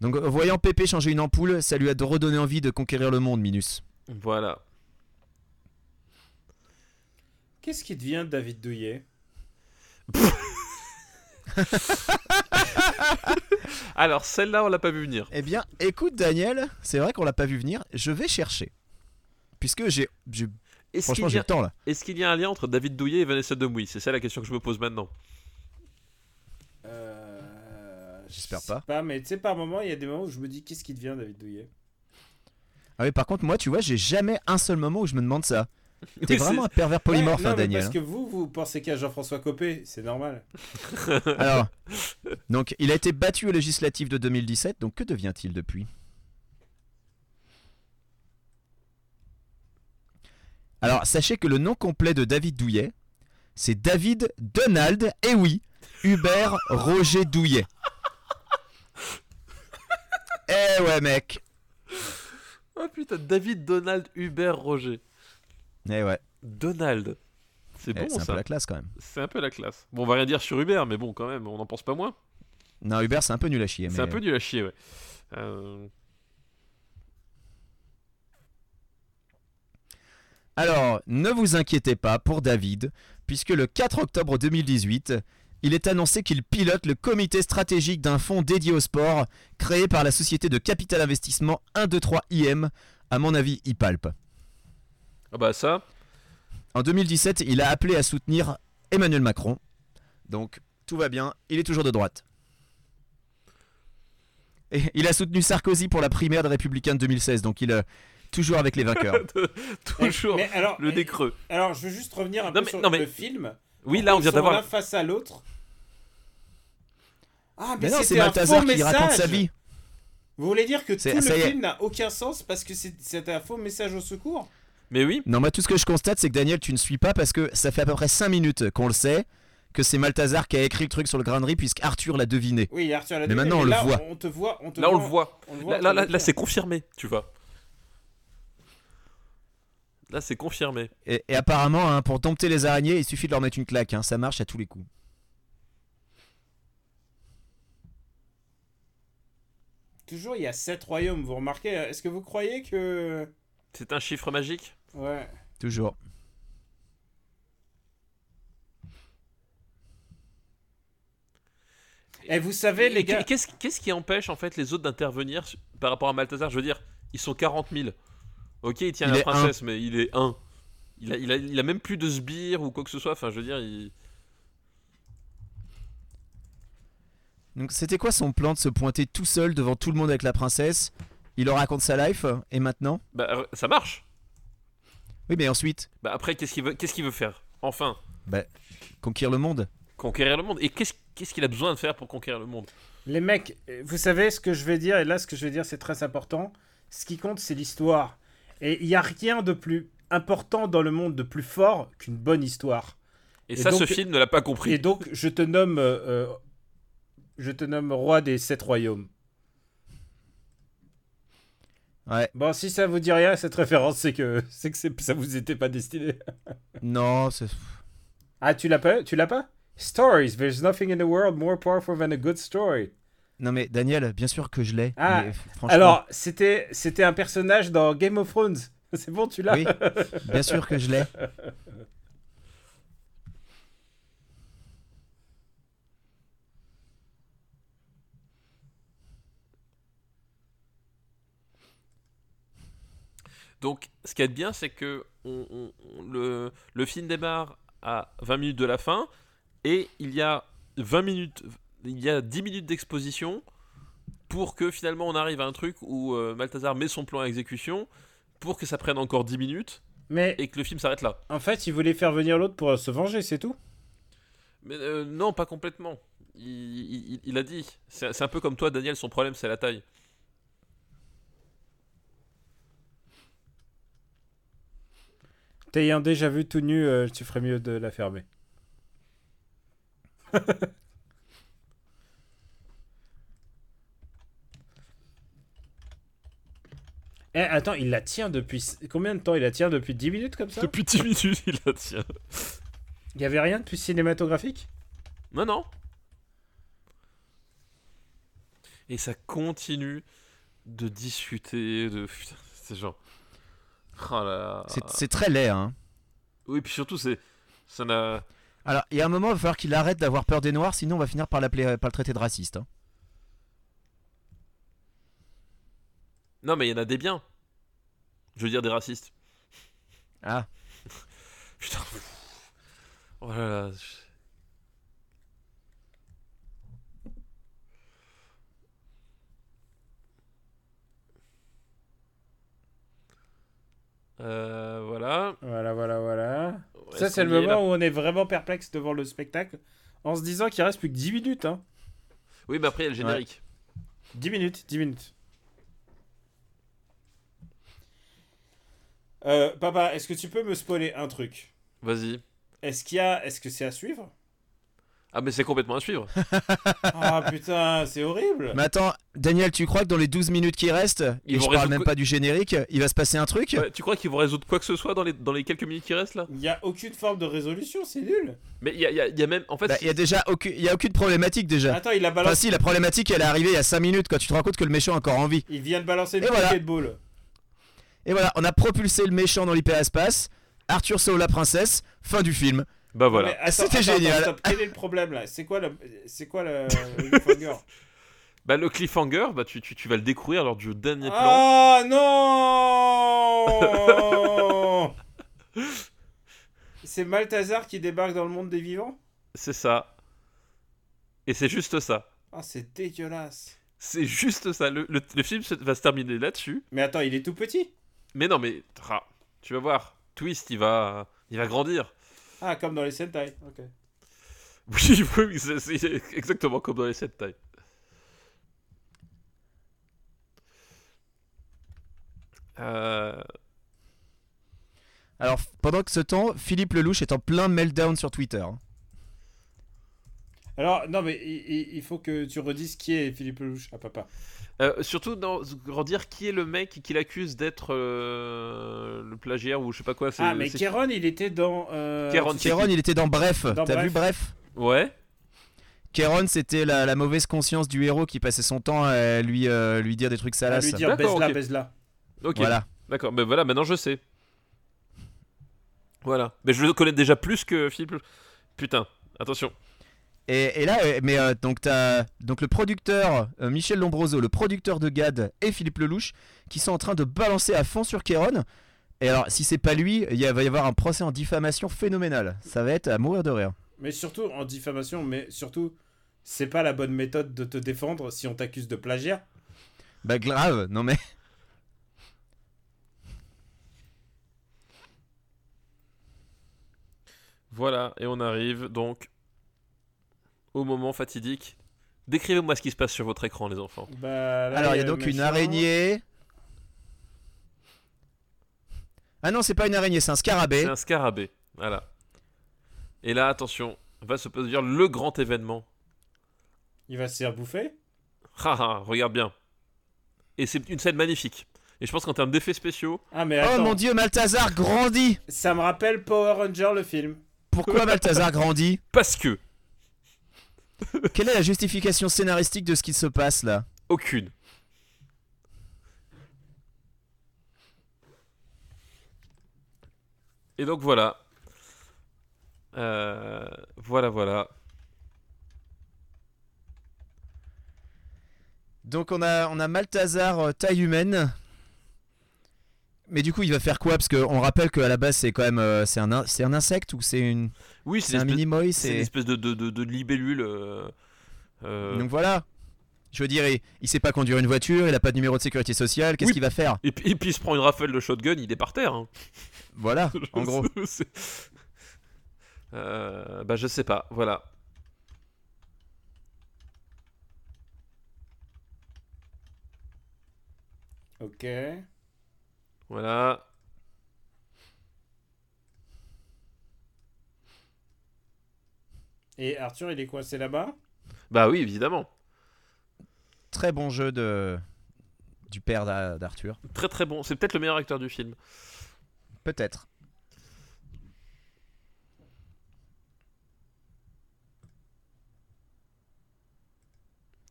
Donc, euh, voyant Pépé changer une ampoule, ça lui a redonné envie de conquérir le monde, Minus. voilà. Qu'est-ce qui devient de David Douillet Alors celle-là, on l'a pas vu venir. Eh bien, écoute, Daniel, c'est vrai qu'on l'a pas vu venir, je vais chercher. Puisque j'ai. j'ai- Est-ce qu'il Franchement, y, j'ai a- le temps là. est-ce qu'il y a un lien entre David Douillet et Vanessa Demouy C'est ça la question que je me pose maintenant. Euh, je J'espère sais pas. mais tu sais, par moment, il y a des moments où je me dis qu'est-ce qui devient de David Douillet Ah oui, par contre, moi, tu vois, j'ai jamais un seul moment où je me demande ça. T'es Oui, vraiment un pervers polymorphe, Ouais, non, hein, mais Daniel. Parce que vous, vous pensez qu'à Jean-François Copé, c'est normal. hein. Alors, donc, il a été battu aux législatives de 2017, donc que devient-il depuis Alors, sachez que le nom complet de David Douillet, c'est David Donald, et oui, Hubert Roger Douillet. Eh ouais, mec c'est- Oh putain, David Donald Hubert Roger. Eh ouais. Donald. C'est Eh, bon c'est un peu ça. la classe quand même. C'est un peu la classe. Bon, on va rien dire sur Uber, mais bon, quand même, on n'en pense pas moins. Non, Uber, c'est un peu nul à chier. Eh, C'est mais- un peu nul à chier, ouais. Euh, Alors, ne vous inquiétez pas pour David, puisque le 4 octobre 2018, il est annoncé qu'il pilote le comité stratégique d'un fonds dédié au sport créé par la société de capital investissement 123IM. À mon avis, il palpe. Ah bah ça, En 2017, il a appelé à soutenir Emmanuel Macron. Donc, tout va bien, il est toujours de droite. Et il a soutenu Sarkozy pour la primaire des Républicains de 2016, donc il est toujours avec les vainqueurs. Eh, toujours Mais alors, le nez creux. alors, je veux juste revenir un Non, peu mais- sur non, mais- le film. Oui, là, on Ils vient sont L'un d'avoir. face à l'autre. Ah, mais, Mais non, c'est c'était un Balthazar faux qui message. raconte sa vie. Vous voulez dire que tout C'est- le ça y est. film n'a aucun sens parce que c'est- c'était un faux message au secours Mais oui, Non, moi, tout ce que je constate, c'est que Daniel, tu ne suis pas parce que ça fait à peu près 5 minutes qu'on le sait que c'est Malthazar qui a écrit le truc sur le grain de riz, puisque Arthur l'a deviné. Oui, Arthur l'a Mais deviné, maintenant, on le là, voit. On te voit, on te là, on voit, le voit. on le voit, Là, on là, te là, voit. là, c'est confirmé, tu vois. Là, c'est confirmé. Et, et apparemment, hein, pour dompter les araignées, il suffit de leur mettre une claque, hein, ça marche à tous les coups. Toujours, il y a sept royaumes, vous remarquez hein. Est-ce que vous croyez que. C'est un chiffre magique Ouais. Toujours. Et Eh, vous savez, les Et gars. Qu'est-ce qu'est-ce qui empêche en fait les autres d'intervenir su- par rapport à Malthazar Je veux dire, ils sont 40 000. Ok, il tient Il la est un. princesse, mais il est un. Il a, il, a, il a même plus de sbires ou quoi que ce soit. Enfin, je veux dire, il- Donc, c'était quoi son plan de se pointer tout seul devant tout le monde avec la princesse Il leur raconte sa life, et maintenant bah, euh, ça marche. Oui, mais ensuite, Bah, après, qu'est-ce qu'il veut, qu'est-ce qu'il veut faire Enfin, conquérir le monde. conquérir le monde. Et qu'est-ce qu'est-ce qu'il a besoin de faire pour conquérir le monde Les mecs, euh, vous savez ce que je vais dire, et là ce que je vais dire c'est très important. Ce qui compte c'est l'histoire. Et il n'y a rien de plus important dans le monde, de plus fort qu'une bonne histoire. Et, Et ça, donc- ce film ne l'a pas compris. Et donc je te nomme, euh, euh, je te nomme roi des sept royaumes. Ouais, Bon, si ça vous dit rien cette référence, c'est que c'est que c'est- ça vous était pas destiné. non, c'est. Ah, tu l'as pas, tu l'as pas? Stories, there's nothing in the world more powerful than a good story. Non, mais Daniel, bien sûr que je l'ai. Ah, mais, franchement, Alors, c'était c'était un personnage dans Game of Thrones. C'est bon, tu l'as. Oui, bien sûr que je l'ai. Donc, ce qui est bien, c'est que on- on- on- le, le film démarre à 20 minutes de la fin et il y a 20 minutes, il y a 10 minutes d'exposition pour que finalement on arrive à un truc où euh, Malthazar met son plan à exécution pour que ça prenne encore 10 minutes Mais et que le film s'arrête là. en fait, il voulait faire venir l'autre pour se venger, c'est tout. Mais euh, non, pas complètement. Il, il- il a dit. C'est c'est un peu comme toi, Daniel, son problème c'est la taille. T'ayant déjà vu tout nu, euh, tu ferais mieux de la fermer. Eh, attends, il la tient depuis... Combien de temps il la tient Depuis 10 minutes comme ça Depuis 10 minutes, il la tient. Il y avait rien de plus cinématographique Non, non. Et ça continue de discuter, de... Putain, c'est genre... Ah là là. C'est- C'est très laid, hein. Oui, puis surtout, c'est... Ça n'a... Alors, il y a un moment, il va falloir qu'il arrête d'avoir peur des noirs, sinon on va finir par l'appeler euh, par le traiter de raciste. hein. Non, mais il y en a des biens. Je veux dire des racistes. Ah, Putain. Oh là là. je- Euh, voilà. Voilà, voilà, voilà. Est-ce Ça, c'est qu'on le y est, là moment où on est vraiment perplexe devant le spectacle, en se disant qu'il reste plus que 10 minutes, hein. Oui, mais après, il y a le générique. 10 minutes, 10 minutes. Euh, papa, est-ce que tu peux me spoiler un truc Vas-y. Est-ce qu'il y a... Est-ce que c'est à suivre Ah, mais c'est complètement à suivre. Ah putain, c'est horrible. Mais attends, Daniel, tu crois que dans les 12 minutes qui restent, Ils et vont je parle résoudre même quoi- pas du générique, il va se passer un truc Ouais, tu crois qu'ils vont résoudre quoi que ce soit dans les, dans les quelques minutes qui restent là Il n'y a aucune forme de résolution, c'est nul. Mais il y a, il y a- il y a même. En fait, Bah, si- Ah, Il y a déjà aucune, il y a aucune problématique déjà. Attends, il a Enfin balancé. si, la problématique elle est arrivée il y a 5 minutes quand tu te rends compte que le méchant a encore envie. Il vient de balancer Et le voilà. basketball. Et voilà, on a propulsé le méchant dans l'hyperespace, Arthur sauve la princesse, fin du film. bah voilà. Mais attends, C'était attends, génial. attends, stop. Quel est le problème là C'est quoi le, c'est quoi le, le cliffhanger Bah, le cliffhanger, bah, tu, tu, tu vas le découvrir lors du dernier plan. Ah non C'est Malthazar qui débarque dans le monde des vivants C'est ça. Et c'est juste ça. Ah, c'est dégueulasse. C'est juste ça. Le, le- le film se- va se terminer là-dessus. Mais attends, il est tout petit. Mais non, mais. ah, tu vas voir. Twist, il va, il va grandir. Ah, comme dans les Sentai. Ok. Oui, oui, c'est c'est exactement comme dans les Sentai. Euh, Alors pendant que ce temps, Philippe Lelouch est en plein meltdown sur Twitter. hein. Alors, non, mais il, il- il faut que tu redises qui est Philippe Lelouch à papa. euh, surtout, dans, grandir, qui est le mec qu'il accuse d'être euh, le plagiaire ou je sais pas quoi. c'est- Ah, mais c'est- Kéron, il était dans. euh, Kéron, c'est Kéron qui il était dans Bref, Dans t'as Bref. vu Bref Ouais. Kéron c'était la, la mauvaise conscience du héros qui passait son temps à lui, euh, lui dire des trucs à salaces. lui dire D'accord, baise-la, ok. baise-la. Ok. Voilà. D'accord. Mais voilà, maintenant je sais. Voilà. Mais je le connais déjà plus que Philippe. Le- Putain. Attention. Et, et là, euh, mais euh, donc t'as donc le producteur euh, Michel Lombroso, le producteur de Gad et Philippe Lelouch qui sont en train de balancer à fond sur Kéron. Et alors, si c'est pas lui, il y a- va y avoir un procès en diffamation phénoménal. Ça va être à mourir de rire. Mais surtout, en diffamation, mais surtout, c'est pas la bonne méthode de te défendre si on t'accuse de plagiat. Bah grave, non mais. Voilà. Et on arrive donc au moment fatidique. Décrivez-moi ce qui se passe sur votre écran, les enfants. Bah, là, alors, il y a le donc une méchant. araignée. Ah non, c'est pas une araignée, c'est un scarabée. C'est un scarabée. Voilà. Et là, attention, va se produire le grand événement. Il va se faire bouffer. Haha, regarde bien. Et c'est une scène magnifique. Et je pense qu'en termes d'effets spéciaux, Ah, mais Oh attends, mon dieu, Malthazar grandit ça me rappelle Power Ranger le film. Pourquoi Malthazar grandit parce que Quelle est la justification scénaristique de ce qui se passe là aucune. Et donc voilà. Euh, voilà, voilà. Donc on a, on a Malthazar euh, taille humaine. Mais du coup, il va faire quoi Parce qu'on rappelle qu'à la base, c'est quand même euh, c'est un, in- c'est un insecte ou c'est une Oui, c'est c'est un une espèce, minimoy. c'est une C'est espèce de, de, de, de libellule. euh, euh, donc voilà. Je veux dire, il, il sait pas conduire une voiture, il a pas de numéro de sécurité sociale. Qu'est-ce Oui. qu'il va faire et, puis, et puis il se prend une rafale de shotgun, il est par terre. hein. Voilà, en gros. C'est- Euh, bah je sais pas, voilà. Ok. Voilà. Et Arthur, il est coincé là-bas. Bah oui, évidemment. Très bon jeu de du père d'A- d'Arthur, Très très bon. C'est peut-être le meilleur acteur du film. peut-être.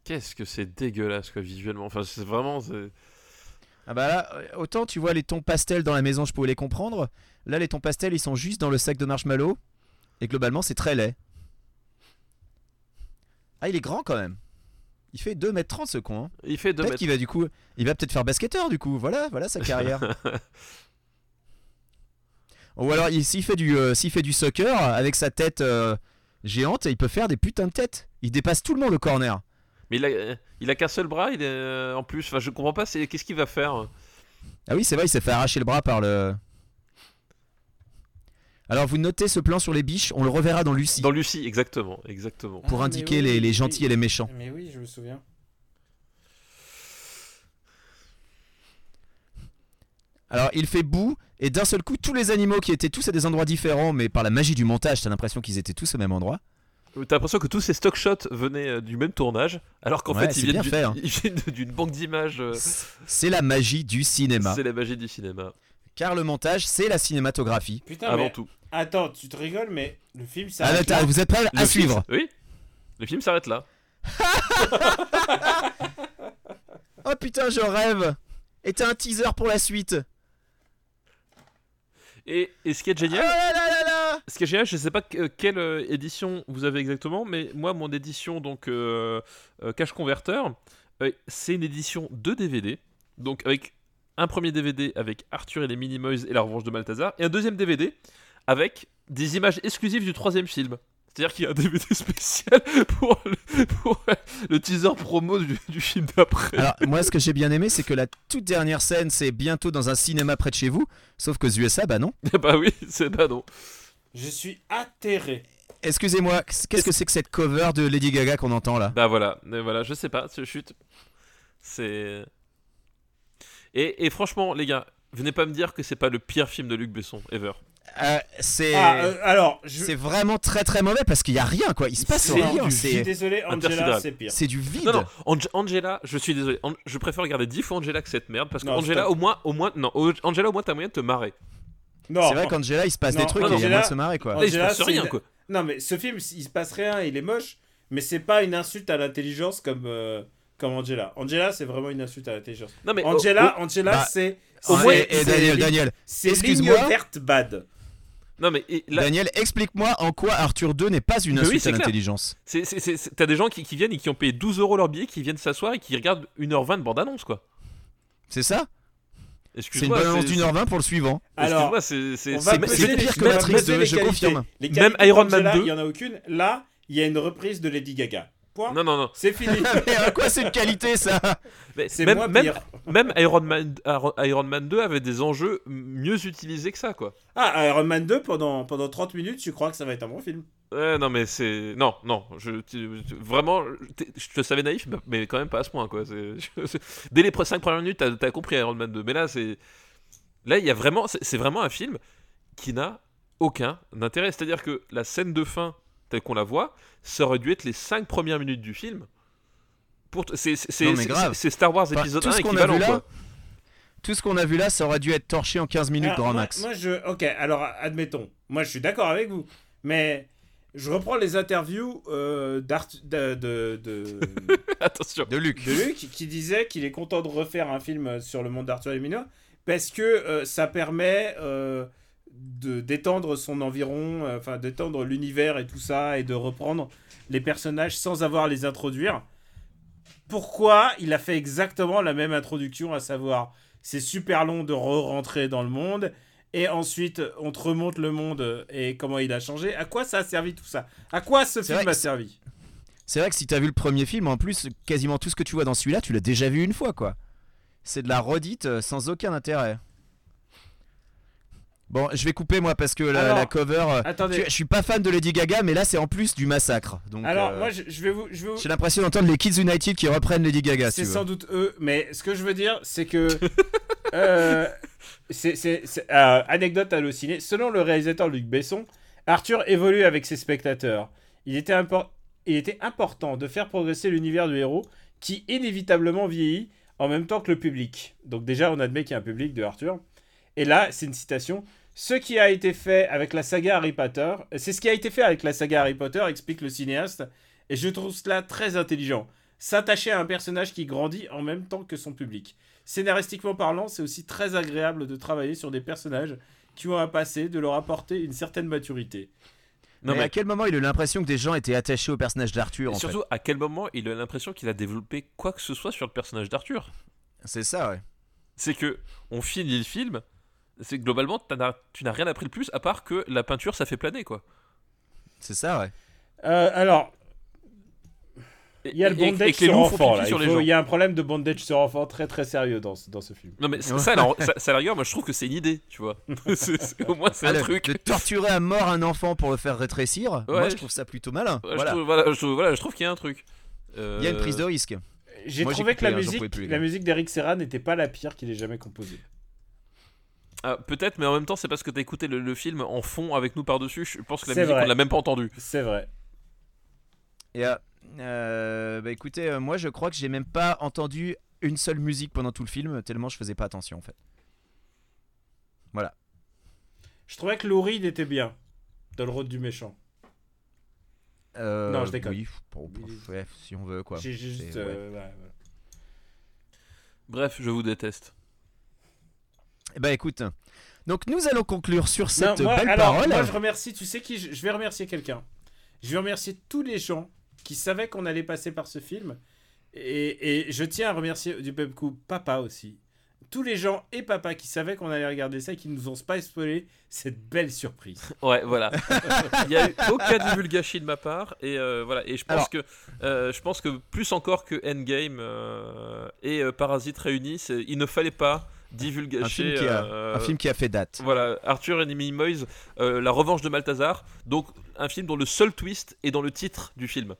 Qu'est-ce que c'est dégueulasse quoi visuellement. Enfin c'est vraiment... c'est- Ah bah là, euh, autant tu vois les tons pastels dans la maison, je pouvais les comprendre. Là, les tons pastels, ils sont juste dans le sac de marshmallow. Et globalement, c'est très laid. Ah, il est grand quand même. Il fait 2m30 ce con. hein. Il fait 2 Peut-être mètres. qu'il va du coup, il va peut-être faire basketteur du coup. Voilà, voilà sa carrière. Ou alors, il- s'il fait du, euh, s'il fait du soccer avec sa tête euh, géante, il peut faire des putains de têtes. Il dépasse tout le monde au corner. Mais il a, euh, il a qu'un seul bras, il est, euh, en plus. Enfin je comprends pas, c'est qu'est-ce qu'il va faire euh, Ah oui, c'est vrai, il s'est fait arracher le bras par le. Alors vous notez ce plan sur les biches, on le reverra dans Lucie Dans Lucie, exactement. Exactement. pour Ah, mais indiquer oui, les, les oui, gentils oui. et les méchants. Mais oui, je me souviens. Alors il fait boue et d'un seul coup tous les animaux qui étaient tous à des endroits différents, mais par la magie du montage, t'as l'impression qu'ils étaient tous au même endroit. T'as l'impression que tous ces stock shots venaient euh, du même tournage, alors qu'en Ouais, fait c'est ils viennent bien d'une- fait, hein. ils viennent d'une banque d'images. euh, C'est la magie du cinéma. C'est la magie du cinéma, Car le montage, c'est la cinématographie. Putain, avant Ah, mais tout. attends, tu te rigoles, mais le film, ça. Ah, arrête attends, là. vous êtes prêts à Le film- suivre Oui. Le film s'arrête là. Oh putain, je rêve Et t'as un teaser pour la suite Et, et ce qui est Oh génial, là là là là ce qui est génial, je sais pas que- quelle euh, édition vous avez exactement, mais moi mon édition donc euh, euh, Cash Converter, euh, c'est une édition de DVD, donc avec un premier DVD avec Arthur et les Minimoys et la revanche de Malthazar, et un deuxième DVD avec des images exclusives du troisième film. C'est-à-dire qu'il y a un DVD spécial pour le, pour le teaser promo du, du film d'après. Alors, moi, ce que j'ai bien aimé, c'est que la toute dernière scène, c'est bientôt dans un cinéma près de chez vous. Sauf que aux USA, bah non. bah oui, c'est pas non. Je suis atterré. Excusez-moi, qu'est-ce que c'est que cette cover de Lady Gaga qu'on entend là Bah voilà, mais voilà, je sais pas, ce chute. C'est. Et, et franchement, les gars, venez pas me dire que c'est pas le pire film de Luc Besson, ever. Euh, C'est. Ah, euh, alors, je, C'est vraiment très très mauvais parce qu'il y a rien quoi, il se passe C'est rien, du je suis c'est désolé, Angela, Intersidéral. c'est pire. c'est du vide. Non, non, Ange- Angela, je suis désolé, An- je préfère regarder 10 fois Angela que cette merde, parce que Non, Angela, stop. au moins, au moins, non, au- Angela, au moins, t'as moyen de te marrer. Non, C'est vrai qu'Angela il se passe Non, des trucs non, et il y a Angela- moyen de se marrer quoi. Là, il se Angela, passe c'est rien, une- quoi. non, mais ce film, il se passe rien, il est moche, mais c'est pas une insulte à l'intelligence comme, euh, comme Angela. Angela, c'est vraiment une insulte à l'intelligence. Non, mais. Angela, oh, Angela, bah, c'est. au Ah, moins, et, et c'est Daniel, ligne- Daniel, C'est ligne excuse-moi. verte bad. oh, non, mais et là, Daniel, explique-moi en quoi Arthur 2 n'est pas une Mais oui, insulte c'est à clair. l'intelligence. c'est- c'est- c'est- c'est- t'as des gens qui, qui viennent et qui ont payé 12 euros leur billet, qui viennent s'asseoir et qui regardent 1h20 de bande-annonce, quoi. C'est ça C'est une Excuse-moi. bonne annonce c'est- d'une heure vingt pour le suivant. Alors, Excuse-moi, c'est. c'est- on va c'est- peser c'est- peser pire les- que on va Matrix peser 2, les je qualités. confirme. Les Même qualités Iron Man d'Angela, 2. Il y en a aucune. Là, il y a une reprise de Lady Gaga. Point. Non, non, non. C'est fini. Mais à quoi c'est de qualité ça Mais C'est même, moins même- pire. Même Iron Man, Iron- Iron Man 2 avait des enjeux mieux utilisés que ça, quoi. Ah, Iron Man 2, pendant, pendant 30 minutes, tu crois que ça va être un bon film Ouais, non, mais c'est. Non, non. Je, tu- tu- vraiment, t'es- je te savais naïf, mais quand même pas à ce point, quoi. C'est- je- dès les 5 premières minutes, t'as as compris Iron Man 2. Mais là, c'est. Là, il y a vraiment. C'est c'est vraiment un film qui n'a aucun intérêt. C'est-à-dire que la scène de fin, telle qu'on la voit, ça aurait dû être les 5 premières minutes du film. Pour t- c'est- c'est- Non, C'est mais grave. c'est- c'est Star Wars Enfin, épisode tout 1 ce qu'on a équivalent, vu là, quoi. Tout ce qu'on a vu là, ça aurait dû être torché en 15 minutes, Ah, Alors, grand moi- max. Moi, je. Ok, alors admettons. Moi, je suis d'accord avec vous. Mais je reprends les interviews euh, d'Art- de, de, de, Attention. De Luc. de Luc qui disait qu'il est content de refaire un film sur le monde d'Arthur et Minot parce que euh, ça permet euh, de d'étendre son environ, euh, enfin d'étendre l'univers et tout ça et de reprendre les personnages sans avoir à les introduire. Pourquoi il a fait exactement la même introduction, à savoir c'est super long de re-rentrer dans le monde et ensuite on te remonte le monde et comment il a changé. À quoi ça a servi tout ça À quoi ce film vrai que a c'est- servi C'est vrai que si t'as vu le premier film, en plus, quasiment tout ce que tu vois dans celui-là, tu l'as déjà vu une fois, quoi. C'est de la redite euh, sans aucun intérêt. Bon, je vais couper moi parce que la, Alors, la cover. euh, attendez. tu- je suis pas fan de Lady Gaga, mais là c'est en plus du massacre. Donc, Alors euh, moi je, je vais vous, je vais vous, j'ai l'impression d'entendre les Kids United qui reprennent Lady Gaga. Si C'est tu veux. sans doute eux, mais ce que je veux dire, c'est que. euh, c'est- c'est- c'est- euh, anecdote hallucinée. Selon le réalisateur Luc Besson, Arthur évolue avec ses spectateurs. Il était, impor- il était important de faire progresser l'univers du héros qui inévitablement vieillit en même temps que le public. Donc, déjà, on admet qu'il y a un public de Arthur. Et là, c'est une citation. Ce qui a été fait avec la saga Harry Potter, c'est ce qui a été fait avec la saga Harry Potter, explique le cinéaste, et je trouve cela très intelligent s'attacher à un personnage qui grandit en même temps que son public. Scénaristiquement parlant, c'est aussi très agréable de travailler sur des personnages qui ont un passé, de leur apporter une certaine maturité. Non, mais mais- à quel moment il a eu l'impression que des gens étaient attachés au personnage d'Arthur Et en fait surtout, à quel moment il a l'impression qu'il a développé quoi que ce soit sur le personnage d'Arthur C'est ça, ouais. C'est que on finit le film, c'est que globalement, t'en as- tu n'as rien appris de plus à part que la peinture, ça fait planer, quoi. C'est ça, ouais. Euh, alors, Et- il y a le et- et- et bondage que les sur loups font enfant, pipi là. Il, sur les faut- gens. il y a un problème de bondage sur enfant très très sérieux dans, ce- dans ce film. Non, mais ça, Ouais. ça, alors, ça, ça, à la rigueur, moi, je trouve que c'est une idée, tu vois. C'est- c'est- au moins, c'est Ah, un le- truc. De torturer à mort un enfant pour le faire rétrécir, moi Ouais, je je- trouve ça plutôt malin. Ouais, voilà. Je trouve, voilà, je trouve- voilà, je trouve qu'il y a un truc. Euh, Il y a une prise de risque. J'ai Moi, j'ai trouvé que la coupé, hein, j'en pouvais musique, plus, les la gars. musique d'Eric Serra n'était pas la pire qu'il ait jamais composée. ah, Peut-être, mais en même temps, c'est parce que t'as écouté le, le film en fond avec nous par-dessus. Je pense que la C'est musique, vrai. on l'a même pas entendue. C'est vrai. Et euh, euh, bah écoutez, euh, moi je crois que j'ai même pas entendu une seule musique pendant tout le film, tellement je faisais pas attention en fait. Je trouvais que Lou Reed était bien dans le rôle du méchant. Euh, Non, je déconne. Oui, pour- pour- ouais, si on veut quoi. J'ai juste. C'est- ouais. euh, voilà, voilà. Bref, je vous déteste. Eh Bah écoute, donc nous allons conclure sur cette Non, moi, belle alors, parole. Moi, je remercie, tu sais qui Je, je vais remercier quelqu'un. Je vais remercier tous les gens qui savaient qu'on allait passer par ce film. Et, et je tiens à remercier du même coup papa aussi. Tous les gens et papa qui savaient qu'on allait regarder ça et qui nous ont pas spoilé cette belle surprise. Ouais, voilà. Il n'y a eu aucun divulgation de ma part. Et, euh, voilà. et je, pense Alors. que, euh, je pense que plus encore que Endgame euh, et euh, Parasite réunis, c'est- il ne fallait pas divulgacher. Un film qui a- euh, Un film qui a fait date. Voilà, Arthur et Moyes, euh, La revanche de Balthazar. Donc, un film dont le seul twist est dans le titre du film.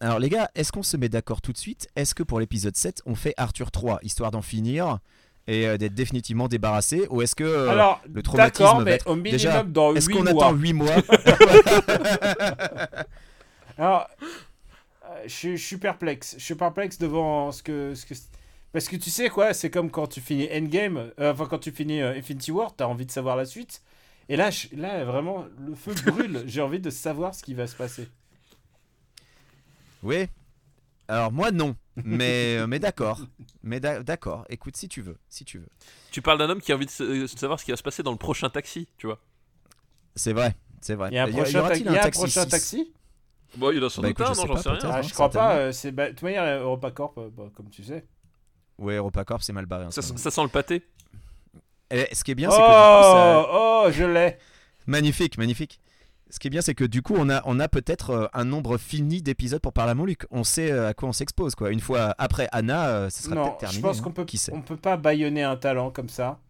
Alors les gars, est-ce qu'on se met d'accord tout de suite Est-ce que pour l'épisode 7, on fait Arthur 3, histoire d'en finir et euh, d'être définitivement débarrassé Ou est-ce que... euh, alors, le traumatisme d'accord, va mais être- au minimum Déjà, dans 8 est-ce qu'on mois. attend 8 mois Alors, euh, je, suis- je suis perplexe. Je suis perplexe devant ce que, ce que. Parce que tu sais quoi, c'est comme quand tu finis Endgame, euh, enfin quand tu finis euh, Infinity War, t'as envie de savoir la suite. Et là, je- là vraiment, le feu brûle. J'ai envie de savoir ce qui va se passer. Oui. Alors moi non, mais euh, mais d'accord, mais d'a- d'accord. Écoute si tu veux, si tu veux. Tu parles d'un homme qui a envie de, se- euh, de savoir ce qui va se passer dans le prochain taxi, tu vois. C'est vrai, c'est vrai. Il y a un Y- y prochain, ta- aura-t-il il y a un taxi prochain 6? taxi Bon, il en sans Bah, doute écoute, un, je hein, non, sais j'en pas, sais rien. peut-être. ah, Ah, Je crois pas. certainement. euh, c'est bah, de toute manière, euh, EuropaCorp, euh, bah, comme tu sais. Ouais, EuropaCorp c'est mal barré. hein, en Ça, ce moment. ça sent le pâté. Et Eh, ce qui est bien, oh, c'est que du coup, ça- oh, je l'ai. magnifique, magnifique. Ce qui est bien, c'est que du coup, on a on a peut-être euh, un nombre fini d'épisodes pour parler à Montluc. On sait euh, à quoi on s'expose quoi. Une fois après Anna, euh, ce sera Non, peut-être je terminé. pense hein. qu'on peut, Qui sait on peut pas bâillonner un talent comme ça.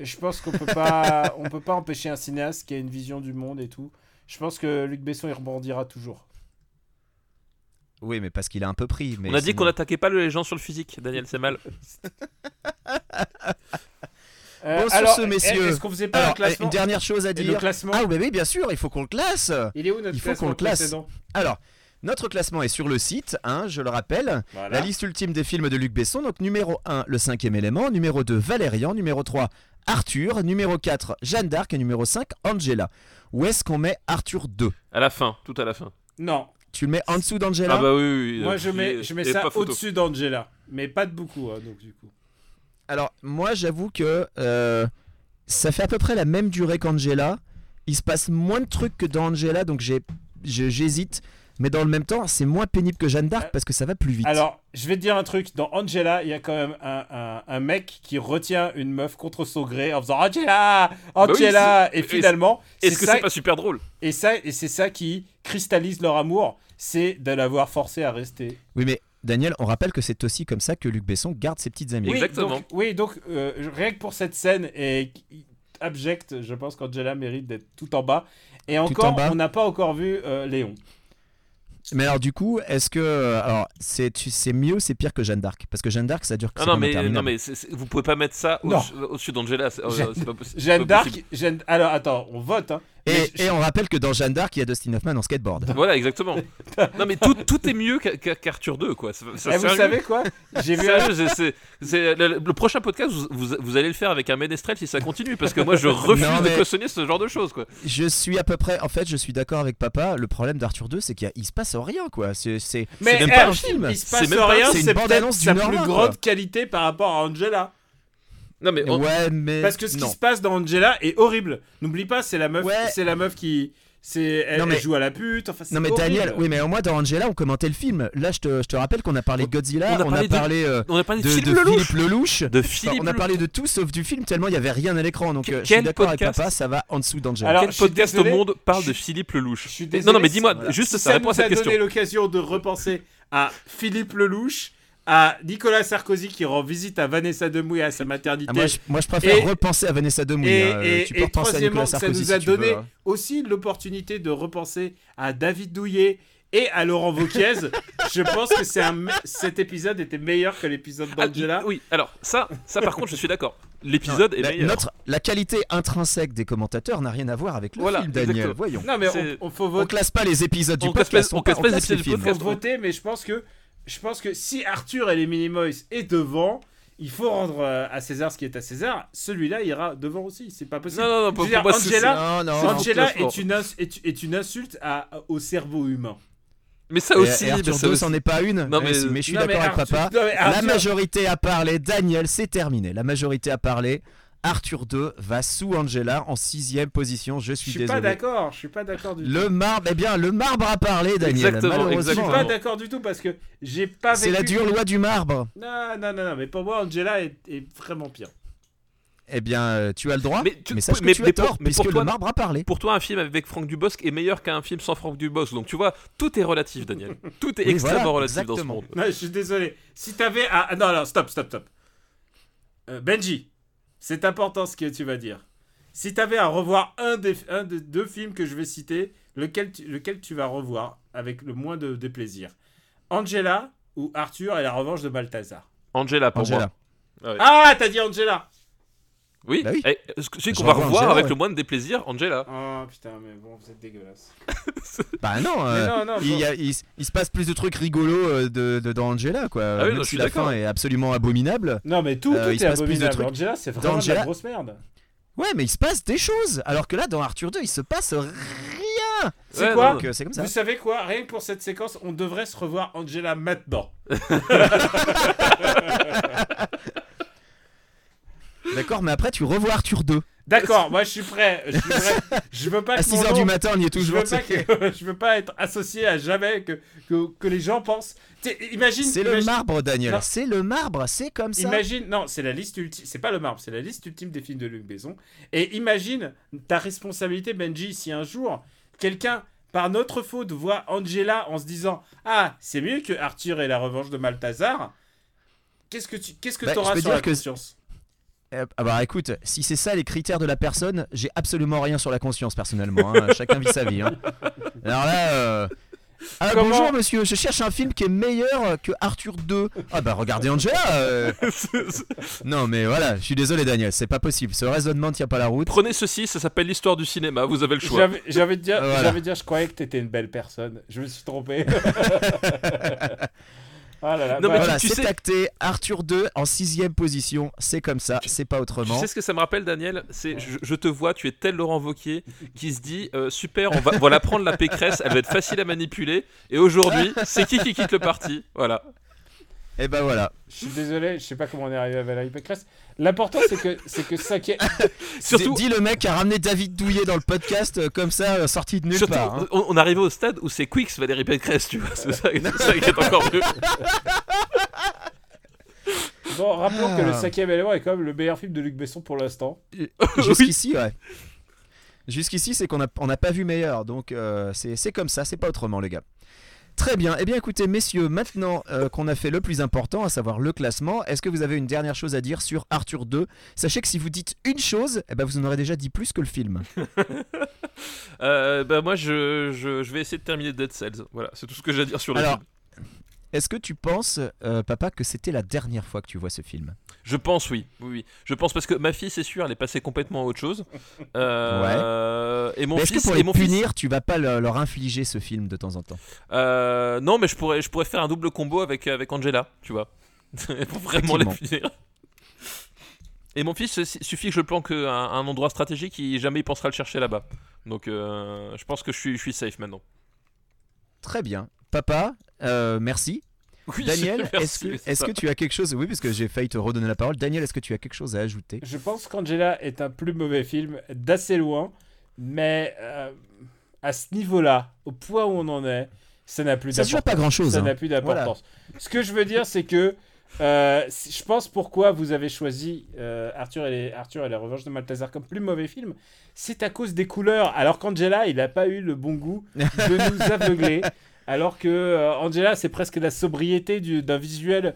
Je pense qu'on peut pas, on peut pas empêcher un cinéaste qui a une vision du monde et tout. Je pense que Luc Besson il rebondira toujours. Oui, mais parce qu'il a un peu pris. Mais On a dit sinon- qu'on n'attaquait pas les gens sur le physique, Daniel, c'est mal. Euh, Bon, sur ce, messieurs. Est-ce qu'on faisait pas Alors, un classement une dernière chose à Et le dire. classement Ah oui, oui, bien sûr, il faut qu'on le classe. Il est où notre il faut classement qu'on le classe. précédent Alors, notre classement est sur le site, hein, je le rappelle. Voilà. La liste ultime des films de Luc Besson, donc numéro 1, Le cinquième élément, numéro 2, Valérian, numéro 3, Arthur, numéro 4, Jeanne d'Arc et numéro 5, Angela. Où est-ce qu'on met Arthur 2 À la fin, tout à la fin. Non, Tu le mets en dessous d'Angela Ah bah oui, oui, oui, moi euh, je mets, je mets et ça pas photo. au-dessus d'Angela, mais pas de beaucoup hein, donc du coup. Alors, moi, j'avoue que euh, ça fait à peu près la même durée qu'Angela. Il se passe moins de trucs que dans Angela, donc j'ai- je- j'hésite. Mais dans le même temps, c'est moins pénible que Jeanne d'Arc parce que ça va plus vite. Alors, je vais te dire un truc. Dans Angela, il y a quand même un, un- un mec qui retient une meuf contre son gré en faisant Angela, Bah oui, Angela, c'est- et finalement, c'est Est-ce que ça, c'est pas super drôle et ça, et c'est ça qui cristallise leur amour, c'est de l'avoir forcé à rester. Oui, mais Daniel, on rappelle que c'est aussi comme ça que Luc Besson garde ses petites amies. Oui, Exactement. donc- Oui, donc, euh, je- rien que pour cette scène et qui- abjecte, je pense qu'Angela mérite d'être tout en bas. Et encore, en bas. on n'a pas encore vu euh, Léon. Mais alors du coup, est-ce que euh, alors c'est tu- c'est mieux ou c'est pire que Jeanne d'Arc Parce que Jeanne d'Arc, ça dure. Ah c'est non comme mais, interminable. non mais c'est- c'est- vous pouvez pas mettre ça Non. au- au-dessus d'Angela, c'est euh, Jeanne- c'est pas possible. Jeanne c'est pas possible. d'Arc, Jeanne... alors attends, on vote. hein. Et, Mais- et on rappelle que dans Jeanne d'Arc, il y a Dustin Hoffman en skateboard. Voilà, exactement. non mais tout, tout est mieux qu'à- qu'à- qu'Arthur 2 quoi. Ça, ça, Eh, vous sérieux. savez quoi J'ai vu un- Sérieux, c'est- c'est- c'est- le, le prochain podcast, vous, vous- vous allez le faire avec un ménestrel si ça continue, parce que moi je refuse Non, mais- de cautionner ce genre de choses. Quoi. Je suis à peu près, en fait, je suis d'accord avec papa. Le problème d'Arthur 2, c'est qu'il y a- il se passe rien quoi. C'est c'est Mais c'est même eh, pas un film. Il se passe C'est même pas- rien, c'est une c'est peut-être bande-annonce sa d'une plus heure, quoi. grande qualité par rapport à Angela. Non mais on- Ouais, mais Parce que ce non. qui se passe dans Angela est horrible. N'oublie pas, c'est la meuf, Ouais. c'est la meuf qui, c'est, elle, Non, mais- elle joue à la pute. Enfin, c'est Non mais horrible. Daniel, oui mais au moins dans Angela on commentait le film. Là je te, je te rappelle qu'on a parlé de Godzilla, on a on parlé a de- parlé, euh, on a parlé de, de, Philippe de Lelouch. Philippe Lelouch. De Enfin, Philippe on a parlé de tout sauf du film tellement il y avait rien à l'écran. Donc euh, je suis Quel d'accord avec podcast papa, ça va en dessous d'Angela. Alors, Quel je suis podcast désolé, au monde parle je- de Philippe Lelouch Je suis Mais- désolé. Non, non, mais dis-moi, voilà. juste ça Ça répond à nous a cette question. donné l'occasion de repenser à Philippe Lelouch, à Nicolas Sarkozy qui rend visite à Vanessa Demouy à sa maternité. Ah, moi, je, moi, je préfère Et- repenser à Vanessa Demouy. Et, hein. et- tu et peux repenser à troisièmement, Nicolas ça Sarkozy nous a si tu veux, donné hein. aussi l'opportunité de repenser à David Douillet et à Laurent Vauquiez. je pense que c'est un, me- cet épisode était meilleur que l'épisode Ah, d'Angela. oui, alors ça, ça par contre, je suis d'accord. l'épisode est La- meilleur. notre, la qualité intrinsèque des commentateurs n'a rien à voir avec le Voilà, film, Daniel. exactement. Voyons. Non, mais C'est- on, on faut On voter. classe pas les épisodes du on classe podcast, pas- on pa- classe pas les classe épisodes du films. faut podcast. voter, mais je pense que je pense que si Arthur et les Minimoys est devant, il faut rendre euh, à César ce qui est à César. Celui-là ira devant aussi. C'est pas possible. Non, non, non, Je veux pour, dire, pour moi, c'est- Angela- Non, non. C'est Angela classement. est une, ins- est, est une insulte à, au cerveau humain. c'est- Mais ça Et- aussi, et mais Arthur ça 2, aussi. c'en est pas une. Non, mais- Ouais, si, mais, je suis Non, mais d'accord avec Arthur- papa. non, mais La Arthur- majorité a parlé. Daniel, c'est terminé. La majorité a parlé. Arthur 2 va sous Angela en sixième position. Je Je suis suis pas désolé. d'accord. Je suis pas d'accord du tout. Le marbre, eh bien, le marbre a parlé, Daniel. Je Exactement, suis malheureusement. pas Exactement. d'accord du tout parce que j'ai pas vécu. C'est la dure loi du marbre. Non, non, non, non, mais pour moi, Angela est, est vraiment pire. Eh bien, euh, tu as le droit. Mais tu- Mais sache que mais- tu as mais pour- tort, mais pour puisque toi, le marbre a parlé. Pour toi, un film avec Franck Dubosc est meilleur qu'un film sans Franck Dubosc. Donc tu vois, tout est relatif, Daniel. Tout est Oui, extrêmement voilà, relatif dans ce exactement. monde. Non, je suis désolé. Si t'avais. Ah, non, non, stop, stop, stop. Euh, Benji, c'est important ce que tu vas dire. Si t'avais à revoir un des, un des deux films que je vais citer, lequel tu, lequel tu vas revoir avec le moins de, de plaisir Angela ou Arthur et la revanche de Balthazar Angela, pour Angela. moi. Ouais. Ah, t'as dit Angela Oui, Bah oui. eh, ce que- c'est Je qu'on va revois revoir Angela, avec ouais. le moindre des plaisirs, Angela. Oh putain, mais bon, vous êtes dégueulasse. Bah non, euh, non, non, il, y a- il s- il se passe plus de trucs rigolos euh, de, de- dans Angela, quoi. Ah oui, Même non, je si suis la d'accord. fin est absolument abominable. Non, mais tout, Euh, tout il est se passe plus de abominable. trucs. Angela, c'est vraiment de la D'Angela- grosse merde. Ouais, mais il se passe des choses. Alors que là, dans Arthur 2, il se passe rien. C'est Ouais, quoi non, Donc, euh, c'est comme ça. Vous savez quoi Rien que pour cette séquence, on devrait se revoir Angela maintenant. D'accord, mais après, tu revois Arthur 2. D'accord, moi je suis prêt. Je, suis prêt. je veux pas À que mon 6h nom- du matin, on y est Je toujours. veux, pas que- je veux pas être associé à jamais que, que, que les gens pensent. Tu sais, imagine. C'est le imagine- marbre, Daniel. Non. C'est le marbre, c'est comme ça. Imagine, non, c'est la liste ultime, c'est pas le marbre, c'est la liste ultime des films de Luc Besson. Et imagine ta responsabilité, Benji, si un jour quelqu'un, par notre faute, voit Angela en se disant Ah, c'est mieux que Arthur et la revanche de Malthazar. Qu'est-ce que tu qu'est-ce que Bah, je t'auras peux sur dire la que- conscience Euh, ah bah écoute, si c'est ça les critères de la personne, j'ai absolument rien sur la conscience personnellement. hein. Chacun vit sa vie. hein. Alors là. euh, Ah, Comment- bonjour monsieur, je cherche un film qui est meilleur que Arthur 2. Ah bah regardez Angela euh. Non mais voilà, je suis désolé Daniel, c'est pas possible. Ce raisonnement ne tient pas la route. Prenez ceci, ça s'appelle l'histoire du cinéma, vous avez le choix. J'avais j'avais de dire, Voilà. j'avais de dire, je croyais que t'étais une belle personne. Je me suis trompé. Ah là là, Non, bah, mais voilà, tu c'est sais- acté. Arthur 2 en sixième position, c'est comme ça, c'est pas Tu autrement. sais ce que ça me rappelle, Daniel C'est je, je te vois, tu es tel Laurent Vauquier qui se dit euh, super, on va voilà prendre la pécresse, elle va être facile à manipuler. Et aujourd'hui, c'est qui qui quitte le parti Voilà. Et bah voilà. je suis désolé, je sais pas comment on est arrivé à Valérie Pécresse. L'important c'est que c'est que cinquième. Surtout, Dis le mec qui a ramené David Douillet dans le podcast euh, comme ça, euh, sorti de nulle surtout, part. hein. on, on arrivait au stade où c'est Quicks Valérie Pécresse, tu vois. C'est ça, c'est ça qui est encore mieux. Bon, rappelons que le Ah. cinquième élément est quand même le meilleur film de Luc Besson pour l'instant. Jusqu'ici, ouais. Jusqu'ici, c'est qu'on n'a on n'a pas vu meilleur. Donc, euh, c'est c'est comme ça, c'est pas autrement, les gars. Très bien. Eh bien, écoutez, messieurs, maintenant euh, qu'on a fait le plus important, à savoir le classement, est-ce que vous avez une dernière chose à dire sur Arthur 2 Sachez que si vous dites une chose, eh ben, vous en aurez déjà dit plus que le film. Euh, bah, moi, je, je, je vais essayer de terminer Dead Cells. Voilà, c'est tout ce que j'ai à dire sur le Alors, film. Est-ce que tu penses, euh, papa, que c'était la dernière fois que tu vois ce film Je pense, oui. oui, oui. Je pense parce que ma fille, c'est sûr, elle est passée complètement à autre chose. Euh, Et mon Mais Est-ce que fils, pour et les mon fils- punir, tu vas pas le- leur infliger ce film de temps en temps Euh, non, mais je pourrais, je pourrais faire un double combo avec, avec Angela, tu vois. pour vraiment les Effectivement. punir. Et mon fils, il suffit que je le planque à un, un endroit stratégique, il, jamais il pensera le chercher là-bas. Donc euh, je pense que je suis, je suis safe maintenant. Très bien. Papa, euh, merci. Oui, Daniel, merci, est-ce que, c'est est-ce ça. que tu as quelque chose Oui, parce que j'ai failli te redonner la parole. Daniel, est-ce que tu as quelque chose à ajouter Je pense qu'Angela est un plus mauvais film d'assez loin, mais euh, à ce niveau-là, au point où on en est, ça n'a plus Ça se d'importance. joue à pas grand-chose. Ça hein. n'a plus d'importance. Ce que je veux dire, c'est que euh, si- je pense pourquoi vous avez choisi euh, Arthur, et les, Arthur et la Revanche de Malthazar comme plus mauvais film, c'est à cause des couleurs. Alors qu'Angela, il n'a pas eu le bon goût de nous aveugler. Alors que euh, Angela, c'est presque la sobriété du- d'un visuel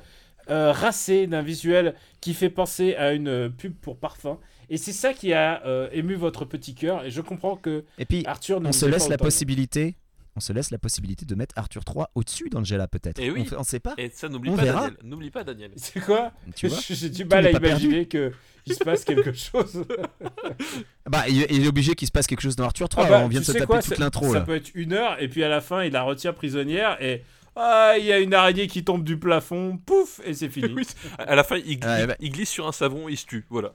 euh, racé, d'un visuel qui fait penser à une euh, pub pour parfum. Et c'est ça qui a euh, ému votre petit cœur. Et je comprends que Et puis, Arthur ne on vous se ait pas laisse la autant aimé. possibilité on se laisse la possibilité de mettre Arthur 3 au-dessus d'Angela peut-être. Eh oui. On- On ne sait pas. Et ça, n'oublie On pas verra. Daniel. N'oublie pas Daniel. C'est quoi Tu vois J'ai du mal n'est à pas perdu. imaginer que il se passe quelque chose. Bah, il, il est obligé qu'il se passe quelque chose dans Arthur 3. Ah bah, on vient de tu se sais taper quoi, toute ça- l'intro Ça là. peut être une heure et puis à la fin il la retient prisonnière et ah il y a une araignée qui tombe du plafond, pouf et c'est fini. Oui, À à la fin, il, gl- Ouais, bah. il glisse sur un savon et il se tue. Voilà.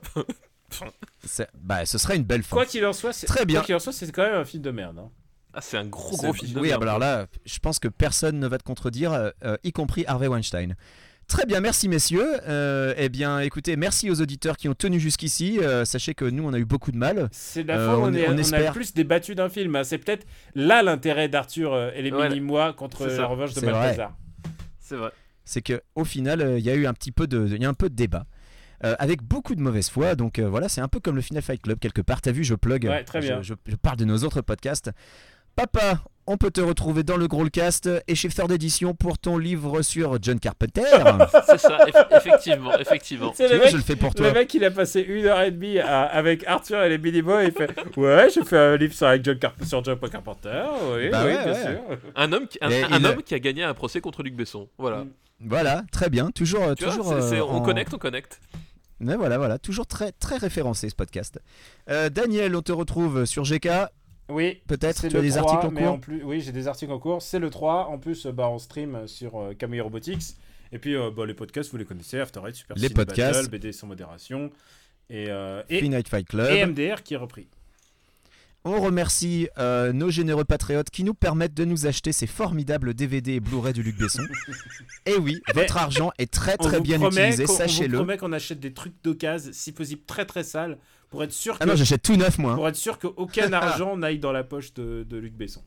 C'est- Bah, ce serait une belle fin. Quoi qu'il en soit, c'est Très bien. quoi qu'il en soit, c'est quand même un film de merde. hein. Ah, c'est un gros C'est- gros film. de oui, merde. ah bah alors là, je pense que personne ne va te contredire, euh, euh, y compris Harvey Weinstein. Très bien, merci messieurs. Euh, eh bien, écoutez, merci aux auditeurs qui ont tenu jusqu'ici. Euh, sachez que nous, on a eu beaucoup de mal. C'est de la Euh, fois où on- on, est- on on a espère. le plus débattu d'un film. hein. C'est peut-être là l'intérêt d'Arthur euh, et les Voilà. mini-mois contre C'est ça. la revanche de C'est vrai. Balthazar. C'est vrai. C'est que au final, euh, il y a eu un petit peu de, il y a un peu de débat. Euh, avec beaucoup de mauvaise foi, donc euh, voilà, c'est un peu comme le Final Fight Club quelque part. T'as vu, je plug, Ouais, très je- bien. Je, je parle de nos autres podcasts. Papa, on peut te retrouver dans le Growlcast et chez Ford Édition pour ton livre sur John Carpenter. C'est ça, eff- effectivement, effectivement. C'est tu le vois, mec, je le fais pour le toi. mec, il a passé une heure et demie à- avec Arthur et les mini-mois et il fait Ouais, j'ai fait un livre sur, avec John Carp- sur John Carpenter. Oui, Bah oui, ouais, bien ouais. sûr. Un homme, qui, un, Mais un- un il- homme qui a gagné un procès contre Luc Besson. Voilà. Mm. Voilà, très bien. Toujours, euh, Tu toujours. vois, c'est- c'est- euh, on en- connecte, on connecte. Ouais, voilà, voilà. Toujours très, très référencé ce podcast. Euh, Daniel, on te retrouve sur GK. Oui, Peut-être C'est tu as le des 3, articles en mais cours. plus, oui, j'ai des articles en cours. C'est le 3. En plus, euh, bah, on stream sur euh, Camille Robotics. Et puis, euh, bah, les podcasts, vous les connaissez After Eight, Super Les Cine podcasts. Battle, BD sans modération. Et, euh, et, Free Night Fight Club. et MDR qui est repris. On remercie euh, nos généreux patriotes qui nous permettent de nous acheter ces formidables DVD et Blu-ray du Luc Besson. et oui, Mais votre argent est très Eh ben, On très vous bien promet utilisé, qu'on- On sachez-le. vous promet qu'on achète des trucs d'occasion, si possible très très sales, pour être sûr que, Ah non, j'achète tout neuf moi. hein. pour être sûr qu'aucun argent n'aille dans la poche de, de Luc Besson.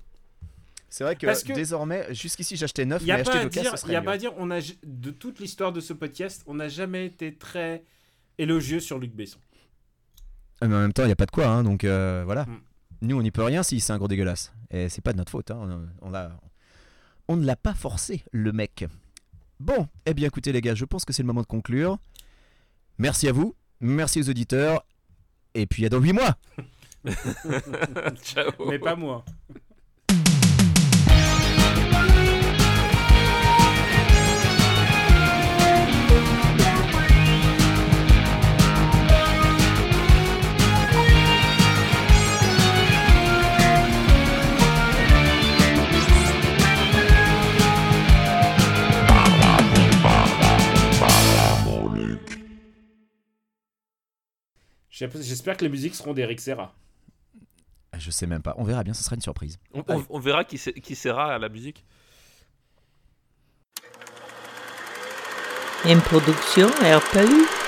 C'est vrai que, Parce que- désormais, jusqu'ici j'achetais neuf, Il n'y mais a, pas acheter à d'occasion, dire, ce y serait a pas à mieux. dire, on a, j- de toute l'histoire de ce podcast, on n'a jamais été très élogieux sur Luc Besson. Ah, Mais en même temps, il n'y a pas de quoi, hein, donc euh, voilà. Mm. Nous, on n'y peut rien si c'est un gros dégueulasse. Et c'est pas de notre faute. hein, On, on l'a- on ne l'a pas forcé, le mec. Bon, eh bien écoutez les gars, je pense que c'est le moment de conclure. Merci à vous, merci aux auditeurs, et puis à dans 8 mois Ciao. Mais pas moi. J'espère que les musiques seront d'Eric Serra. Ah, Je sais même pas. On verra bien, ce sera une surprise. On, on- on verra qui, c'est- qui sera à la musique. Une production RPU.